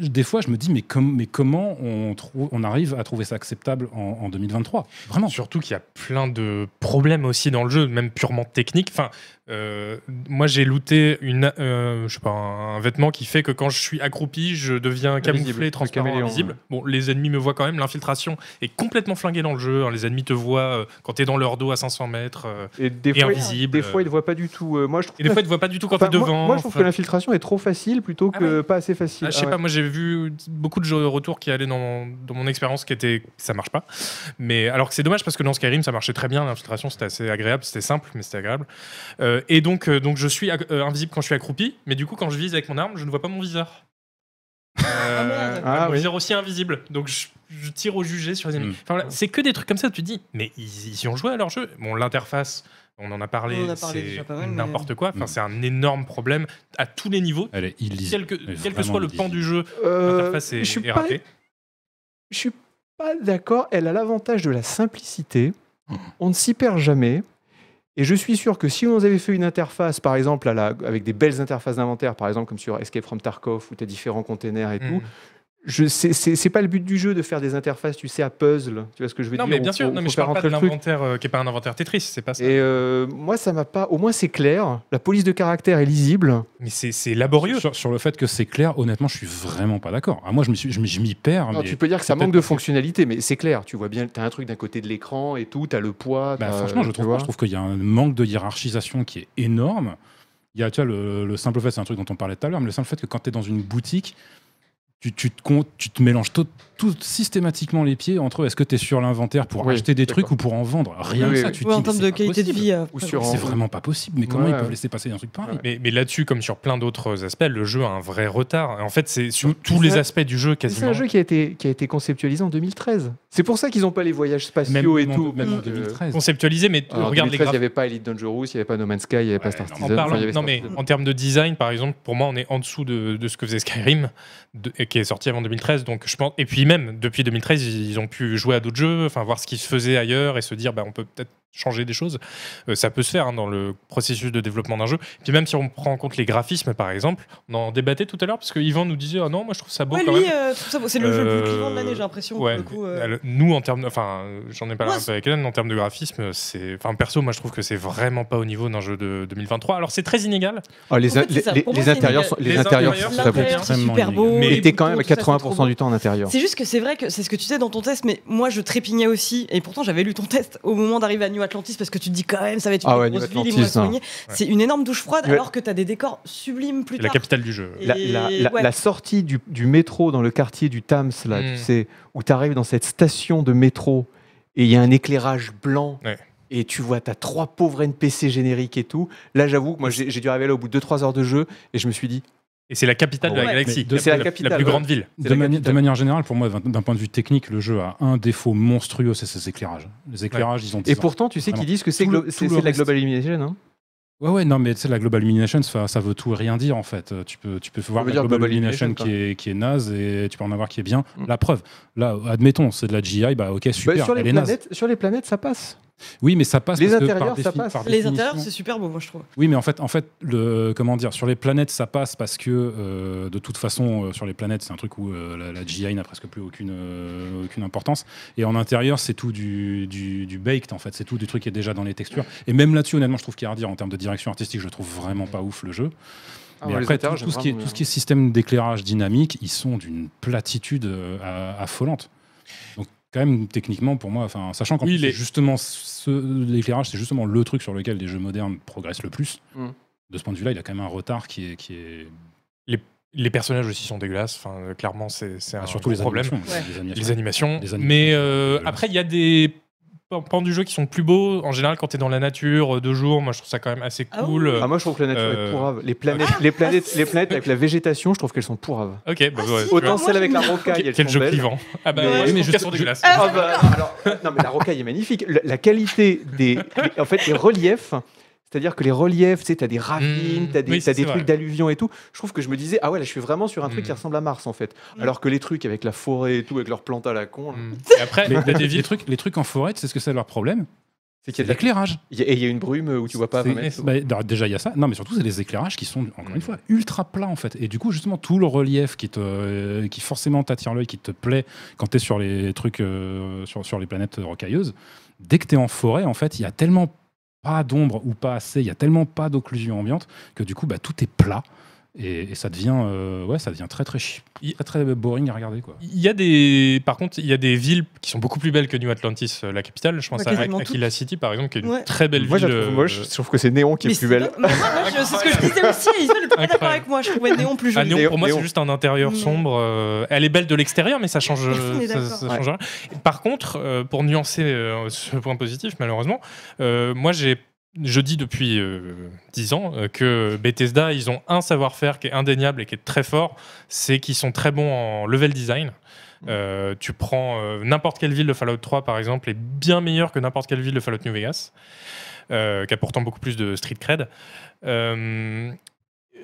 B: des fois, je me dis, mais, com- mais comment on, trou- on arrive à trouver ça acceptable en, en 2023 Vraiment.
D: Surtout qu'il y a plein de problèmes aussi dans le jeu, même purement technique. Enfin, euh, moi, j'ai looté une, euh, je sais pas, un, un vêtement qui fait que quand je suis accroupi, je deviens
A: Invisible,
D: camouflé,
A: le
D: transparent,
A: caméléon,
D: invisible.
A: ouais.
D: Bon, les ennemis me voient quand même. L'infiltration est complètement flinguée dans le jeu. hein. Les ennemis te voient euh, quand t'es dans leur dos à 500 mètres. euh,
A: Et des
D: et
A: fois,
D: invisible,
A: des fois
D: euh.
A: ils ne voient pas du tout. euh, moi je trouve
D: et des
A: la-
D: fois, ils te voient pas du tout quand
A: enfin,
D: t'es
A: moi-
D: devant.
A: moi, je trouve
D: enfin.
A: que l'infiltration est trop facile plutôt
D: Ah
A: que pas assez facile.
D: Ah, je
A: Ah
D: sais
A: ouais.
D: pas, moi j'ai vu beaucoup de jeux de retour qui allaient dans, dans mon expérience qui était ça marche pas. Mais alors que c'est dommage parce que dans Skyrim ça marchait très bien, l'infiltration c'était assez agréable, c'était simple mais c'était agréable. Euh, et donc, euh, donc je suis ac- euh, invisible quand je suis accroupi, mais du coup quand je vise avec mon arme, je ne vois pas mon viseur. Euh,
A: Ah,
D: mon
A: oui.
D: viseur aussi invisible. Donc je, je tire au jugé sur les ennemis.
B: Mm.
D: Enfin, voilà, c'est que des trucs comme ça où tu te dis mais ils, ils y ont joué à leur jeu. Bon, l'interface on en a parlé,
C: On en a parlé déjà pas
D: c'est
C: mal, mais-
D: n'importe quoi. Enfin,
B: Mm.
D: c'est un énorme problème à tous les niveaux,
B: Elle est illisible.
D: quel que,
B: Elle est
D: quel que
B: vraiment
D: soit le pan
B: illisible.
D: du jeu,
A: Euh,
D: L'interface est,
A: je suis
D: est
A: pas
D: ratée.
A: Je suis pas d'accord. Elle a l'avantage de la simplicité. On ne s'y perd jamais. Et je suis sûr que si on avait fait une interface, par exemple, à la- avec des belles interfaces d'inventaire, par exemple comme sur Escape from Tarkov, où tu as différents containers et tout,
D: Mm.
A: je, c'est, c'est- c'est pas le but du jeu de faire des interfaces, tu sais, à puzzle. Tu vois ce que je veux
D: Non,
A: dire
D: mais
A: Où
D: bien
A: faut-
D: sûr, non,
A: faut
D: mais je
A: faire
D: parle pas
A: rentrer
D: de
A: le truc.
D: l'inventaire euh, qui est pas un inventaire Tetris, c'est pas ça.
A: Et euh, moi, ça m'a pas. Au moins, c'est clair. La police de caractère est lisible.
D: Mais c'est c'est laborieux.
B: Sur, sur le fait que c'est clair, honnêtement, je suis vraiment pas d'accord. Ah, moi, je m'y suis- je m'y je m'y perds.
A: Alors,
B: mais-
A: tu peux dire que ça
B: peut-être
A: manque de
B: parce que-
A: fonctionnalité, mais c'est clair. Tu vois bien, tu as un truc d'un côté de l'écran et tout, tu as le poids.
B: Bah,
A: t'as-
B: franchement, je
A: euh, tu
B: trouve, pas.
A: vois.
B: je trouve qu'il y a un manque de hiérarchisation qui est énorme. Il y a tu vois, le, le simple fait, c'est un truc dont on parlait tout à l'heure, mais le simple fait que quand tu es dans une boutique, tu, tu te, con- tu te mélanges tout, tout systématiquement les pieds entre est-ce que tu es sur l'inventaire pour
A: Oui,
B: acheter des
A: d'accord.
B: trucs ou pour en vendre Rien
A: Oui,
B: que
A: oui,
B: ça,
A: oui.
B: tu te
C: Ouais, en
B: dis, mais
C: termes
B: c'est
C: de
B: pas
C: qualité de
B: possible.
C: vie. euh,
A: Ou
C: pas
A: sur-
B: C'est vraiment pas possible. Mais comment
A: Ouais,
B: ils peuvent
A: ouais.
B: laisser passer un truc pareil
A: Ouais.
D: Mais, mais là-dessus, comme sur plein d'autres aspects, le jeu a un vrai retard. En fait, c'est sur tous
A: c'est
D: les
A: un-
D: aspects du jeu
A: C'est
D: quasiment.
A: un jeu qui a été, qui a été conceptualisé en 2013. C'est pour ça qu'ils n'ont pas les voyages
B: Même,
A: spatiaux E et
B: même en-
A: tout. euh,
B: même en
A: parce que-
B: 2013.
D: conceptualisé, mais
A: Alors, en
D: regarde
A: 2013, il n'y
D: les graphes.
A: avait pas Elite Dangerous, il n'y avait pas No Man's Sky, il n'y avait pas
B: Ouais,
A: Star
B: non,
A: Citizen.
D: En, parlant,
A: enfin, il y avait
D: non,
A: Star
D: mais
A: Citizen.
D: en termes de design, par exemple, pour moi, on est en dessous de, de ce que faisait Skyrim, de- et qui est sorti avant 2013. Donc, je pense, et puis même, depuis 2013, ils, ils ont pu jouer à d'autres jeux, enfin, voir ce qui se faisait ailleurs et se dire, bah, on peut peut-être changer des choses. Euh, ça peut se faire hein, dans le processus de développement d'un jeu. Puis même si on prend en compte les graphismes, par exemple, on en débattait tout à l'heure, parce que Yvan nous disait, ah non, moi je trouve ça beau
C: Ouais,
D: quand
C: lui,
D: même.
C: euh, tout ça, c'est le jeu le plus
D: Euh,
C: clivant de l'année, j'ai l'impression.
D: Ouais,
C: pour le coup, euh.
D: mais, euh, nous en termes, de- enfin, euh, j'en ai parlé
C: Ouais,
D: un peu avec Hélène, en termes de graphisme, c'est, enfin, perso, moi je trouve que c'est vraiment pas au niveau d'un jeu de 2023. Alors c'est très inégal,
A: Ah, les
C: En fait,
A: in-
C: c'est
A: les-
C: ça.
A: les-
C: Pour
A: les
C: moi, c'est
A: intérieurs
C: une-
A: sont-
D: les
A: les intérieurs
D: intérieurs,
A: sont
D: c'est
A: très beaux.
C: L'intérieur, c'est
B: extrêmement
C: super beau.
D: Mais
A: Mais
C: les
A: t'es quand même à
C: boutons, tout ça, c'est trop
A: 80%
C: beau.
A: du temps en intérieur.
C: C'est juste que c'est vrai que c'est ce que tu disais dans ton test, mais moi je trépignais aussi, et pourtant j'avais lu ton test au moment d'arriver à New Atlantis parce que tu te dis quand même ça va être une
A: Ah ouais,
C: grosse
A: New
C: ville, ils
A: Atlantis,
C: vont la
A: hein.
C: soigner. C'est une énorme douche froide
A: Ouais.
C: alors que t'as des décors sublimes plus
D: c'est la
C: tard.
D: capitale du jeu.
C: Et-
A: La, la- la-
C: ouais.
A: la sortie du, du métro dans le quartier du Thames, là,
B: Hmm.
D: Mm.
A: tu sais, où tu arrives dans cette station de métro et il y a un éclairage blanc
D: Ouais.
A: et tu vois, t'as trois pauvres NPC génériques et tout. Là, j'avoue, que moi, j'ai j'ai dû arriver là au bout de 2-3 heures de jeu et je me suis dit,
D: Et c'est la capitale de
C: Ouais.
D: la galaxie.
B: Mais de-
A: c'est la
D: la
A: capitale,
D: plus
A: ouais.
D: grande ville.
A: C'est
B: De,
A: la
B: mani-
A: capitale.
B: de manière générale, pour moi, d'un- d'un point de vue technique, le jeu a un défaut monstrueux, c'est ses éclairages. Les éclairages, ils ont.
A: Et
B: 10 ans.
A: pourtant, tu sais qu'ils
B: Vraiment.
A: disent que c'est
B: Tout le-
A: glo-
B: tout
A: c'est
B: le
A: c'est de la
B: reste.
A: global illumination. Hein
B: Ouais, ouais, non, mais tu sais, la Global Illumination, ça, ça veut tout et rien dire en fait. Euh, Tu peux, tu peux voir
A: veut
B: la
A: dire
B: Global,
A: Global
B: Illumination,
A: Illumination,
B: qui, est, qui est naze et tu peux en avoir qui est bien.
A: Mm.
B: La preuve, là, admettons, c'est de la GI, bah ok, super,
A: Bah, sur, les
B: elle est naze.
A: planètes, sur les planètes, ça passe.
B: Oui, mais ça passe.
A: Les
B: parce que
A: intérieurs,
B: par
A: ça
B: défi-
A: passe.
B: par
C: Les
B: définition-
C: intérieurs, c'est super beau, moi, je trouve.
B: Oui, mais en fait, en fait, le comment dire, sur les planètes, ça passe parce que euh, de toute façon, euh, sur les planètes, c'est un truc où euh, la, la GI n'a presque plus aucune euh, aucune importance. Et en intérieur, c'est tout du, du, du baked en fait, c'est tout du truc qui est déjà dans les textures. Et même là-dessus, honnêtement, je trouve qu'il y a à redire en termes de direction artistique, je le trouve vraiment pas ouf le jeu.
A: Ah
B: mais après, tout, tout ce qui est, tout ce qui est système d'éclairage dynamique, ils sont d'une platitude euh, à- affolante. Donc, quand même, techniquement, pour moi, enfin, sachant qu'en
D: Oui,
B: plus,
D: les-
B: c'est justement ce- l'éclairage, c'est justement le truc sur lequel les jeux modernes progressent le plus.
A: Mm.
B: De ce point de vue-là, il a quand même un retard qui est. Qui est
D: Les personnages aussi sont dégueulasses. Enfin, euh, clairement, c'est c'est un
B: ah,
D: gros problème.
B: animations,
C: Ouais.
B: les animations.
D: Les animations.
B: Les animations,
D: Mais euh,
B: euh,
D: après, il y a des pan- pans du jeu qui sont plus beaux. En général, quand tu es dans la nature, euh, deux jours, moi, je trouve ça quand même assez
C: Ah
D: cool.
A: Ah, moi, je trouve que la nature est
D: Euh,
A: pourrave. Les planètes,
B: (laughs)
A: les, planètes, les planètes avec la végétation, je trouve qu'elles sont pourraves.
D: ok, bah,
C: Ah,
D: ouais,
C: si,
D: tu
C: moi,
A: Autant
D: vois.
A: celle avec la
C: j'aime bien.
A: rocaille, elles
D: Quel
A: sont
D: jeu
A: belles.
D: clivant. Ah bah,
A: Mais-
D: ouais, je
B: mais
D: trouve
B: je-
D: qu'elles sont
B: je-
D: dégueulasses.
A: Ah bah, alors, non, mais la rocaille est magnifique. La, la qualité des. les- en fait, les reliefs. C'est-à-dire que les reliefs, tu sais, t'as des ravines,
D: Mm.
A: t'as des,
D: Oui,
A: t'as
D: c'est-
A: des
D: c'est
A: trucs
D: vrai.
A: d'alluvions et tout. Je trouve que je me disais, ah ouais, là, je suis vraiment sur un truc
D: Mm.
A: qui ressemble à Mars, en fait.
C: Mm.
A: Alors que les trucs avec la forêt et tout, avec leurs plantes à la con, là,
D: Mm. Et après,
B: Mais
D: t'as des
B: les,
D: villes.
B: trucs, les trucs en forêt, c'est ce que c'est leur problème
A: c'est qu'il y
B: C'est
A: a de la-
B: l'éclairage.
A: il y a- Et il y a une brume où tu vois pas.
B: C'est-
A: 20 mètres.
B: bah, alors, déjà, il y a ça. Non, mais surtout, c'est des éclairages qui sont, encore
D: Mm.
B: une fois, ultra plats, en fait. Et du coup, justement, tout le relief qui, te, euh, qui forcément t'attire l'œil, qui te plaît quand tu es sur les trucs, euh, sur, sur les planètes rocailleuses, dès que tu es en forêt, en fait, il y a tellement pas d'ombre ou pas assez, il y a tellement pas d'occlusion ambiante que du coup, bah, tout est plat. Et, et ça devient, euh, ouais, ça devient très très chi-
D: Il-
B: très très boring à regarder quoi.
D: Il y a des, par contre, il y a des villes qui sont beaucoup plus belles que New Atlantis, euh, la capitale. Je pense
C: Ouais,
D: à
C: quasiment
D: Ak- Aquila City, par exemple, qui est une
C: Ouais.
D: très belle
A: Moi, je
D: ville.
A: la trouve moche.
D: euh,
A: Je trouve que c'est Néon qui
C: Mais
A: est plus
C: c'est
A: belle.
C: pas- mais moi, moi, je- c'est ce que je disais aussi. Ils sont pas d'accord
D: Incroyable.
C: avec moi. Je trouvais Néon plus
D: Ah,
C: joli.
D: Néon,
A: Néon-
D: pour moi,
A: Néon.
D: c'est juste un intérieur
C: Mais-
D: sombre. euh, elle est belle de l'extérieur, mais
C: (laughs)
D: ça change,
C: Personne n'est
D: ça,
C: d'accord.
D: ça change rien. Par contre, euh, pour nuancer euh, ce point positif, malheureusement, euh, moi, j'ai, je dis depuis euh, 10 ans euh, que Bethesda, ils ont un savoir-faire qui est indéniable et qui est très fort, c'est qu'ils sont très bons en level design. Euh, tu prends euh, n'importe quelle ville de Fallout 3 par exemple est bien meilleure que n'importe quelle ville de Fallout New Vegas euh, qui a pourtant beaucoup plus de street cred Euh,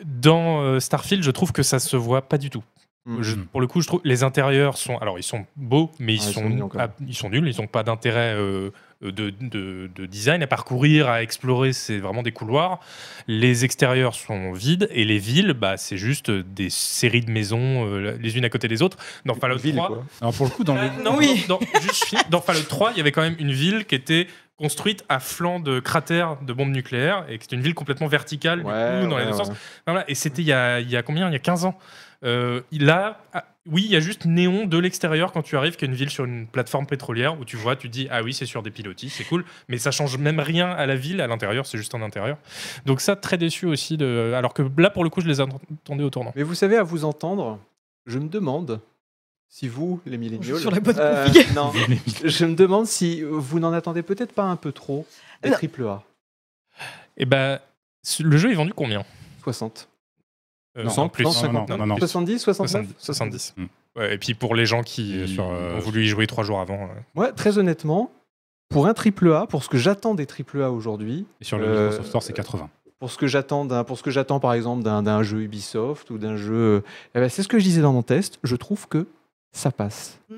D: dans euh, Starfield, je trouve que ça se voit pas du tout.
A: Mm.
D: Je- pour le coup, je trouve les intérieurs sont, alors ils sont beaux, mais ils,
A: Ah, ils
D: sont,
A: sont mignons, quand même.
D: ah, ils sont nuls, ils n'ont pas d'intérêt euh, de, de- de design à parcourir, à explorer. C'est vraiment des couloirs. Les extérieurs sont vides et les villes, bah, c'est juste des séries de maisons, euh, les unes à côté des autres. Dans Fallout
A: Ville,
D: 3,
A: quoi.
B: Alors pour le coup, dans
A: (laughs)
B: les,
D: Ah, non,
C: Oui.
D: dans, dans- juste, je finis. Dans Fallout 3, il y avait quand même une ville qui était construite à flanc de cratères de bombes nucléaires et qui était une ville complètement verticale du
A: Ouais,
D: coup, dans les
A: ouais,
D: deux sens.
A: ouais.
D: Voilà, et c'était il y a, il y a combien Il y a 15 ans. Euh, là, ah, oui, il y a juste néon de l'extérieur quand tu arrives, qui est une ville sur une plateforme pétrolière où tu vois, tu dis ah oui, c'est sur des pilotis, c'est cool, mais ça change même rien à la ville, à l'intérieur, c'est juste un intérieur. Donc ça, très déçu aussi. De... Alors que là, pour le coup, je les attendais au tournant.
A: Mais vous savez, à vous entendre, je me demande si vous, les milléniaux, euh,
C: sur la bonne config.
A: non, je me demande si vous n'en attendez peut-être pas un peu trop des
C: Non.
A: triple A
D: Et ben, ce- le jeu est vendu combien
A: 60.
D: Euh,
B: Non,
D: sans
B: plus, non, non, non, non, non.
A: 70, 69
D: 70. 70.
B: Mm.
D: Ouais, et puis pour les gens qui
B: Et sur, euh,
D: ont voulu y jouer trois jours avant. euh,
A: Moi, très honnêtement, pour un triple A, pour ce que j'attends des triple A aujourd'hui,
B: et sur le
A: Euh,
B: Microsoft Store, c'est 80.
A: pour ce que j'attends d'un- pour ce que j'attends par exemple d'un d'un jeu Ubisoft ou d'un jeu eh ben, c'est ce que je disais dans mon test je trouve que ça passe
C: Mm.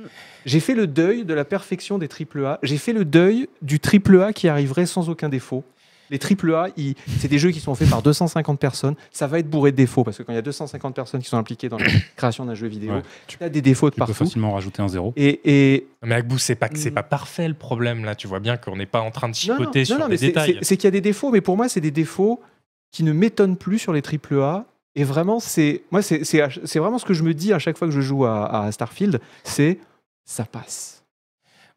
A: j'ai fait le deuil de la perfection des triple A j'ai fait le deuil du triple A qui arriverait sans aucun défaut les triple A, ils- c'est des jeux qui sont faits par 250 personnes. Ça va être bourré de défauts parce que quand il y a 250 personnes qui sont impliquées dans la création d'un jeu vidéo,
B: Ouais.
A: tu as des défauts de
B: Tu peux
A: partout.
B: facilement rajouter un zéro.
A: Et, et-
D: Mais Agbou, c'est pas que c'est
A: Mm.
D: pas parfait le problème là. Tu vois bien qu'on n'est pas en train de
A: non, non,
D: chipoter
A: non,
D: sur
A: non, mais
D: les
A: c'est-
D: détails.
A: c'est- C'est qu'il y a des défauts, mais pour moi, c'est des défauts qui ne m'étonnent plus sur les triple A. Et vraiment, c'est moi, c'est c'est à ch- c'est vraiment ce que je me dis à chaque fois que je joue à, à Starfield, c'est ça passe.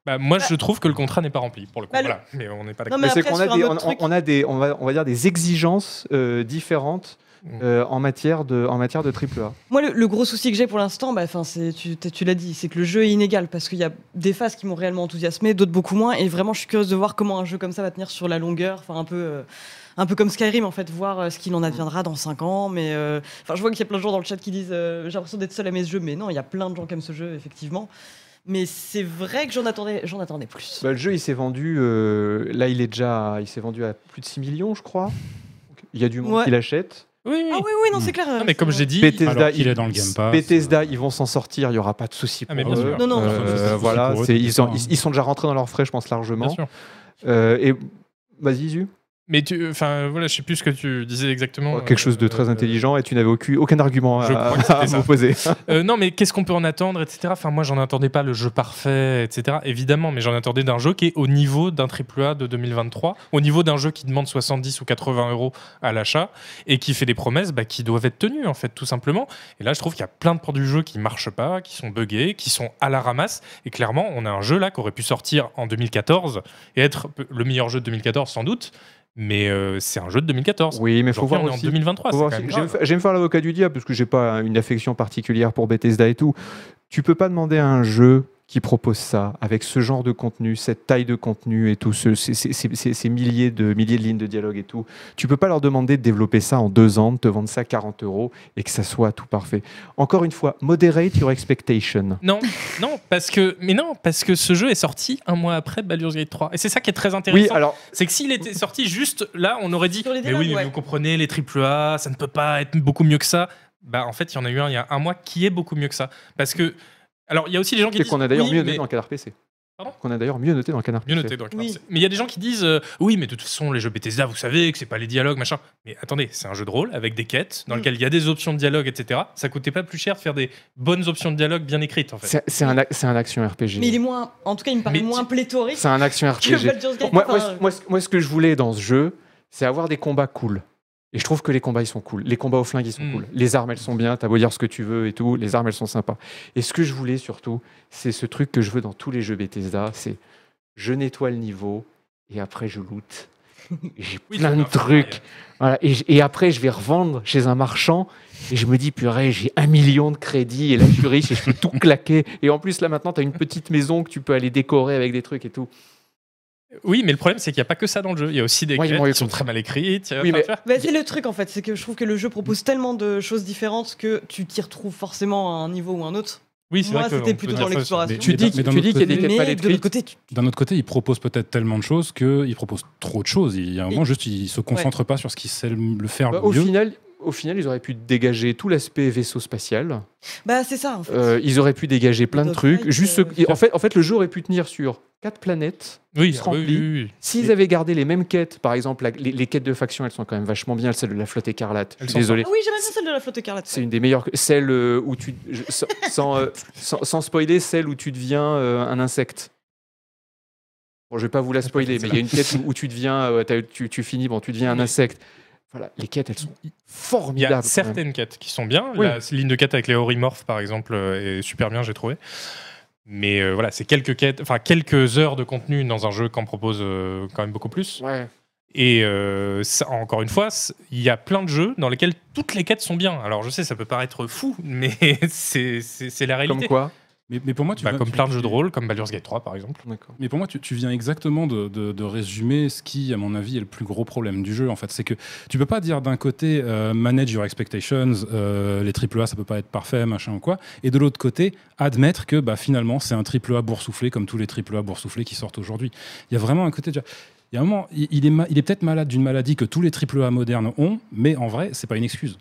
D: Bah, moi,
C: Bah-
D: je trouve que le contrat n'est pas rempli pour le coup.
C: Bah, le-
D: Voilà. Mais on n'est pas
C: Non,
D: d'accord.
C: mais
A: c'est
C: après,
A: qu'on a
C: sur un
A: des,
C: autre
A: on,
C: truc-
A: on a des, on va, on va dire des exigences euh, différentes euh, en matière de en matière de triple A.
C: Moi, le, le gros souci que j'ai pour l'instant, bah, 'fin, c'est- tu, t'as- tu l'as dit, c'est que le jeu est inégal parce qu'il y a des phases qui m'ont réellement enthousiasmé, d'autres beaucoup moins. Et vraiment, je suis curieuse de voir comment un jeu comme ça va tenir sur la longueur. Enfin, un peu. euh, un peu comme Skyrim, en fait, voir euh, ce qu'il en adviendra dans 5 ans. Mais euh, enfin, je vois qu'il y a plein de gens dans le chat qui disent euh, J'ai l'impression d'être seul à mes jeux. Mais non, il y a plein de gens qui aiment ce jeu, effectivement. Mais c'est vrai que j'en attendais, j'en attendais plus.
A: Bah, le jeu, il s'est vendu. euh, là, il est déjà, il s'est vendu à plus de 6 millions, je crois. Donc, Il y a du monde
C: Ouais.
A: qui l'achète.
D: Oui, oui.
C: Ah oui, oui, non,
B: Mm.
C: c'est clair.
D: Non, mais comme je l'ai dit,
A: Bethesda,
B: alors qu'il
A: ils-
B: est dans le Game Pass,
A: Bethesda, ils vont s'en sortir. Il y aura pas de souci
D: Ah,
A: pour
D: mais
B: bien
A: eux.
B: sûr.
C: Non, non,
A: Euh,
B: ça, ça, ça, ça,
A: voilà,
B: pour eux,
A: c'est-
B: c'est
A: ils, sont,
B: ça, hein.
A: ils, ils sont déjà rentrés dans leurs frais, je pense largement.
D: bien sûr.
A: Euh, et vas-y, Zu.
D: Mais tu, enfin voilà, je sais plus ce que tu disais exactement.
A: Oh, Quelque chose de
D: Euh,
A: très
D: euh,
A: intelligent et tu n'avais aucun, aucun argument
D: Je
A: à,
D: crois que
A: (laughs)
D: c'était
A: à
D: ça.
A: m'opposer.
D: Euh, non, mais qu'est-ce qu'on peut en attendre, etc. Enfin, moi, j'en attendais pas le jeu parfait, etc. Évidemment, mais j'en attendais d'un jeu qui est au niveau d'un AAA de 2023, au niveau d'un jeu qui demande 70 ou 80 euros à l'achat et qui fait des promesses bah, qui doivent être tenues, en fait, tout simplement. Et là, je trouve qu'il y a plein de ports du jeu qui marchent pas, qui sont buggés, qui sont à la ramasse. Et clairement, on a un jeu là qui aurait pu sortir en 2014 et être p- le meilleur jeu de 2014, sans doute. Mais euh, c'est un jeu de 2014.
A: Oui, mais faut
D: Aujourd'hui,
A: voir
D: on est en
A: aussi.
D: 2023.
A: Faut
D: Ah, c'est
A: voir
D: quand
A: si-
D: même
A: J'aime
D: grave.
A: fa- j'aime faire l'avocat du diable parce que j'ai pas une affection particulière pour Bethesda et tout. Tu peux pas demander à un jeu qui propose ça, avec ce genre de contenu, cette taille de contenu et tout, ce- ces- ces- ces ces- ces milliers de, milliers de lignes de dialogue et tout, tu peux pas leur demander de développer ça en deux ans, de te vendre ça 40 euros et que ça soit tout parfait. Encore une fois, moderate your expectation.
D: Non, non, parce que, mais non, parce que ce jeu est sorti un mois après Baldur's Gate 3. Et c'est ça qui est très
A: Oui,
D: intéressant.
A: alors
D: c'est que s'il était sorti juste là, on aurait dit,
C: Sur les
D: mais
C: dialogues,
D: oui, mais
C: ouais.
D: vous comprenez, les AAA, ça ne peut pas être beaucoup mieux que ça. Bah, en fait, il y en a eu un il y a un mois qui est beaucoup mieux que ça. Parce que, alors, il y a aussi des gens qui
A: et
D: disent.
A: qu'on a d'ailleurs
D: oui,
A: mieux
D: mais-
A: noté dans Canard PC.
D: Pardon
A: Qu'on a d'ailleurs mieux noté dans Canard
D: Mieux
A: PC.
D: noté, donc.
C: Oui.
D: non, c'est- Mais il y a des gens qui disent euh, oui, mais de toute façon, les jeux Bethesda, vous savez que c'est pas les dialogues, machin. Mais attendez, c'est un jeu de rôle avec des quêtes dans
C: Mm.
D: lequel il y a des options de dialogue, etc. Ça coûtait pas plus cher de faire des bonnes options de dialogue bien écrites, en fait.
A: C'est c'est un, ac- c'est un action RPG.
C: Mais il est moins. En tout cas, il me paraît
D: Mais
C: moins pléthorique
A: C'est un action
C: que
A: RPG.
C: Baldur's Gate.
A: Moi, moi,
C: enfin,
A: ce- moi, ce- moi, ce que je voulais dans ce jeu, c'est avoir des combats cool. Et je trouve que les combats, ils sont cool. Les combats au flingue, ils sont
D: Mm.
A: cool. Les armes, elles sont bien. T'as beau dire ce que tu veux et tout. Les armes, elles sont sympas. Et ce que je voulais surtout, c'est ce truc que je veux dans tous les jeux Bethesda c'est je nettoie le niveau et après, je
D: (laughs)
A: loot. J'ai
D: Oui,
A: plein de
D: c'est un-
A: trucs. Voilà. Et, j- et après, je vais revendre chez un marchand et je me dis, purée, j'ai un million de crédits et là, je suis riche et je peux tout claquer. Et en plus, là, maintenant, t'as une petite maison que tu peux aller décorer avec des trucs et tout.
D: Oui, mais le problème, c'est qu'il n'y a pas que ça dans le jeu. Il y a aussi des
A: Ouais, ils
D: quêtes
A: m'ont eu
D: qui sont
A: compris.
D: très mal écrites.
A: Oui, mais-
C: Bah, c'est le truc en fait, c'est que je trouve que le jeu propose tellement de choses différentes que tu t'y retrouves forcément à un niveau ou un autre.
D: oui c'est
C: Moi,
D: vrai que
C: c'était
D: on peut
C: plutôt
D: dire
C: dans
D: ça aussi.
C: l'exploration.
A: Tu
B: Mais
A: dis
B: d'un- mais d'un
A: tu dis
B: autre
A: qu'il y a des
C: Eh ben, Mais
A: quêtes mal
C: de l'autre
A: écrites.
C: côté, tu-
B: D'un autre côté, ils proposent peut-être tellement de choses qu'ils proposent trop de choses. Il y a un
C: Et-
B: moment, juste, ils se concentrent pas sur ce qu'ils savent le faire
A: Bah,
B: le
A: au,
B: mieux.
A: final, au final, ils auraient pu dégager tout l'aspect vaisseau spatial.
C: bah c'est ça en fait.
A: Euh, ils auraient pu dégager plein de
C: Dogfight,
A: trucs. Juste ce-
C: euh,
A: En, fait, en fait, le jeu aurait pu tenir sur quatre planètes.
D: Oui,
A: se
D: ah oui,
A: remplit.
D: oui, oui.
A: S'ils avaient gardé les mêmes quêtes, par exemple, la- les, les quêtes de faction, elles sont quand même vachement bien. Celle de la flotte écarlate, je
D: Elles
A: suis
D: sont
A: désolé.
C: Ah oui, j'aime bien celle de la flotte écarlate.
A: Euh, C'est une des meilleures. Celle euh, où tu. je- sans, sans, euh, sans- sans spoiler, celle où tu deviens euh, un insecte. Bon, je vais pas vous la spoiler, mais il y a une quête où, où tu deviens. euh, t'as- tu, tu finis, bon, tu deviens un insecte. Voilà, les quêtes, elles sont
D: Il y
A: formidables.
D: a
A: quand même.
D: certaines quêtes qui sont bien.
A: Oui.
D: La ligne de quête avec les Horimorphes, par exemple, euh, est super bien, j'ai trouvé. Mais euh, voilà, c'est quelques quêtes, enfin quelques heures de contenu dans un jeu qu'en propose euh, quand même beaucoup plus.
A: Ouais.
D: Et euh, ça, encore une fois, c'est- il y a plein de jeux dans lesquels toutes les quêtes sont bien. Alors je sais, ça peut paraître fou, mais (laughs) c'est c'est- c'est la
A: Comme
D: réalité.
A: quoi
B: Mais, mais pour moi, tu
D: Bah,
B: vas-
D: comme
B: tu-
D: plein de jeux
B: tu-
D: de rôle, comme Baldur's Gate 3 par exemple.
B: Mais pour moi, tu, tu viens exactement de, de- de résumer ce qui, à mon avis, est le plus gros problème du jeu. En fait, c'est que tu peux pas dire d'un côté euh, manage your expectations, euh, les AAA, ça peut pas être parfait, machin ou quoi, et de l'autre côté admettre que bah, finalement c'est un AAA boursouflé comme tous les AAA boursouflés qui sortent aujourd'hui. Il y a vraiment un côté. de- Il y a un moment, il, il est, ma- il est peut-être malade d'une maladie que tous les AAA modernes ont, mais en vrai, c'est pas une excuse.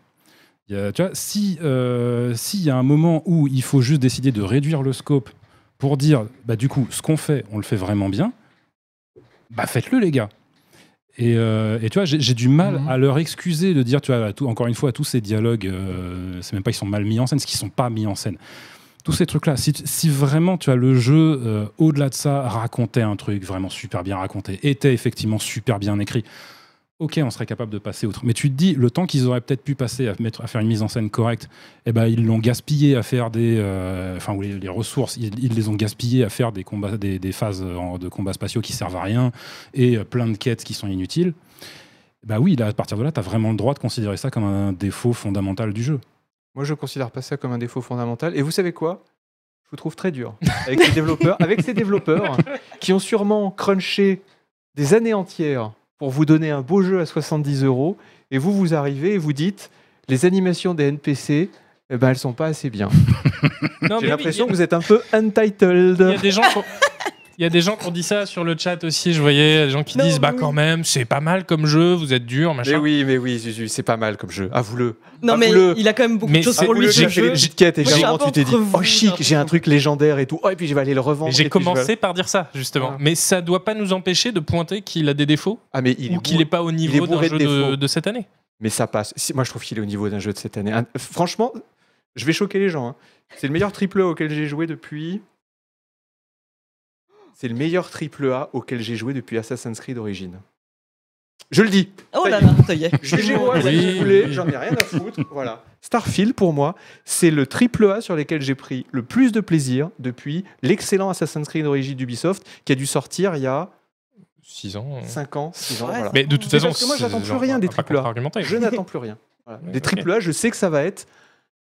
B: Il y a- tu vois, si euh, s'il y a un moment où il faut juste décider de réduire le scope pour dire, bah du coup, ce qu'on fait, on le fait vraiment bien, bah faites-le les gars. Et, euh, et tu vois, j'ai j'ai du mal
A: Mhm.
B: à leur excuser de dire, tu vois, à tout- encore une fois, tous ces dialogues, euh, c'est même pas ils sont mal mis en scène, c'est qu'ils sont pas mis en scène. Tous ces trucs-là, si, tu- si vraiment tu as le jeu, euh, au-delà de ça, racontait un truc vraiment super bien raconté, était effectivement super bien écrit, ok, on serait capable de passer outre. Mais tu te dis, le temps qu'ils auraient peut-être pu passer à, mettre, à faire une mise en scène correcte, eh ben, ils l'ont gaspillé à faire des. euh, Enfin, ou les, les ressources, ils, ils les ont gaspillés à faire des, combats, des, des phases en- de combats spatiaux qui servent à rien et euh, plein de quêtes qui sont inutiles. Bah oui, là, à partir de là, tu as vraiment le droit de considérer ça comme un défaut fondamental du jeu.
A: Moi, je considère pas ça comme un défaut fondamental. Et vous savez quoi Je vous trouve très dur avec ces développeurs, avec ces développeurs qui ont sûrement crunché des années entières pour vous donner un beau jeu à 70 euros. Et vous, vous arrivez et vous dites les animations des NPC, eh ben, elles sont pas assez bien.
D: Non,
A: J'ai
D: mais oui,
A: l'impression
D: il
A: que
D: y a-
A: vous êtes un peu
D: Il y
A: untitled.
D: a des gens. qui ont- (laughs) Il y a des gens qui ont dit ça sur le chat aussi, je voyais des gens qui
C: Non,
D: disent
C: mais
D: bah
C: oui.
D: quand même, c'est pas mal comme jeu, vous êtes dur,
A: Mais
D: machin.
A: oui, mais oui, Zuzu, c'est pas mal comme jeu. Avoue-le.
C: Non, mais
A: Avoue-le.
C: il a quand même beaucoup
D: Mais
C: de choses
D: c'est-
C: pour lui.
D: avoue-le,
C: ce
A: j'ai fait
D: j'ai
C: jeu.
A: les petites quêtes et
C: Moi, je suis un
A: clairement,
C: peu
A: tu t'es dit
C: entre vous,
A: oh chic,
C: j'ai
A: j'ai un truc légendaire et tout. Oh, et puis je vais aller le
D: Et
A: revendre. et
D: J'ai
A: puis je vais aller-
D: commencé par dire ça justement,
A: Voilà.
D: mais ça doit pas nous empêcher de pointer qu'il a des défauts
A: Ah, mais il
D: ou qu'il est pas au
A: est
D: niveau d'un
A: bourré de
D: jeu de,
A: défauts.
D: de cette année.
A: mais ça passe. Si- moi, je trouve qu'il est au niveau d'un jeu de cette année. Un- franchement, je vais choquer les gens. hein. C'est le meilleur triple A auquel j'ai joué depuis. C'est le meilleur triple A auquel j'ai joué depuis Assassin's Creed Origins. Je le dis.
C: Oh là là, ça y est.
A: Jugez-moi
D: Oui,
A: si vous voulez.
D: oui.
A: J'en ai rien à foutre. Voilà. Starfield, pour moi, c'est le triple A sur lequel j'ai pris le plus de plaisir depuis l'excellent Assassin's Creed Origins d'Ubisoft qui a dû sortir il y a
D: 6 ans. euh.
A: 5 ans, 6 ans.
C: Ouais,
A: voilà.
D: Mais de toute
A: Mais
D: façon,
A: parce que moi,
D: c'est-
A: j'attends plus
D: genre,
A: rien des
D: on va pas
A: AAA.
D: contre-argumenter.
A: Je n'attends plus rien. Voilà.
D: Ouais,
A: des
D: ok.
A: triple A, je sais que ça va être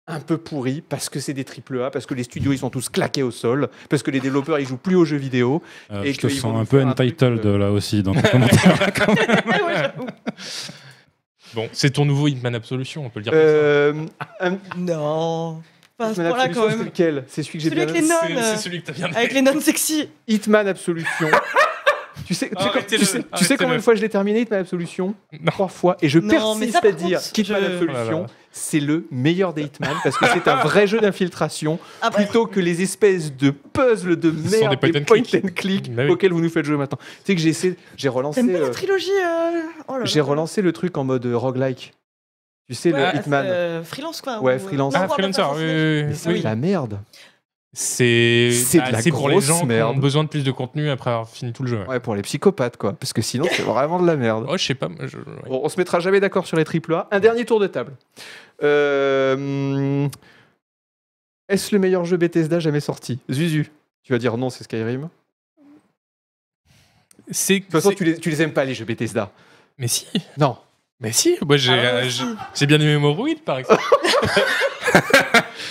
A: un peu pourri parce que c'est des triple A, parce que les studios ils sont tous claqués au sol, parce que les développeurs ils jouent plus aux jeux vidéo.
B: Euh,
A: Et
B: je te
A: qu'ils
B: sens
A: vont
B: un
A: nous
B: peu
A: faire un truc,
B: untitled
A: euh,
B: là
A: (laughs)
B: aussi dans tes commentaires.
D: Bon, c'est ton nouveau Hitman Absolution, on peut le dire. comme
A: Euh, un-
C: Non. Pas ce
A: Hitman
C: point-là, quand
A: Absolution, c'est
C: même.
A: lequel C'est celui que j'ai
C: Celui
A: bien
C: avec les
A: aimé.
D: ça.
C: nonnes.
D: C'est-
C: euh,
D: C'est celui que t'as bien
C: Avec les nonnes sexy.
A: Hitman
C: (laughs)
A: Absolution. tu sais, tu sais, quand-
D: Ah, Arrêtez-le,
A: tu sais- tu sais
D: arrêtez-le.
A: combien de fois je l'ai terminé Hitman Absolution
D: Non.
A: Trois fois. Et je
C: Non, mais
A: persiste
C: ça, par
A: à dire
C: contre,
A: qu'Hitman
C: je-
A: Absolution,
D: Voilà.
A: c'est le meilleur des Hitman parce que c'est un vrai jeu d'infiltration
C: Après,
A: plutôt que les espèces de puzzles de
D: sont
A: merde,
D: des
A: des
D: point
A: point
D: and
A: and
D: click.
A: click,
D: Bah oui.
A: auxquels vous nous faites jouer maintenant. Tu sais que j'ai essayé, j'ai relancé,
C: t'aimes pas la
A: euh,
C: trilogie euh, oh là là.
A: j'ai relancé le truc en mode euh, roguelike. Tu sais
C: Ouais,
A: le Hitman.
C: euh, freelance, quoi.
A: Ouais,
C: ou-
A: freelance.
C: Non,
D: Ah,
C: on va pas
D: Freelancer,
C: faire
D: oui,
C: ça.
D: oui,
A: Mais
D: oui.
A: c'est
D: oui.
A: de la merde.
D: C'est
A: C'est de
D: ah,
A: la
D: c'est pour les
A: grosse
D: gens qui
A: merde.
D: ont besoin de plus de contenu après avoir fini tout le jeu. ouais.
A: Ouais, pour les psychopathes quoi, parce que sinon c'est vraiment de la merde.
D: Oh, je sais pas. moi, je- ouais.
A: Bon, on se mettra jamais d'accord sur les AAA. Un dernier tour de table. Euh, hum, Est-ce le meilleur jeu Bethesda jamais sorti Zuzu, tu vas dire non, c'est Skyrim. De
D: C'est.
A: toute façon,
D: c'est-
A: tu les, tu les aimes pas les jeux Bethesda.
D: Mais si.
A: Non.
D: Mais si. Moi, j'ai
C: Ah ouais,
D: euh,
C: si.
D: j'ai- j'ai bien aimé Morrowind, par exemple.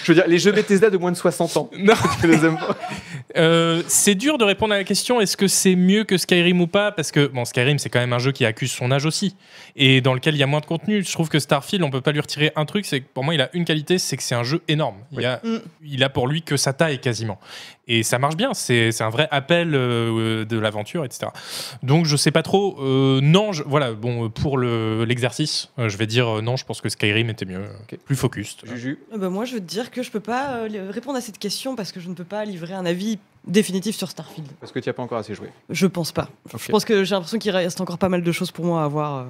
A: Je veux dire, les jeux Bethesda de moins de 60 ans.
D: non.
A: Tu les aimes pas
D: (laughs) Euh, c'est dur de répondre à la question est-ce que c'est mieux que Skyrim ou pas Parce que bon, Skyrim, c'est quand même un jeu qui accuse son âge aussi, et dans lequel il y a moins de contenu. Je trouve que Starfield, on peut pas lui retirer un truc, c'est que pour moi, il a une qualité, c'est que c'est un jeu énorme. Il,
A: Oui.
D: y a,
C: Mm.
D: il a pour lui que sa taille quasiment. Et ça marche bien, c'est c'est un vrai appel euh, de l'aventure, etc. Donc je sais pas trop. euh, non, je- voilà, bon, pour le- l'exercice, euh, je vais dire euh, non, je pense que Skyrim était mieux, euh,
A: Ok.
D: plus focus.
A: Juju.
C: Eh ben, moi, je veux te dire que je peux pas euh, li- répondre à cette question parce que je ne peux pas livrer un avis définitif sur Starfield.
A: Parce que tu n'as pas encore assez joué.
C: Je pense pas. Je pense que j'ai l'impression qu'il reste encore pas mal de choses pour moi à voir. euh,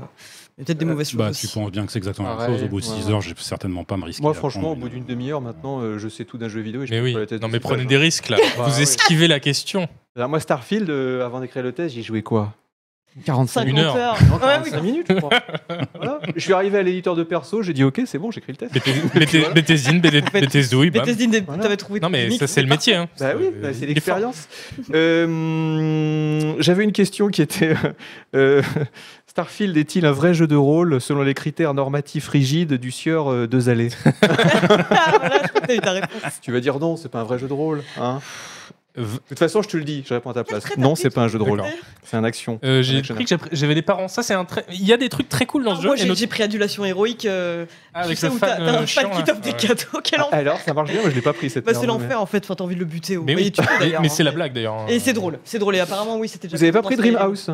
C: et Peut-être des
A: Euh,
C: mauvaises choses.
B: bah, tu
C: aussi.
B: penses bien que c'est exactement la même
A: Pareil,
B: chose. Au bout de
A: ouais.
B: 6 heures, j'ai certainement pas me risquer.
A: Moi,
B: à
A: franchement,
B: prendre
A: au bout
B: une-
A: d'une demi-heure, maintenant, euh, je sais tout d'un jeu vidéo et je
D: Mais
A: me
D: oui,
A: prends la tête
D: non
A: de
D: mais
A: ce
D: prenez
A: page.
D: des risques là,
A: Bah,
D: vous
A: oui.
D: esquivez
A: (laughs)
D: la question.
A: Alors, moi, Starfield, euh, avant d'écrire le test, j'ai joué quoi 45
C: 50
D: Une
A: minutes.
D: heure.
C: heures.
A: Non,
C: Ouais, oui,
A: 45 minutes,
D: (laughs)
A: je crois. Voilà. Je suis arrivé à l'éditeur de perso, j'ai dit OK, c'est bon, j'écris le test.
D: Bethesda, Bethesda, bam.
C: Bethesda, des-
A: Voilà.
C: t'avais trouvé.
D: bah. Non, mais
C: technique,
D: ça, c'est le
C: pas-
D: métier. Hein.
A: Bah oui,
D: Euh,
A: bah, c'est
D: il est fort.
A: l'expérience. Euh, J'avais une question qui était euh, Starfield est-il un vrai jeu de rôle selon les critères normatifs rigides du sieur euh, de Zalé
C: Ah, voilà, t'as eu ta réponse.
A: Tu vas dire non, c'est pas un vrai jeu de rôle. Hein
D: V-
A: de toute façon, je te le dis, je réponds à ta place.
C: très
A: Non,
C: tactique.
A: c'est pas un jeu de rôle,
D: D'accord.
C: Ah,
A: c'est un action.
D: Euh, j'ai
A: Action.
D: appris que j'appre- j'avais des parents. Ça, c'est un très. Il y a des trucs très cool dans
C: Ah,
D: ce jeu.
C: Moi,
D: et
C: j'ai
D: notre-
C: j'ai pris adulation héroïque. euh,
D: Ah, avec
C: tu sais,
D: le
C: où
D: fan,
C: t'as t'as
D: euh,
C: un fan
D: chiant,
C: qui
D: là.
C: t'offre des
D: Ouais.
C: cadeaux. Quel
A: Ah,
C: enfer.
A: alors, ça marche bien, moi je l'ai pas pris cette
C: Bah, c'est
A: merde, mais-
C: l'enfer en fait, enfin, t'as envie de le buter. oh.
D: Mais,
C: Et
D: oui.
C: tu peux,
D: mais,
C: d'ailleurs,
D: mais
C: hein.
D: c'est la blague d'ailleurs.
C: Et c'est drôle, c'est drôle. Et apparemment, oui, c'était déjà.
A: Vous avez pas pris
C: dans Skyrim.
A: Dreamhouse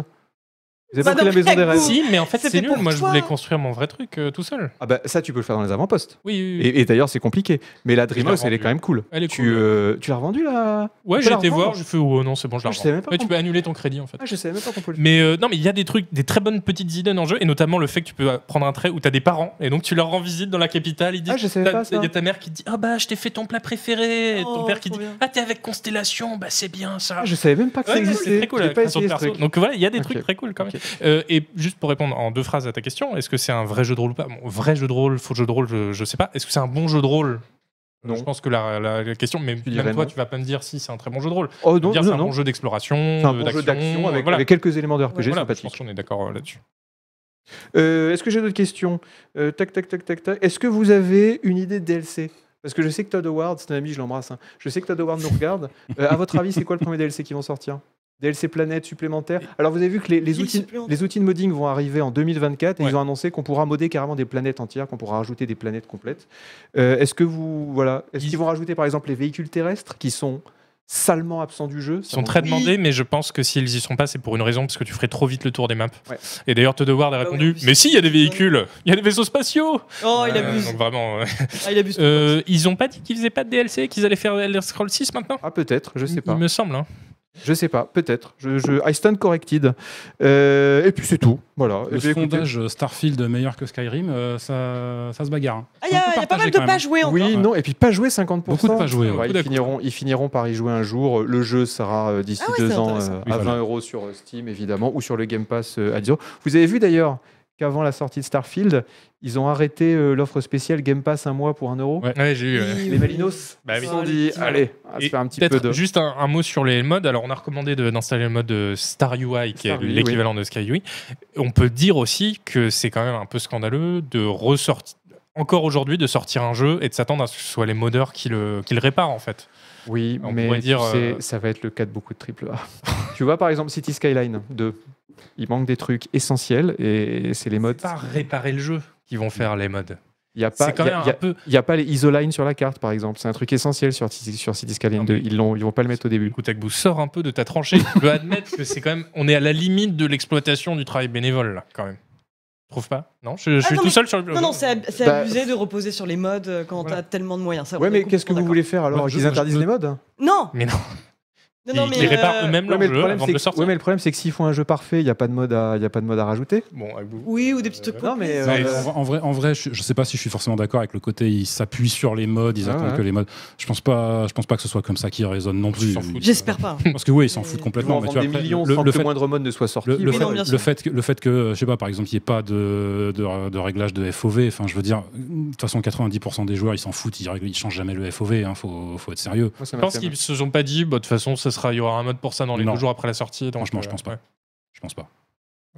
A: Vous avez
C: Bah
A: pas pris
C: non,
A: la maison des
C: mais-
A: rêves
D: (laughs) Si, mais en fait,
C: C'était
D: c'est nul.
C: pour
D: Moi, je
C: toi.
D: voulais construire mon vrai truc euh, tout seul.
A: Ah bah ça tu peux le faire dans les avant-postes.
D: Oui, oui, oui.
A: Et, et d'ailleurs c'est compliqué. Mais la Dreamhouse
D: Je l'ai
A: elle est
D: revendue.
A: quand même cool.
D: Elle est
A: tu
D: cool.
A: euh, tu l'as revendue là on
D: ouais,
A: peut
D: j'ai
A: la
D: été voir.
A: revendre
D: J'ai fait, oh non, c'est bon, je la
A: Ah, je
D: revends.
A: savais même pas
D: Ouais, tu
A: qu'on-
D: peux annuler ton crédit en fait.
A: Ah je savais même pas qu'on pouvait le
D: Mais euh, non, mais il y a des trucs, des très bonnes petites idées dans le jeu, et notamment le fait que tu peux prendre un trait où t'as des parents, et donc tu leur rends visite dans la capitale. Ils disent,
A: Ah, je savais
D: t'as-
A: pas ça.
D: Il y a ta mère qui dit, ah bah, je t'ai fait ton plat préféré. et ton
C: Oh,
D: père qui
C: trop
D: dit,
C: bien.
D: ah t'es avec Constellation, bah c'est bien ça.
A: Ah, je savais même pas que ça
D: Ouais, ouais,
A: existait.
D: c'est très cool
A: J'ai
D: la
A: pas
D: création de
A: essayé ce
D: perso.
A: truc.
D: Donc voilà, il y a des
A: Ok.
D: trucs très cool quand même.
A: Ok.
D: Euh, et juste pour répondre en deux phrases à ta question, est-ce que c'est un vrai jeu de rôle ou pas Bon, Vrai jeu de rôle, faux jeu de rôle, je, je sais pas. Est-ce que c'est un bon jeu de rôle
A: Non.
D: Je pense que la, la- la question, mais
A: Tu dirais
D: même toi,
A: non.
D: tu vas pas me dire si c'est un très bon jeu de rôle.
A: Oh
D: Tu vas
A: non
D: me dire c'est
A: non
D: un
A: non.
D: bon jeu d'exploration,
A: C'est un
D: euh,
A: bon jeu d'action avec,
D: voilà.
A: avec quelques éléments de RPG
D: Voilà, je pense
A: sympathiques.
D: qu'on est d'accord euh, là-dessus.
A: Euh, Est-ce que j'ai d'autres questions Euh, Tac, tac, tac, tac, tac. Est-ce que vous avez une idée de DLC Parce que je sais que Todd Howard, c'est un ami, je l'embrasse. hein. Je sais que Todd Howard nous regarde. Euh, à votre avis, c'est quoi le premier DLC qui vont sortir DLC planète supplémentaire. Alors vous avez vu que les, les
C: Il
A: outils,
C: supplémentaire.
A: les outils de modding vont arriver en 2024 et
D: Ouais.
A: ils ont annoncé qu'on pourra modder carrément des planètes entières, qu'on pourra rajouter des planètes complètes. Euh, Est-ce que vous voilà, est-ce
D: Ils-
A: qu'ils vont rajouter par exemple les véhicules terrestres qui sont salement absents du jeu
D: Ils sont très
C: Oui.
D: demandés, mais je pense que s'ils y sont pas, c'est pour une raison, parce que tu ferais trop vite le tour des maps.
A: Ouais.
D: Et d'ailleurs, Todd Howard a
C: Ah ouais,
D: répondu
C: en plus,
D: Mais si, il y a des
C: ouais.
D: véhicules Il y a des vaisseaux spatiaux
C: Oh, il
A: Ouais.
D: Euh,
C: abuse.
D: Donc vraiment. euh,
C: Ah, il abuse.
D: euh, ils ont pas dit qu'ils faisaient pas de DLC, qu'ils allaient faire Elder Scrolls 6 maintenant
A: Ah peut-être, je sais
D: Il-
A: pas.
D: Il me semble. hein.
A: Je sais pas, peut-être. Je, je, I stand corrected. Euh, et puis c'est tout. Voilà. Eh
B: Le
A: bien, écoutez-
B: sondage euh, Starfield meilleur que Skyrim, euh, ça, ça se bagarre. hein.
C: Ah, il y a,
B: C'est un peu
C: il y a pas mal
B: partagé
C: de
B: quand même. hein.
C: pas joués encore.
A: Oui,
B: ouais.
A: non, et puis pas jouer 50%.
B: Beaucoup de pas jouer, ouais.
A: Ouais, ils,
D: Beaucoup
A: finiront, ils finiront par y jouer un jour. Le jeu sera euh, d'ici
C: Ah ouais,
A: deux
C: c'est
A: ans
C: intéressant.
A: euh,
B: Oui,
A: à 20
B: voilà.
A: euros sur euh, Steam, évidemment, ou sur le Game Pass euh, à 10 euros. Vous avez vu d'ailleurs qu'avant la sortie de Starfield, ils ont arrêté euh, l'offre spéciale Game Pass un mois pour 1 euro.
B: Ouais.
D: Ouais, j'ai eu. ouais.
A: Les Malinos
D: Bah
A: se
D: oui.
A: sont
C: Ah, les
A: dit
C: petits
A: allez, on va se
D: Et
A: faire un petit peu
D: Peut-être
A: de.
D: juste un, un mot sur les modes. Alors, on a recommandé de- d'installer le mode euh, Star UI, qui
A: Star
D: est
A: UI,
D: l'équivalent de Sky UI. On peut dire aussi que c'est quand même un peu scandaleux de ressortir, encore aujourd'hui, de sortir un jeu et de s'attendre à ce que ce soit les modeurs qui le, qui le réparent, en fait.
A: Oui,
D: On
A: mais
D: pourrait
A: tu
D: dire,
A: sais,
D: euh,
A: ça va être le cas de beaucoup de triple A. (laughs) tu vois, par exemple, City Skyline 2. Il manque des trucs essentiels et c'est les modes.
D: Pas réparer le jeu qu'ils vont faire, les modes.
A: Il n'y a pas.
D: C'est quand
A: il y a-
D: même
A: il y
D: un
A: a-
D: peu.
A: Il n'y a pas les isolines sur la carte, par exemple. C'est un truc essentiel sur, City- sur City Skyline
D: Non,
A: 2.
D: mais-
A: Ils ne vont pas le mettre au début.
D: Koutagbou, sors un peu de ta tranchée. Je peux admettre que c'est quand même. On est à la limite de l'exploitation du travail bénévole, là, quand même. Tu trouves pas Non Je, je suis
C: Ah non,
D: tout
C: mais-
D: seul sur le.
C: Non, non, c'est ab- c'est
A: Bah,
C: abusé de reposer sur les modes euh, quand
D: Voilà.
C: t'as tellement de moyens. Ça, on
A: Ouais,
C: est
A: mais qu'est-ce que vous
C: complètement
A: voulez faire alors
D: Moi, je-
A: Qu'ils
D: moi, je
A: interdisent
D: me-
A: les modes
C: d'accord.
D: Mais non,
C: Non, non, non,
D: ils,
C: mais.
D: ils réparent
C: euh,
D: eux-mêmes
A: ouais
D: leur
A: mais,
D: jeu
A: le problème,
D: avant de
A: c'est
D: le
A: que,
D: sortir.
A: ouais, mais le problème, c'est que s'ils font un jeu parfait, il n'y a, pas de mode à- il y a pas de mode à rajouter.
D: Bon, Agbou,
C: Oui, ou des petits trucs
D: euh,
A: Non, mais,
C: pop-up.
A: euh,
B: Ouais,
A: Ouais.
B: en vrai- en vrai, en vrai, je, je sais pas si je suis forcément d'accord avec le côté ils s'appuient sur les modes, ils
A: Ah,
B: attendent
A: ouais.
B: que les modes. Je pense pas, je pense pas que ce soit comme ça qui résonne non plus.
D: s'en foutent.
C: J'espère pas.
B: Ils- Parce que oui, ils s'en
C: Mais-
B: foutent
A: Ils vont en
B: complètement. mais tu
A: vendre des
B: vois, après,
A: millions
B: le,
A: sans
B: le
A: que le
B: fait,
A: moindre mode ne soit sorti.
B: le, le
A: Oui,
B: fait,
C: non, bien
B: le
C: sûr.
B: fait que, le fait que, je sais pas, par exemple, il n'y ait pas de, de, de réglage de FOV, enfin, je veux dire, de toute façon, 90% des joueurs, ils s'en foutent, ils, règlent- ils changent jamais le FOV, hein, faut, faut être sérieux.
A: moi, ça
D: Je pense
A: m'intéresse.
D: qu'ils se sont pas dit, bah, de toute façon, ça sera, il y aura un mode pour ça dans les
B: Non.
D: deux jours après la sortie. donc,
B: Franchement, je
D: euh,
B: pense pas.
D: ouais.
B: Je pense pas.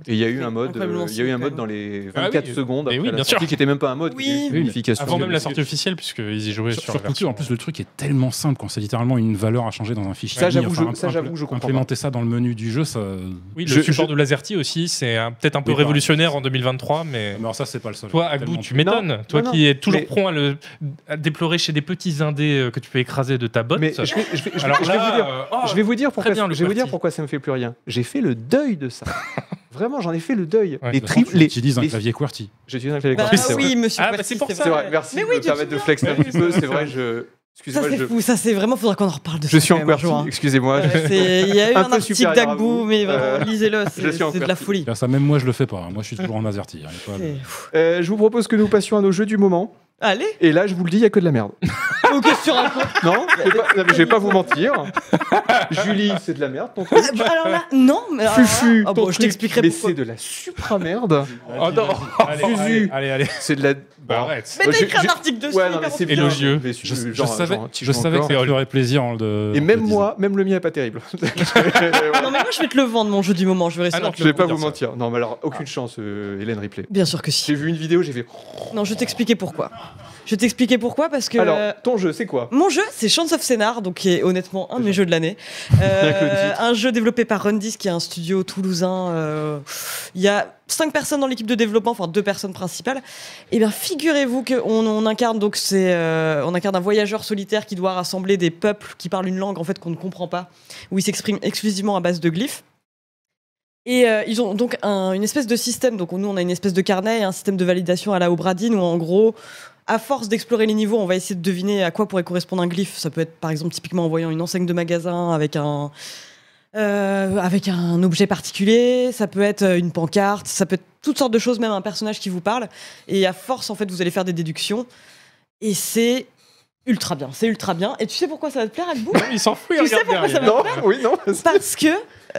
A: Et il y a eu un mode,
C: Incroyablement
A: euh, il y a eu un
C: simple,
A: mode
C: quand
A: dans les
D: Ah oui,
A: 24
D: euh,
A: secondes
D: mais
A: après
D: oui,
A: la
D: bien
A: sortie,
D: sûr.
A: qui n'était même pas un mode, qui
C: Oui.
A: était une
B: Oui, mais
A: unification.
D: Avant même la
A: Parce que
D: sortie officielle, puisqu'ils y jouaient sur,
B: Sur-
D: la
B: Surtout que,
D: version,
B: en plus, le truc est tellement simple quand c'est littéralement une valeur à changer dans un fichier.
A: Ça,
B: MIDI,
A: j'avoue, je- ça,
B: implé-
A: j'avoue, je comprends pas.
B: Implémenter ça dans le menu du jeu, ça.
D: Oui, le
A: Je-
D: support
A: je-
D: de Lazerty aussi, c'est un- peut-être un peu
B: Oui, pareil.
D: révolutionnaire en 2023, mais.
B: Mais alors, ça, c'est pas le seul.
D: Toi,
B: Tellement
D: Agbou, tu
B: plus.
D: m'étonnes. Toi
A: non,
D: qui es toujours
A: mais-
D: prompt à, le, à déplorer chez des petits indés euh, que tu peux écraser de ta botte.
A: Mais je vais, je vais- je-
D: Alors
A: je vais
D: là,
A: vous dire,
D: euh, oh,
A: je vais vous dire pourquoi,
D: bien, le
A: je vais vous dire
D: QWERTY.
A: pourquoi ça me fait plus rien. J'ai fait le deuil de
D: (laughs)
A: ça. Vraiment, j'en ai fait le deuil.
D: Ouais,
A: les
B: De toute façon,
A: triples,
B: tu
A: les.
B: utilises un
A: les-
B: clavier QWERTY.
A: J'utilise un clavier
C: Bah
A: comme ça, c'est vrai.
C: oui, monsieur.
D: Ah, bah,
C: Berti,
D: c'est pour ça.
A: C'est
D: Ouais.
A: vrai, merci
C: Mais
A: de
C: oui,
A: me
C: tu
A: permettre de
C: te
A: flexer un
D: souviens.
A: petit peu. C'est vrai, je.
C: Ça,
A: Excusez-moi,
C: c'est
A: je,
C: fou. Ça, c'est vraiment. Faudra qu'on en reparle de ça.
A: je suis en
C: quand même, un jour, hein.
A: QWERTY, excusez-moi.
C: Ouais, c'est- Il y a eu
A: Un
C: un
A: peu
C: article
A: supérieur à
C: d'Agbou,
A: vous.
C: mais vraiment,
A: Euh,
C: lisez-le,
A: je
C: c'est
A: suis en
C: c'est de la
A: QWERTY.
C: folie.
B: Car ça, même moi, je le fais pas. hein. Moi, je suis toujours en azerty. hein.
D: Ah,
B: Y a pas de-
A: (laughs) (laughs)
C: C'est-
A: Euh, je vous propose que nous passions à nos jeux du moment. (laughs)
C: Allez,
A: Et là, je vous le dis, il n'y a que de la merde.
C: donc sur un coup.
A: Non, c'est pas- non, mais je vais pas vous mentir. Julie, c'est de la merde. Ton truc.
C: Ah, bah, Alors là, non, mais. alors là-
A: Fufu, ton
C: Ah bon, je
A: truc,
C: t'expliquerai
A: mais
C: pourquoi.
A: c'est de la supra merde.
D: Oh non allez,
A: Suzu.
D: allez, allez, allez.
A: C'est de la.
D: Bah, arrête.
C: Mais
A: Moi,
C: t'as
A: j'ai-
C: écrit un
A: j'ai-
C: article dessus.
A: Ouais, non, mais
C: hyper
A: c'est
C: obscur.
A: bien.
D: Élogieux.
A: Mais
B: Je, je
A: genre-
B: savais,
A: genre un petit jeu
B: je savais que
A: encore.
B: ça te ferait plaisir. hein, en le-
A: Et
B: en
A: même
B: le disant.
A: moi, même le mien est pas (laughs) terrible.
C: Non, mais moi, je vais te le vendre, mon jeu du moment. Je vais réussir
D: Ah non,
C: à te
A: je
C: le
A: vais pas
D: dire
A: vous
D: ça.
A: mentir. Non, mais alors, aucune chance, euh, Hélène Ripley.
C: Bien sûr que si.
A: J'ai vu une vidéo, j'ai fait.
D: Oh.
C: Non, je vais t'expliquer pourquoi. Je vais t'expliquer pourquoi parce que. euh,
A: Alors, ton jeu, c'est quoi
C: Mon jeu, c'est Chance of Scénar, donc qui est honnêtement un de mes jeux de l'année.
A: Rien que le
C: Euh,
A: titre.
C: un jeu développé par Rundis, qui est un studio toulousain. euh, Il y a cinq personnes dans l'équipe de développement, enfin deux personnes principales. Et bien, figurez-vous qu'on on incarne donc c'est, euh, on incarne un voyageur solitaire qui doit rassembler des peuples qui parlent une langue en fait qu'on ne comprend pas, où ils s'expriment exclusivement à base de glyphes. Et euh, ils ont donc un- une espèce de système. Donc nous, on a une espèce de carnet et un système de validation à la Obradine où en gros, à force d'explorer les niveaux, on va essayer de deviner à quoi pourrait correspondre un glyphe. Ça peut être par exemple typiquement en voyant une enseigne de magasin avec un euh, avec un objet particulier. Ça peut être euh, une pancarte. Ça peut être toutes sortes de choses, même un personnage qui vous parle. Et à force, en fait, vous allez faire des déductions. Et c'est ultra bien. C'est ultra bien. Et tu sais pourquoi ça va te plaire, Agbou
D: Il s'en fout, il
C: Tu sais
D: regarde
C: pourquoi ça
D: derrière.
C: va-
A: Non, oui, non.
C: Parce que euh,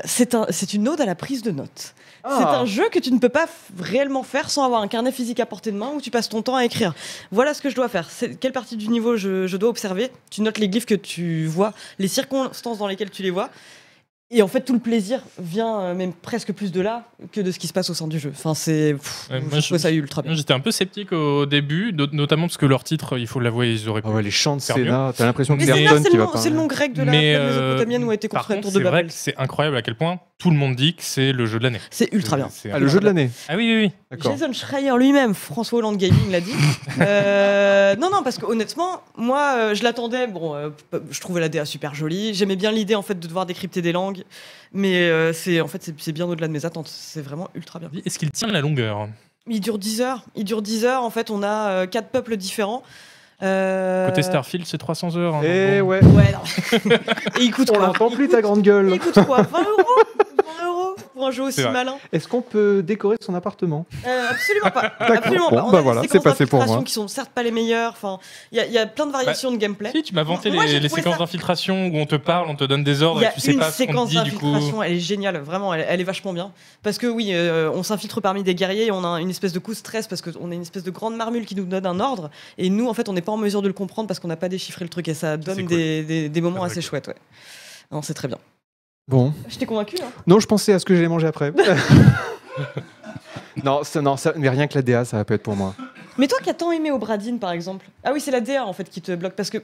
C: c'est un, c'est une ode à la prise de notes. C'est
A: Ah.
C: un jeu que tu ne peux pas f- réellement faire sans avoir un carnet physique à portée de main où tu passes ton temps à écrire. Voilà ce que je dois faire. C'est- Quelle partie du niveau je, je dois observer Tu notes les glyphes que tu vois, les circonstances dans lesquelles tu les vois. Et en fait, tout le plaisir vient euh, même presque plus de là que de ce qui se passe au sein du jeu. Enfin, c'est. pff,
D: Ouais,
C: je
D: moi,
C: trouve
D: je-
C: ça ultra bien.
D: J'étais un peu sceptique au début, not- notamment parce que leur titre, il faut l'avouer, ils auraient pu.
A: Ah ouais, les chants de
D: Faire mieux.
A: Sénat, t'as l'impression que
C: Mais c'est là,
A: Berton
C: c'est
A: qui
C: le,
A: va
C: nom- c'est
A: parler.
C: le nom grec de la
D: Mais,
C: plaine
D: euh,
C: mésopotamienne où a été
D: Par
C: construite la
D: contre,
C: tour
D: c'est
C: de
D: vrai
C: Babel.
D: que c'est incroyable à quel point tout le monde dit que c'est le jeu de l'année.
C: C'est ultra bien.
D: C'est-
A: Ah, le jeu de l'année,
D: Ah oui, oui, oui.
A: d'accord.
C: Jason Schreier lui-même, François Hollande Gaming l'a dit. Euh, non, non, parce que honnêtement, moi, euh, je l'attendais. Bon, euh, p- je trouvais la DA super jolie. J'aimais bien l'idée en fait de devoir décrypter des langues, mais euh, c'est en fait c'est- c'est bien au-delà de mes attentes. C'est vraiment ultra bien.
D: Est-ce qu'il tient la longueur
C: Il dure 10 heures. Il dure 10 heures. En fait, on a euh, quatre peuples différents. Euh,
D: Côté Starfield, c'est 300 heures. hein,
A: Eh
D: donc bon.
A: ouais,
C: Ouais.
D: (laughs)
C: non. Et il coûte
A: on
C: quoi
A: l'entend
C: Il
A: plus
C: coûte-
A: ta grande gueule.
C: Il coûte quoi 20 euros 20 euros pour un jeu aussi
D: C'est vrai.
C: malin
A: Est-ce qu'on peut décorer son appartement
C: Euh, absolument
D: (laughs)
C: pas. absolument
A: Bon,
C: pas. On a
D: ben
A: bah
C: des
A: voilà,
C: séquences
A: c'est passé pour
C: d'infiltration
A: moi.
C: qui sont certes pas les meilleures. Enfin, il y, a- il y a plein de variations de gameplay.
D: Bah, Si, tu m'as vanté
C: Moi, j'ai
D: les, les
C: trouvé
D: séquences
C: ça-
D: d'infiltration où on te parle, on te donne des
C: Il
D: ordres
C: y
D: et
C: a
D: tu sais
C: une
D: pas ce qu'on
C: séquence
D: te dit du coup.
C: d'infiltration, elle est géniale, vraiment, elle, elle est vachement bien. Parce que oui, euh, on s'infiltre parmi des guerriers, et on a une espèce de coup de stress parce qu'on a une espèce de grande marmule qui nous donne un ordre, et nous, en fait, on n'est pas en mesure de le comprendre parce qu'on n'a pas déchiffré le truc, et ça donne
D: cool.
C: des, des- des moments
D: Ah,
C: assez
D: ok.
C: chouettes, ouais. Non, c'est très bien.
A: Bon.
C: Je t'ai convaincu, hein
A: Non, je pensais à ce que j'allais manger
C: (laughs)
A: après. (laughs) non, ça, non ça, mais rien que la DA, ça va pas être pour moi.
C: Mais toi qui as tant aimé Obradine par exemple. Ah oui, c'est la DA en fait qui te bloque parce que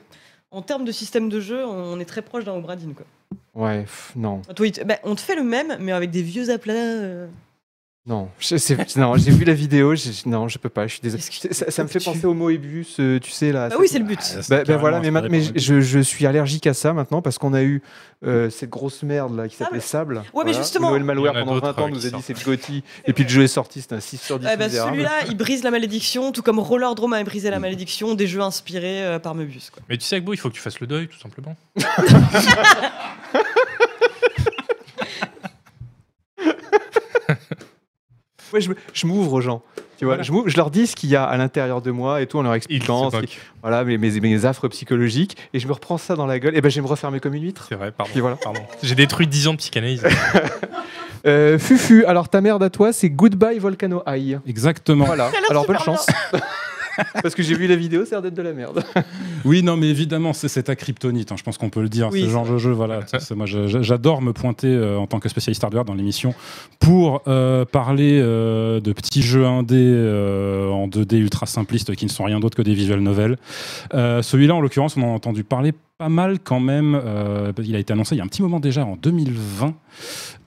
C: en termes de système de jeu, on est très proche d'un Obradine quoi.
A: Ouais, pff, non,
C: Toi, il te- bah, on te fait le même mais avec des vieux aplats. euh,
A: non. Je- c'est- non, J'ai vu la vidéo, j'ai- non, je peux pas, je suis désolé.
C: Qu'est-ce que-
A: Ça, ça me fait
C: qu'est-ce que tu-
A: penser au Moebius, euh, tu sais, là.
C: Bah
A: cette-
C: oui, c'est le but.
B: Ah, ça, c'est
A: Ben, ben
B: carrément
A: voilà, mais, ma-
B: inspiré
A: mais
B: par
A: je, je- je suis allergique à ça maintenant parce qu'on a eu euh, cette grosse merde là qui
C: Sable.
A: s'appelait Sable.
C: Ouais, mais
A: Voilà,
C: justement-
A: où Noël
D: Il y
A: Malware
D: en a
A: pendant
D: d'autres,
A: 20 ans
D: euh,
A: nous
D: qui
A: a dit
D: sortent.
A: c'est le Gotti. Et puis le jeu est sorti, c'était un 6 sur 10.
C: Ah bah,
A: misérable.
C: celui-là, il brise la malédiction, tout comme Roller Drome a brisé la malédiction des jeux inspirés euh, par Moebius. Quoi.
D: Mais tu sais, Agbo, il faut que tu fasses le deuil, tout simplement.
A: Ouais, je me- je m'ouvre aux gens. Tu vois,
D: Voilà.
A: je, m'ouvre- je leur dis ce qu'il y a à l'intérieur de moi et tout en leur
D: Il se
A: expliquant ce qui-
D: moque.
A: voilà, mes, mes, mes affres psychologiques et je me reprends ça dans la gueule. Et ben je vais me refermer comme une huître.
D: C'est vrai,
A: Puis
D: pardon.
A: voilà.
D: pardon. J'ai détruit 10 ans de psychanalyse.
A: Euh, Fufu, alors ta merde à toi, c'est Goodbye Volcano High.
B: Exactement.
A: (laughs) Voilà,
C: Ça a l'air
A: alors bonne
C: super
A: chance. Parce que j'ai vu la vidéo, ça a l'air d'être de la merde.
B: Oui, non, mais évidemment, c'est c'est ta kryptonite. hein, je pense qu'on peut le dire.
C: Oui,
B: ce
C: c'est
B: genre de
A: (laughs)
B: jeu, voilà. c'est- c'est- moi, je- je- j'adore me pointer euh, en tant que spécialiste hardware dans l'émission pour euh, parler euh, de petits jeux indés euh, en 2D ultra simplistes qui ne sont rien d'autre que des visual novels. Euh, Celui-là, en l'occurrence, on en a entendu parler pas mal quand même. euh, il a été annoncé il y a un petit moment déjà, en 2020.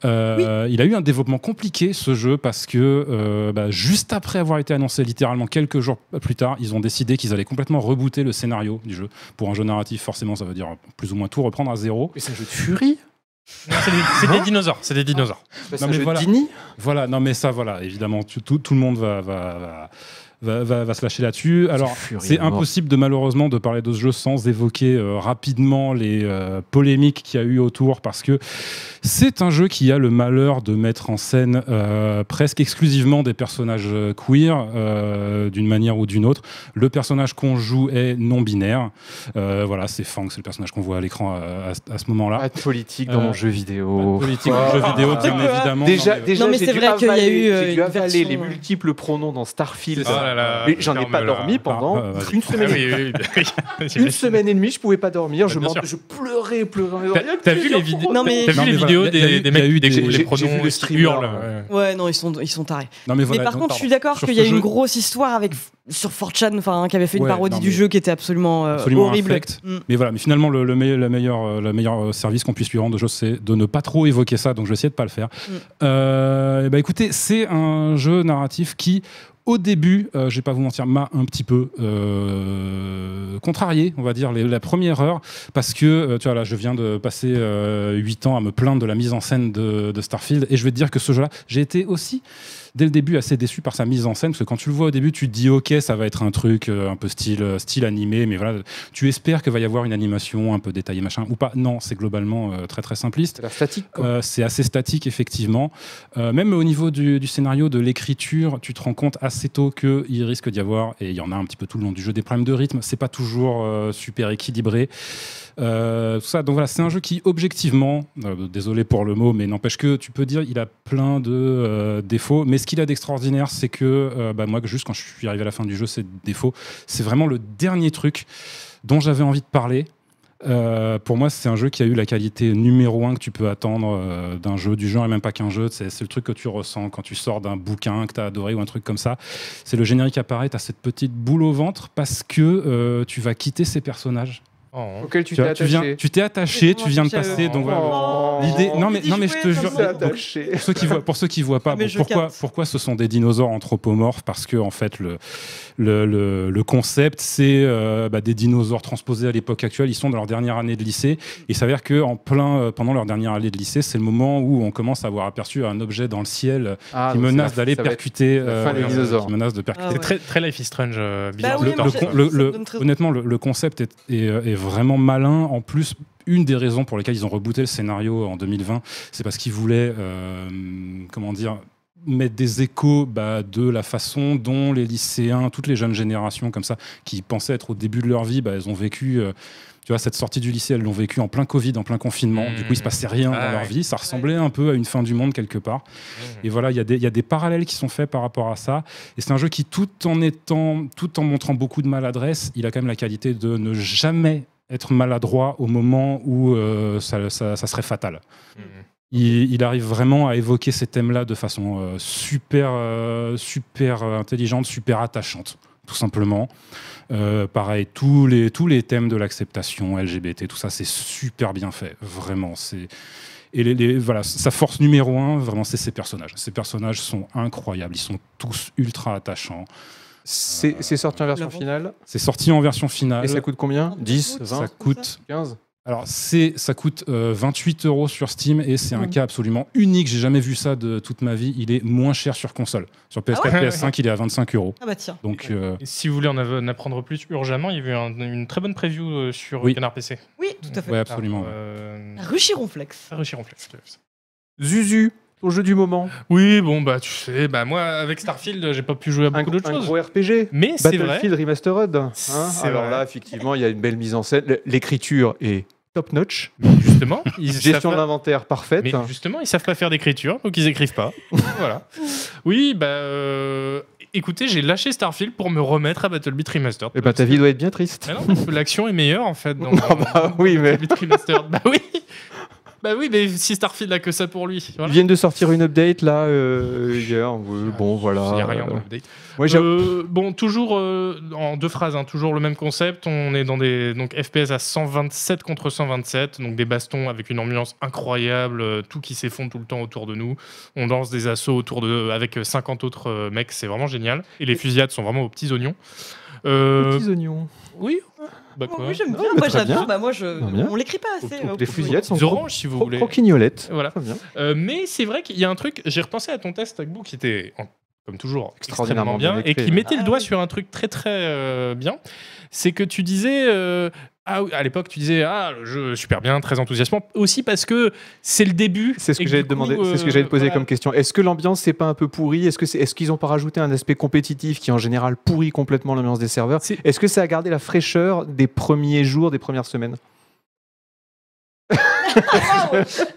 B: Euh, Il a eu un développement compliqué ce jeu parce que euh, bah, juste après avoir été annoncé, littéralement quelques jours plus tard, ils ont décidé qu'ils allaient complètement rebooter le scénario du jeu. Pour un jeu narratif, forcément, ça veut dire plus ou moins tout reprendre à zéro.
A: Mais c'est un jeu de furie.
D: Non, c'est des, c'est des dinosaures, c'est des dinosaures.
A: C'est
B: Non,
A: un
B: mais
A: jeu
B: voilà.
A: de Dini.
B: Voilà, non mais ça, voilà, évidemment, tu- tout, tout le monde va, va, va, va, va- va se lâcher là-dessus. Alors,
A: furieux
B: c'est
A: à mort.
B: impossible de malheureusement de parler de ce jeu sans évoquer euh, rapidement les euh, polémiques qu'il y a eu autour, parce que c'est un jeu qui a le malheur de mettre en scène euh, presque exclusivement des personnages euh, queer, euh, d'une manière ou d'une autre. Le personnage qu'on joue est non-binaire. Euh, voilà, c'est Fang, c'est le personnage qu'on voit à l'écran euh, à, à ce moment-là.
A: Pas de politique dans
B: Euh,
A: mon jeu vidéo.
B: Politique du jeu vidéo, bien
C: (laughs) Ah.
B: évidemment.
A: Déjà,
B: Non, mais-
A: déjà
C: Non, mais
A: j'ai
C: c'est
A: dû
C: vrai qu'il y a
A: avaler-
C: eu, euh,
A: J'ai dû
C: une
A: avaler
C: version,
A: les
C: euh,
A: multiples pronoms dans Starfield.
D: Oh là là,
A: Mais j'en ai pas
D: ferme-la.
A: dormi pendant
B: Ah, bah,
A: une
D: Ah
A: semaine.
D: oui, oui, oui, (laughs) oui.
A: Une semaine et demie, je pouvais pas dormir, je,
D: Bah, bien
A: m'en-
D: sûr.
A: je pleurais, pleurais.
D: T'as- T'as vu les vidéos
C: Non, mais-
D: T'as vu
B: Non, mais
D: les
B: voilà, il y
D: vidéos
B: a- il y a eu-
D: des, des mecs
B: il y a eu
D: qui
B: des-
D: découvrent
A: j'ai-
D: les
A: j'ai vu
D: pronoms
A: le
D: et qui
A: streamer,
D: hurlent. euh,
A: ouais.
D: ouais.
C: Ouais, non, ils sont, ils sont tarés.
B: Non, mais voilà,
C: mais par
B: donc,
C: contre, je
B: pardon.
C: suis d'accord
B: Sur
C: qu'il
B: ce
C: y a une
B: jeu-
C: grosse histoire avec sur 4chan, enfin, hein, qui avait fait une
B: Ouais,
C: parodie
B: non,
C: du
B: mais-
C: jeu qui était absolument, euh,
B: Absolument
C: horrible.
B: infecte.
C: Mm.
B: Mais voilà, mais finalement, le, le meille- la meilleure, euh, la meilleure euh, service qu'on puisse lui rendre, je sais, de ne pas trop évoquer ça, donc je vais essayer de pas le faire.
C: Mm.
B: Euh, eh ben, écoutez, c'est un jeu narratif qui, au début, euh, je vais pas vous mentir, m'a un petit peu euh, contrarié, on va dire, les- la première heure, parce que, euh, tu vois, là, je viens de passer 8 ans à me plaindre de la mise en scène de, de Starfield, et je vais te dire que ce jeu-là, j'ai été aussi dès le début assez déçu par sa mise en scène parce que quand tu le vois au début tu te dis ok ça va être un truc euh, un peu style euh, style animé mais voilà tu espères qu'il va y avoir une animation un peu détaillée machin ou pas non c'est globalement euh, très très simpliste
A: C'est la fatigue, quoi.
B: euh, c'est assez statique, effectivement. Euh, même au niveau du, du scénario, de l'écriture, tu te rends compte assez tôt qu'il risque d'y avoir, et il y en a un petit peu tout le long du jeu, des problèmes de rythme. C'est pas toujours euh, super équilibré. Euh, tout ça, donc voilà, c'est un jeu qui, objectivement, euh, désolé pour le mot, mais n'empêche que tu peux dire il a plein de euh, défauts. Mais ce qu'il a d'extraordinaire, c'est que euh, bah, moi, juste quand je suis arrivé à la fin du jeu, ces défauts, c'est vraiment le dernier truc dont j'avais envie de parler. Euh, pour moi, c'est un jeu qui a eu la qualité numéro un que tu peux attendre euh, d'un jeu du genre, et même pas qu'un jeu. C'est c'est le truc que tu ressens quand tu sors d'un bouquin que tu as adoré ou un truc comme ça. C'est le générique qui apparaît, tu as cette petite boule au ventre parce que euh, tu vas quitter ces personnages.
D: Oh.
A: Auquel Euh, tu
B: Tu
A: t'es
B: vois, tu viens,
A: attaché.
B: tu t'es attaché, tu viens de
C: Oh,
B: passer. Donc voilà.
A: Oh.
B: L'idée, non mais,
C: Petit
B: non mais je te
C: jouet,
B: jure,
A: Tu t'es attaché.
B: pour ceux qui voient, pour ceux qui voient pas,
C: Ah, mais
B: bon,
C: je
B: pourquoi,
C: capte.
B: pourquoi ce sont des dinosaures anthropomorphes Parce que en fait, le, le, le- le concept, c'est euh, bah, des dinosaures transposés à l'époque actuelle. Ils sont dans leur dernière année de lycée. Il s'avère que en plein, euh, pendant leur dernière année de lycée, c'est le moment où on commence à avoir aperçu un objet dans le ciel
A: Ah,
B: qui
A: donc
B: menace
A: ça va-
B: d'aller
A: ça va être-
B: percuter. euh,
A: fin des dinosaures.
B: qui menace de percuter.
C: Ah ouais. Bah
D: C'est très, très Life is Strange, euh, bizarre.
C: oui,
B: Le-
C: mais
D: Temps,
B: le
D: ça.
C: j'ai-
B: con- le-
C: ça me
B: le-
C: donne très-
B: honnêtement, le, le concept est, est- est vraiment malin. En plus, une des raisons pour lesquelles ils ont rebooté le scénario en 2020, c'est parce qu'ils voulaient, euh, comment dire, mettre des échos bah, de la façon dont les lycéens, toutes les jeunes générations comme ça, qui pensaient être au début de leur vie, bah, elles ont vécu. euh, tu vois, cette sortie du lycée, elles l'ont vécu en plein Covid, en plein confinement. Du coup, il se passait rien
D: Ah
B: dans leur
D: ouais.
B: vie. Ça ressemblait un peu à une fin du monde quelque part. Et voilà, il y, a des- il y a des parallèles qui sont faits par rapport à ça. Et c'est un jeu qui, tout en, étant, tout en montrant beaucoup de maladresse, il a quand même la qualité de ne jamais être maladroit au moment où euh, ça, ça- ça serait fatal.
D: Mhm.
B: Il, il arrive vraiment à évoquer ces thèmes-là de façon euh, super, euh, super euh, intelligente, super attachante, tout simplement. Euh, pareil, tous les, tous les thèmes de l'acceptation LGBT, tout ça, c'est super bien fait, vraiment. C'est et les, les- voilà, sa force numéro un, vraiment, c'est ses personnages. Ces personnages sont incroyables, ils sont tous ultra attachants.
A: C'est c'est sorti en version
C: La vente.
A: finale.
B: C'est sorti en version finale.
D: Ah,
A: Et ça coûte combien
C: 10, 20.
B: Ça
C: Comme
B: coûte
A: 15
B: alors, c'est, ça coûte euh, 28 euros sur Steam et c'est un
A: Mmh.
C: Mm.
B: cas absolument unique. J'ai jamais vu ça de toute ma vie. Il est moins cher sur console. Sur PS4,
D: Ah ouais
B: PS5, il est à 25 euros.
C: Ah bah tiens.
B: Donc, euh,
D: Et si vous voulez en, av- en apprendre plus urgemment, il y a eu un- une très bonne preview euh, sur
B: Oui.
D: Canard PC.
C: Oui, tout à fait.
B: ouais, absolument. ouais.
D: Euh,
C: La rue Chironflex.
D: ça réussit en plus.
A: Zuzu, ton jeu du moment.
D: Oui, bon, bah, tu sais, bah, moi, avec Starfield, j'ai pas pu jouer à
A: Un,
D: beaucoup d'autres
A: un
D: choses.
A: gros RPG.
D: Mais c'est vrai.
A: Battlefield Remastered. hein.
D: C'est
A: Alors
D: vrai.
A: là, effectivement, il y a une belle mise en scène. L- L'écriture est top notch.
D: Justement,
A: (laughs)
D: ils savent
A: Gestion de
D: pas-
A: l'inventaire parfaite.
D: Mais justement, ils savent pas faire d'écriture, donc ils
A: (laughs)
D: écrivent pas. voilà. Oui, bah, euh, écoutez, j'ai lâché Starfield pour me remettre à BattleBeat Remastered.
A: Et bah ta vie doit être bien triste.
D: (laughs) Mais non, parce que l'action est meilleure en fait. Dans,
A: (laughs) Ah bah oui, mais
D: BattleBeat Remastered. bah oui. Bah oui, mais si Starfield a que ça pour lui.
A: ils
D: Voilà.
A: viennent de sortir une update là euh, hier. Oui, bon voilà.
D: Il y a rien dans l'update.
A: Moi j'ai
D: Euh, bon, toujours euh, en deux phrases, hein, toujours le même concept. On est dans des donc FPS à 127 contre 127, donc des bastons avec une ambiance incroyable, euh, tout qui s'effondre tout le temps autour de nous. On lance des assauts autour de euh, avec 50 autres euh, mecs, c'est vraiment génial. Et les fusillades sont vraiment aux petits oignons.
A: des
D: Euh,
A: petits oignons.
D: oui. Bah
C: Oh,
D: quoi
C: oui, j'aime
A: Non,
C: bien.
A: mais
C: Moi,
A: très bien.
C: j'adore. Bah, moi, je...
A: Non, bien.
C: on l'écrit pas assez. euh,
A: Les
C: pour-
A: fusillades sont
D: Des
A: pro-
D: oranges si vous
A: pro-
D: voulez.
A: croquignolettes.
D: Voilà.
A: Très bien.
D: Euh, mais c'est vrai qu'il y a un truc. J'ai repensé à ton test, Tagbo, qui était en- comme toujours
A: Extraordinairement
D: extrêmement
A: bien
D: bien, et
A: écrit,
D: qui
A: ouais.
D: mettait
C: Ah
D: le doigt
C: oui.
D: sur un truc très très euh, bien. C'est que tu disais. euh, ah, oui, à l'époque, tu disais ah le jeu est super bien, très enthousiasmant. Aussi parce que c'est le début.
A: C'est ce
D: et
A: que
D: du
A: j'allais te
D: coup,
A: demander, c'est ce que
D: euh,
A: j'allais te poser
D: voilà.
A: comme question. Est-ce que l'ambiance c'est pas un peu pourrie Est-ce que c'est, est-ce qu'ils ont pas rajouté un aspect compétitif qui en général pourrit complètement l'ambiance des serveurs
D: C'est-
A: Est-ce que ça a gardé la fraîcheur des premiers jours, des premières semaines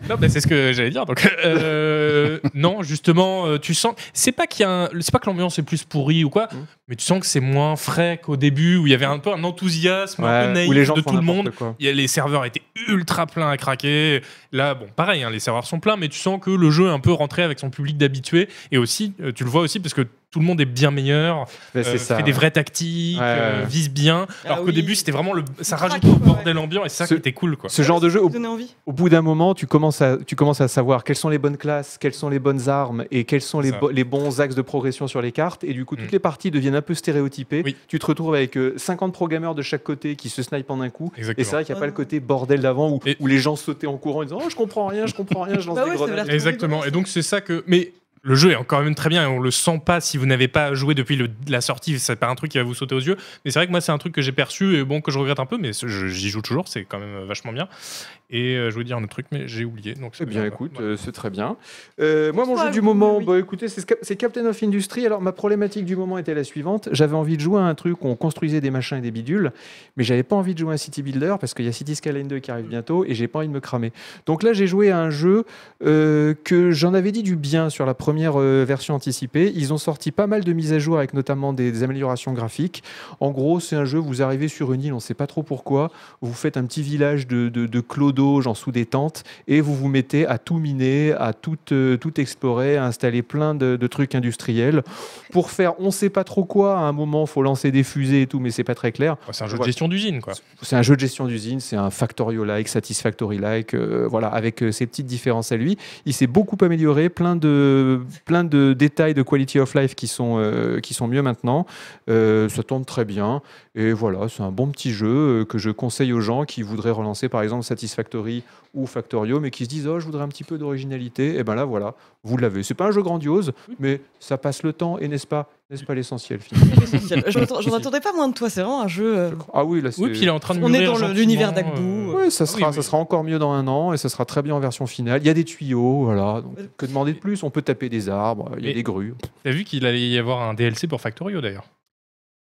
D: Non, bah, c'est ce que j'allais dire. Donc,
A: (laughs)
D: euh, non, justement, euh, tu sens. C'est pas qu'il y a un- c'est pas que l'ambiance est plus pourrie ou quoi,
A: Mm.
D: mais tu sens que c'est moins frais qu'au début où il y avait un peu un enthousiasme un peu
A: Ouais,
D: naïf
A: où les gens
D: de
A: font
D: tout le
A: n'importe
D: monde.
A: quoi.
D: Il y a- les serveurs étaient ultra pleins à craquer. Là, bon, pareil, hein, les serveurs sont pleins, mais tu sens que le jeu est un peu rentré avec son public d'habitués. Et aussi, euh, tu le vois aussi parce que tout le monde est bien meilleur,
A: Ben,
D: euh,
A: c'est ça.
D: fait des vraies tactiques,
A: Ouais,
D: euh,
A: ouais.
D: vise bien.
C: Ah
D: Alors qu'au
C: oui.
D: début, c'était vraiment le, ça
C: Il
D: rajoute
C: craque,
D: au
C: ouais.
D: bordel ambiant et c'est ça
A: Ce-
D: qui était cool, quoi.
A: Ce genre de jeu, au,
C: Donner envie.
A: au bout d'un moment, tu commences, à, tu commences à savoir quelles sont les bonnes classes, quelles sont les bonnes armes et quels sont les,
D: Ça.
A: bo- les bons axes de progression sur les cartes. Et du coup, toutes
D: Mm.
A: les parties deviennent un peu stéréotypées.
D: Oui.
A: Tu te retrouves avec euh, 50 pro-gamers de chaque côté qui se snipent en un coup. Et
D: Exactement.
A: c'est vrai qu'il n'y a
C: Ouais,
A: pas le
C: non.
A: côté bordel d'avant où,
D: Et-
A: où les gens sautaient en courant en disant Oh, je comprends rien, je comprends rien, je lance
C: Bah
A: des
C: ouais, ça avait
A: grenades.
C: l'air
D: Exactement. Et donc c'est ça que. Mais le jeu est encore même très bien et on le sent pas si vous n'avez pas joué depuis le- la sortie. C'est pas un truc qui va vous sauter aux yeux. Mais c'est vrai que moi c'est un truc que j'ai perçu et bon que je regrette un peu, mais ce- je- j'y joue toujours. C'est quand même euh, vachement bien. Et euh, je voulais dire un autre truc, mais j'ai oublié. Donc c'est
A: Eh bien,
D: pas grave.
A: écoute,
D: Voilà.
A: euh, c'est très bien. Euh, moi, mon
C: Ah,
A: jeu du
C: oui,
A: moment,
C: oui.
A: bah, écoutez, c'est Sca- c'est Captain of Industry. Alors, ma problématique du moment était la suivante. J'avais envie de jouer à un truc où on construisait des machins et des bidules, mais j'avais pas envie de jouer à un City Builder parce qu'il y a City Skyline 2 qui arrive bientôt et j'ai pas envie de me cramer. Donc là, j'ai joué à un jeu euh, que j'en avais dit du bien sur la première première euh, version anticipée. Ils ont sorti pas mal de mises à jour avec notamment des, des améliorations graphiques. En gros, c'est un jeu, vous arrivez sur une île, on ne sait pas trop pourquoi, vous faites un petit village de, de, de clodo, genre sous des tentes, et vous vous mettez à tout miner, à tout, euh, tout explorer, à installer plein de, de trucs industriels. Pour faire on ne sait pas trop quoi, à un moment, faut lancer des fusées et tout, mais c'est pas très clair.
D: Enfin, c'est un jeu de
A: Ouais.
D: gestion d'usine, quoi.
A: euh, C'est un jeu de gestion d'usine, c'est un Factorio-like, Satisfactory-like, euh, voilà, avec euh, ses petites différences à lui. Il s'est beaucoup amélioré, plein de, plein de détails de quality of life qui sont, euh, qui sont mieux maintenant. Euh, ça tourne très bien. Et voilà, c'est un bon petit jeu euh, que je conseille aux gens qui voudraient relancer par exemple Satisfactory ou Factorio, mais qui se disent Oh, je voudrais un petit peu d'originalité. Et ben là, voilà, vous l'avez. C'est pas un jeu grandiose, mais ça passe le temps et n'est-ce pas, n'est-ce pas l'essentiel finalement
C: Essentiel. Je m'attends- je m'attendais pas moins de toi, c'est vraiment un jeu. euh,
A: Ah oui, là, c'est.
D: Oui, puis il est en train de
C: On est
D: mûrir
C: dans le-
D: gentiment,
C: l'univers d'Agbu.
D: euh,
A: Oui, ça
D: ah
A: sera,
D: oui,
A: ça
D: oui.
A: sera encore mieux dans un an et ça sera très bien en version finale. Il y a des tuyaux, voilà. donc
C: Ouais.
A: que demander de plus On peut taper des arbres, il y a
D: Mais-
A: des grues.
D: T'as vu qu'il allait y avoir un DLC pour Factorio, d'ailleurs.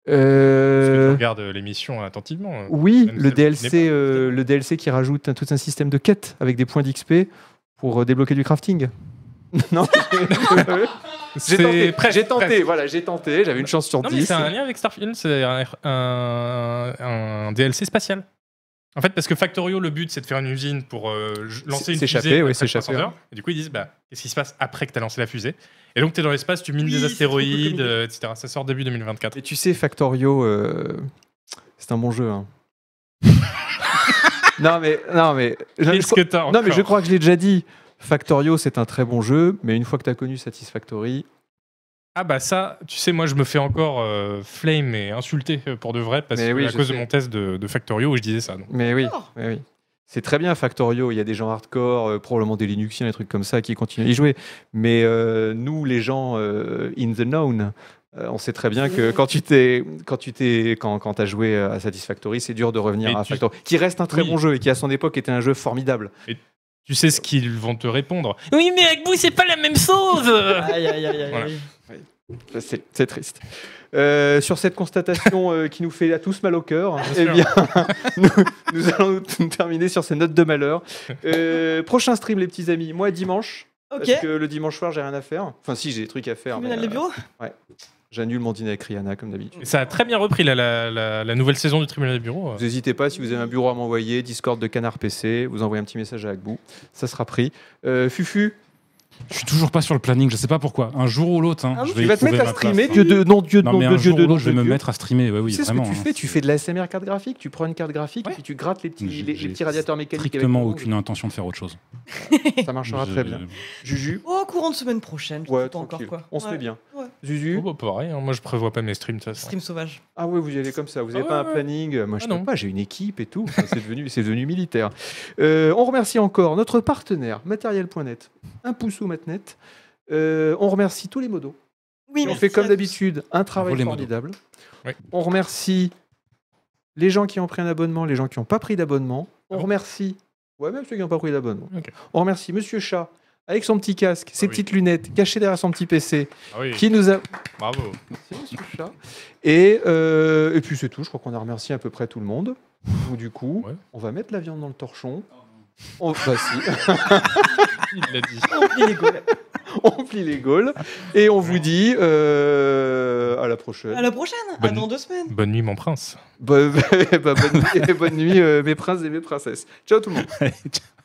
D: Parce que tu
A: Euh,
D: regardes euh, l'émission attentivement. euh.
A: oui,
D: Même si
A: le
D: elle n'est
A: DLC,
D: pas,
A: euh,
D: évidemment.
A: le DLC qui rajoute un- tout un système de quêtes avec des points d'XP pour euh, débloquer du crafting. (laughs)
D: (laughs)
A: non, j'ai tenté,
D: presque,
A: j'ai tenté,
D: presque.
A: voilà, j'ai tenté, j'avais une chance sur
D: Non, mais
A: 10.
D: c'est un lien avec Starfield, c'est un, un- un DLC spatial. En fait, parce que Factorio, le but, c'est de faire une usine pour euh, j- lancer une
A: s'échapper,
D: fusée
A: ouais,
D: après
A: s'échapper,
D: 300 heures. Et du coup, ils disent, bah, qu'est-ce qui se passe après que tu as lancé la fusée Et donc, tu es dans l'espace, tu mines
C: Oui,
D: des
C: c'est trop cool comme
D: astéroïdes,
C: idée.
D: euh, etc. Ça sort début 2024.
A: Et tu sais, Factorio, euh, c'est un bon jeu.
D: (laughs)
A: hein. non, mais. Non, mais je- je
D: Qu'est-ce que t'as
A: Non, mais je
D: encore
A: crois que je l'ai déjà dit. Factorio, c'est un très bon jeu, mais une fois que tu as connu Satisfactory,
D: Ah bah ça, tu sais, moi je me fais encore euh, flame et insulter euh, pour de vrai parce
A: Mais
D: que
A: oui,
D: à
A: je
D: cause de
A: sais.
D: mon test de, de Factorio où je disais ça. donc.
A: mais oui,
C: D'accord.
A: mais oui. C'est très bien Factorio, il y a des gens hardcore, euh, probablement des Linuxiens, des trucs comme ça, qui continuent à y jouer. Mais euh, nous, les gens euh, in the known, euh, on sait très bien que quand tu t'es, quand tu t'es, quand, quand t'as joué à Satisfactory, c'est dur de revenir
D: Mais
A: à
D: tu-
A: Factorio, qui reste un très
D: Oui.
A: bon jeu et qui à son époque était un jeu formidable.
D: Tu sais ce qu'ils vont te répondre.
E: Oui, mais avec vous, c'est pas la même chose
C: Aïe, aïe, aïe, aïe.
D: Voilà.
C: aïe.
A: C'est, c'est triste. Euh, sur cette constatation euh, qui nous fait à tous mal au cœur, eh
D: sûr.
A: bien, (laughs) nous, nous allons nous terminer sur ces notes de malheur. Euh, prochain stream, les petits amis. Moi, dimanche,
C: Ok.
A: parce que le dimanche soir, j'ai rien à faire. Enfin, si, j'ai des trucs à faire. mais,
C: Tribunal des
A: euh, (laughs)
C: bureaux
A: j'annule mon dîner avec Rihanna, comme d'habitude.
D: Et ça a très bien repris la, la- la- la nouvelle saison du Tribunal des Bureaux. euh.
A: Vous n'hésitez pas, si vous avez un bureau à m'envoyer, Discord de Canard PC, vous envoyez un petit message à Agbou, ça sera pris. Euh, Fufu,
B: Je suis toujours pas sur le planning, je sais pas pourquoi. Un jour ou l'autre, hein,
C: Ah oui,
B: je vais
A: tu
B: y
A: vas te
B: trouver
A: mettre à
B: ma
A: streamer,
B: place, hein.
A: Dieu de non, Dieu de
B: Non, mais
A: non,
B: un
A: Dieu
B: jour
A: de
B: ou
A: non,
B: l'autre, je
A: Dieu
B: vais
A: de
B: me
A: Dieu.
B: mettre à streamer. Ouais, oui,
A: c'est ce
B: vraiment.
A: que tu
B: hein.
A: fais, tu fais de la SMR carte graphique, tu prends une carte graphique,
D: Ouais.
A: puis tu grattes les petits,
B: J'ai-
A: les, les
B: j'ai
A: petits radiateurs mécaniques avec
B: Strictement
A: ton
B: aucune intention de faire autre chose.
A: ongle. Ça marchera très
B: Je-
A: bien. Juju,
C: Oh, courant de semaine prochaine. je
A: ouais,
C: sais pas encore
A: tranquille.
C: quoi.
A: On se
C: Ouais.
A: met bien.
C: Ouais.
A: Zuzu,
D: Oh, bah, pareil, hein, moi je prévois pas mes streams. de toute façon.
C: Stream sauvage.
A: ah ouais, vous y allez comme ça, vous n'avez
D: Ah
A: pas
D: ouais,
A: un
D: ouais.
A: planning. Moi, je ne
D: Ah non.
A: pas, j'ai une équipe et tout. Enfin, c'est devenu, c'est devenu militaire. Euh, on remercie encore notre partenaire, matériel.net, un pouce au matnet. Euh, on remercie tous les modos.
C: Oui,
A: Et on
C: merci
A: fait comme
C: à
A: d'habitude un travail
B: Bravo, les modos.
A: formidable.
D: Ouais.
A: On remercie les gens qui ont pris un abonnement, les gens qui n'ont pas pris d'abonnement. On
D: Ah bon
A: remercie, ouais, même ceux qui n'ont pas pris d'abonnement.
D: Ok. Ah
A: On remercie Monsieur Chat avec son petit casque, ses
D: oui.
A: petites lunettes, caché derrière son petit PC,
D: Ah oui,
A: qui nous a.
D: bravo.
A: Merci, Monsieur Chat. Et, euh, et puis c'est tout. Je crois qu'on a remercié à peu près tout le monde. Donc, du coup,
D: Ouais.
A: on va mettre la viande dans le torchon. On, (laughs) bah, si.
D: Il l'a dit.
A: on plie
C: (laughs)
A: les gaules. On plie les gaules. Et on vous dit euh, à la prochaine.
C: tous. À la prochaine. À
D: Bonne-
C: dans deux semaines.
D: Bonne nuit, mon prince.
A: (laughs) Bah, bah, bah, bonne nuit, bonne nuit, euh, mes princes et mes princesses. Ciao tout le monde.
B: Allez, ciao.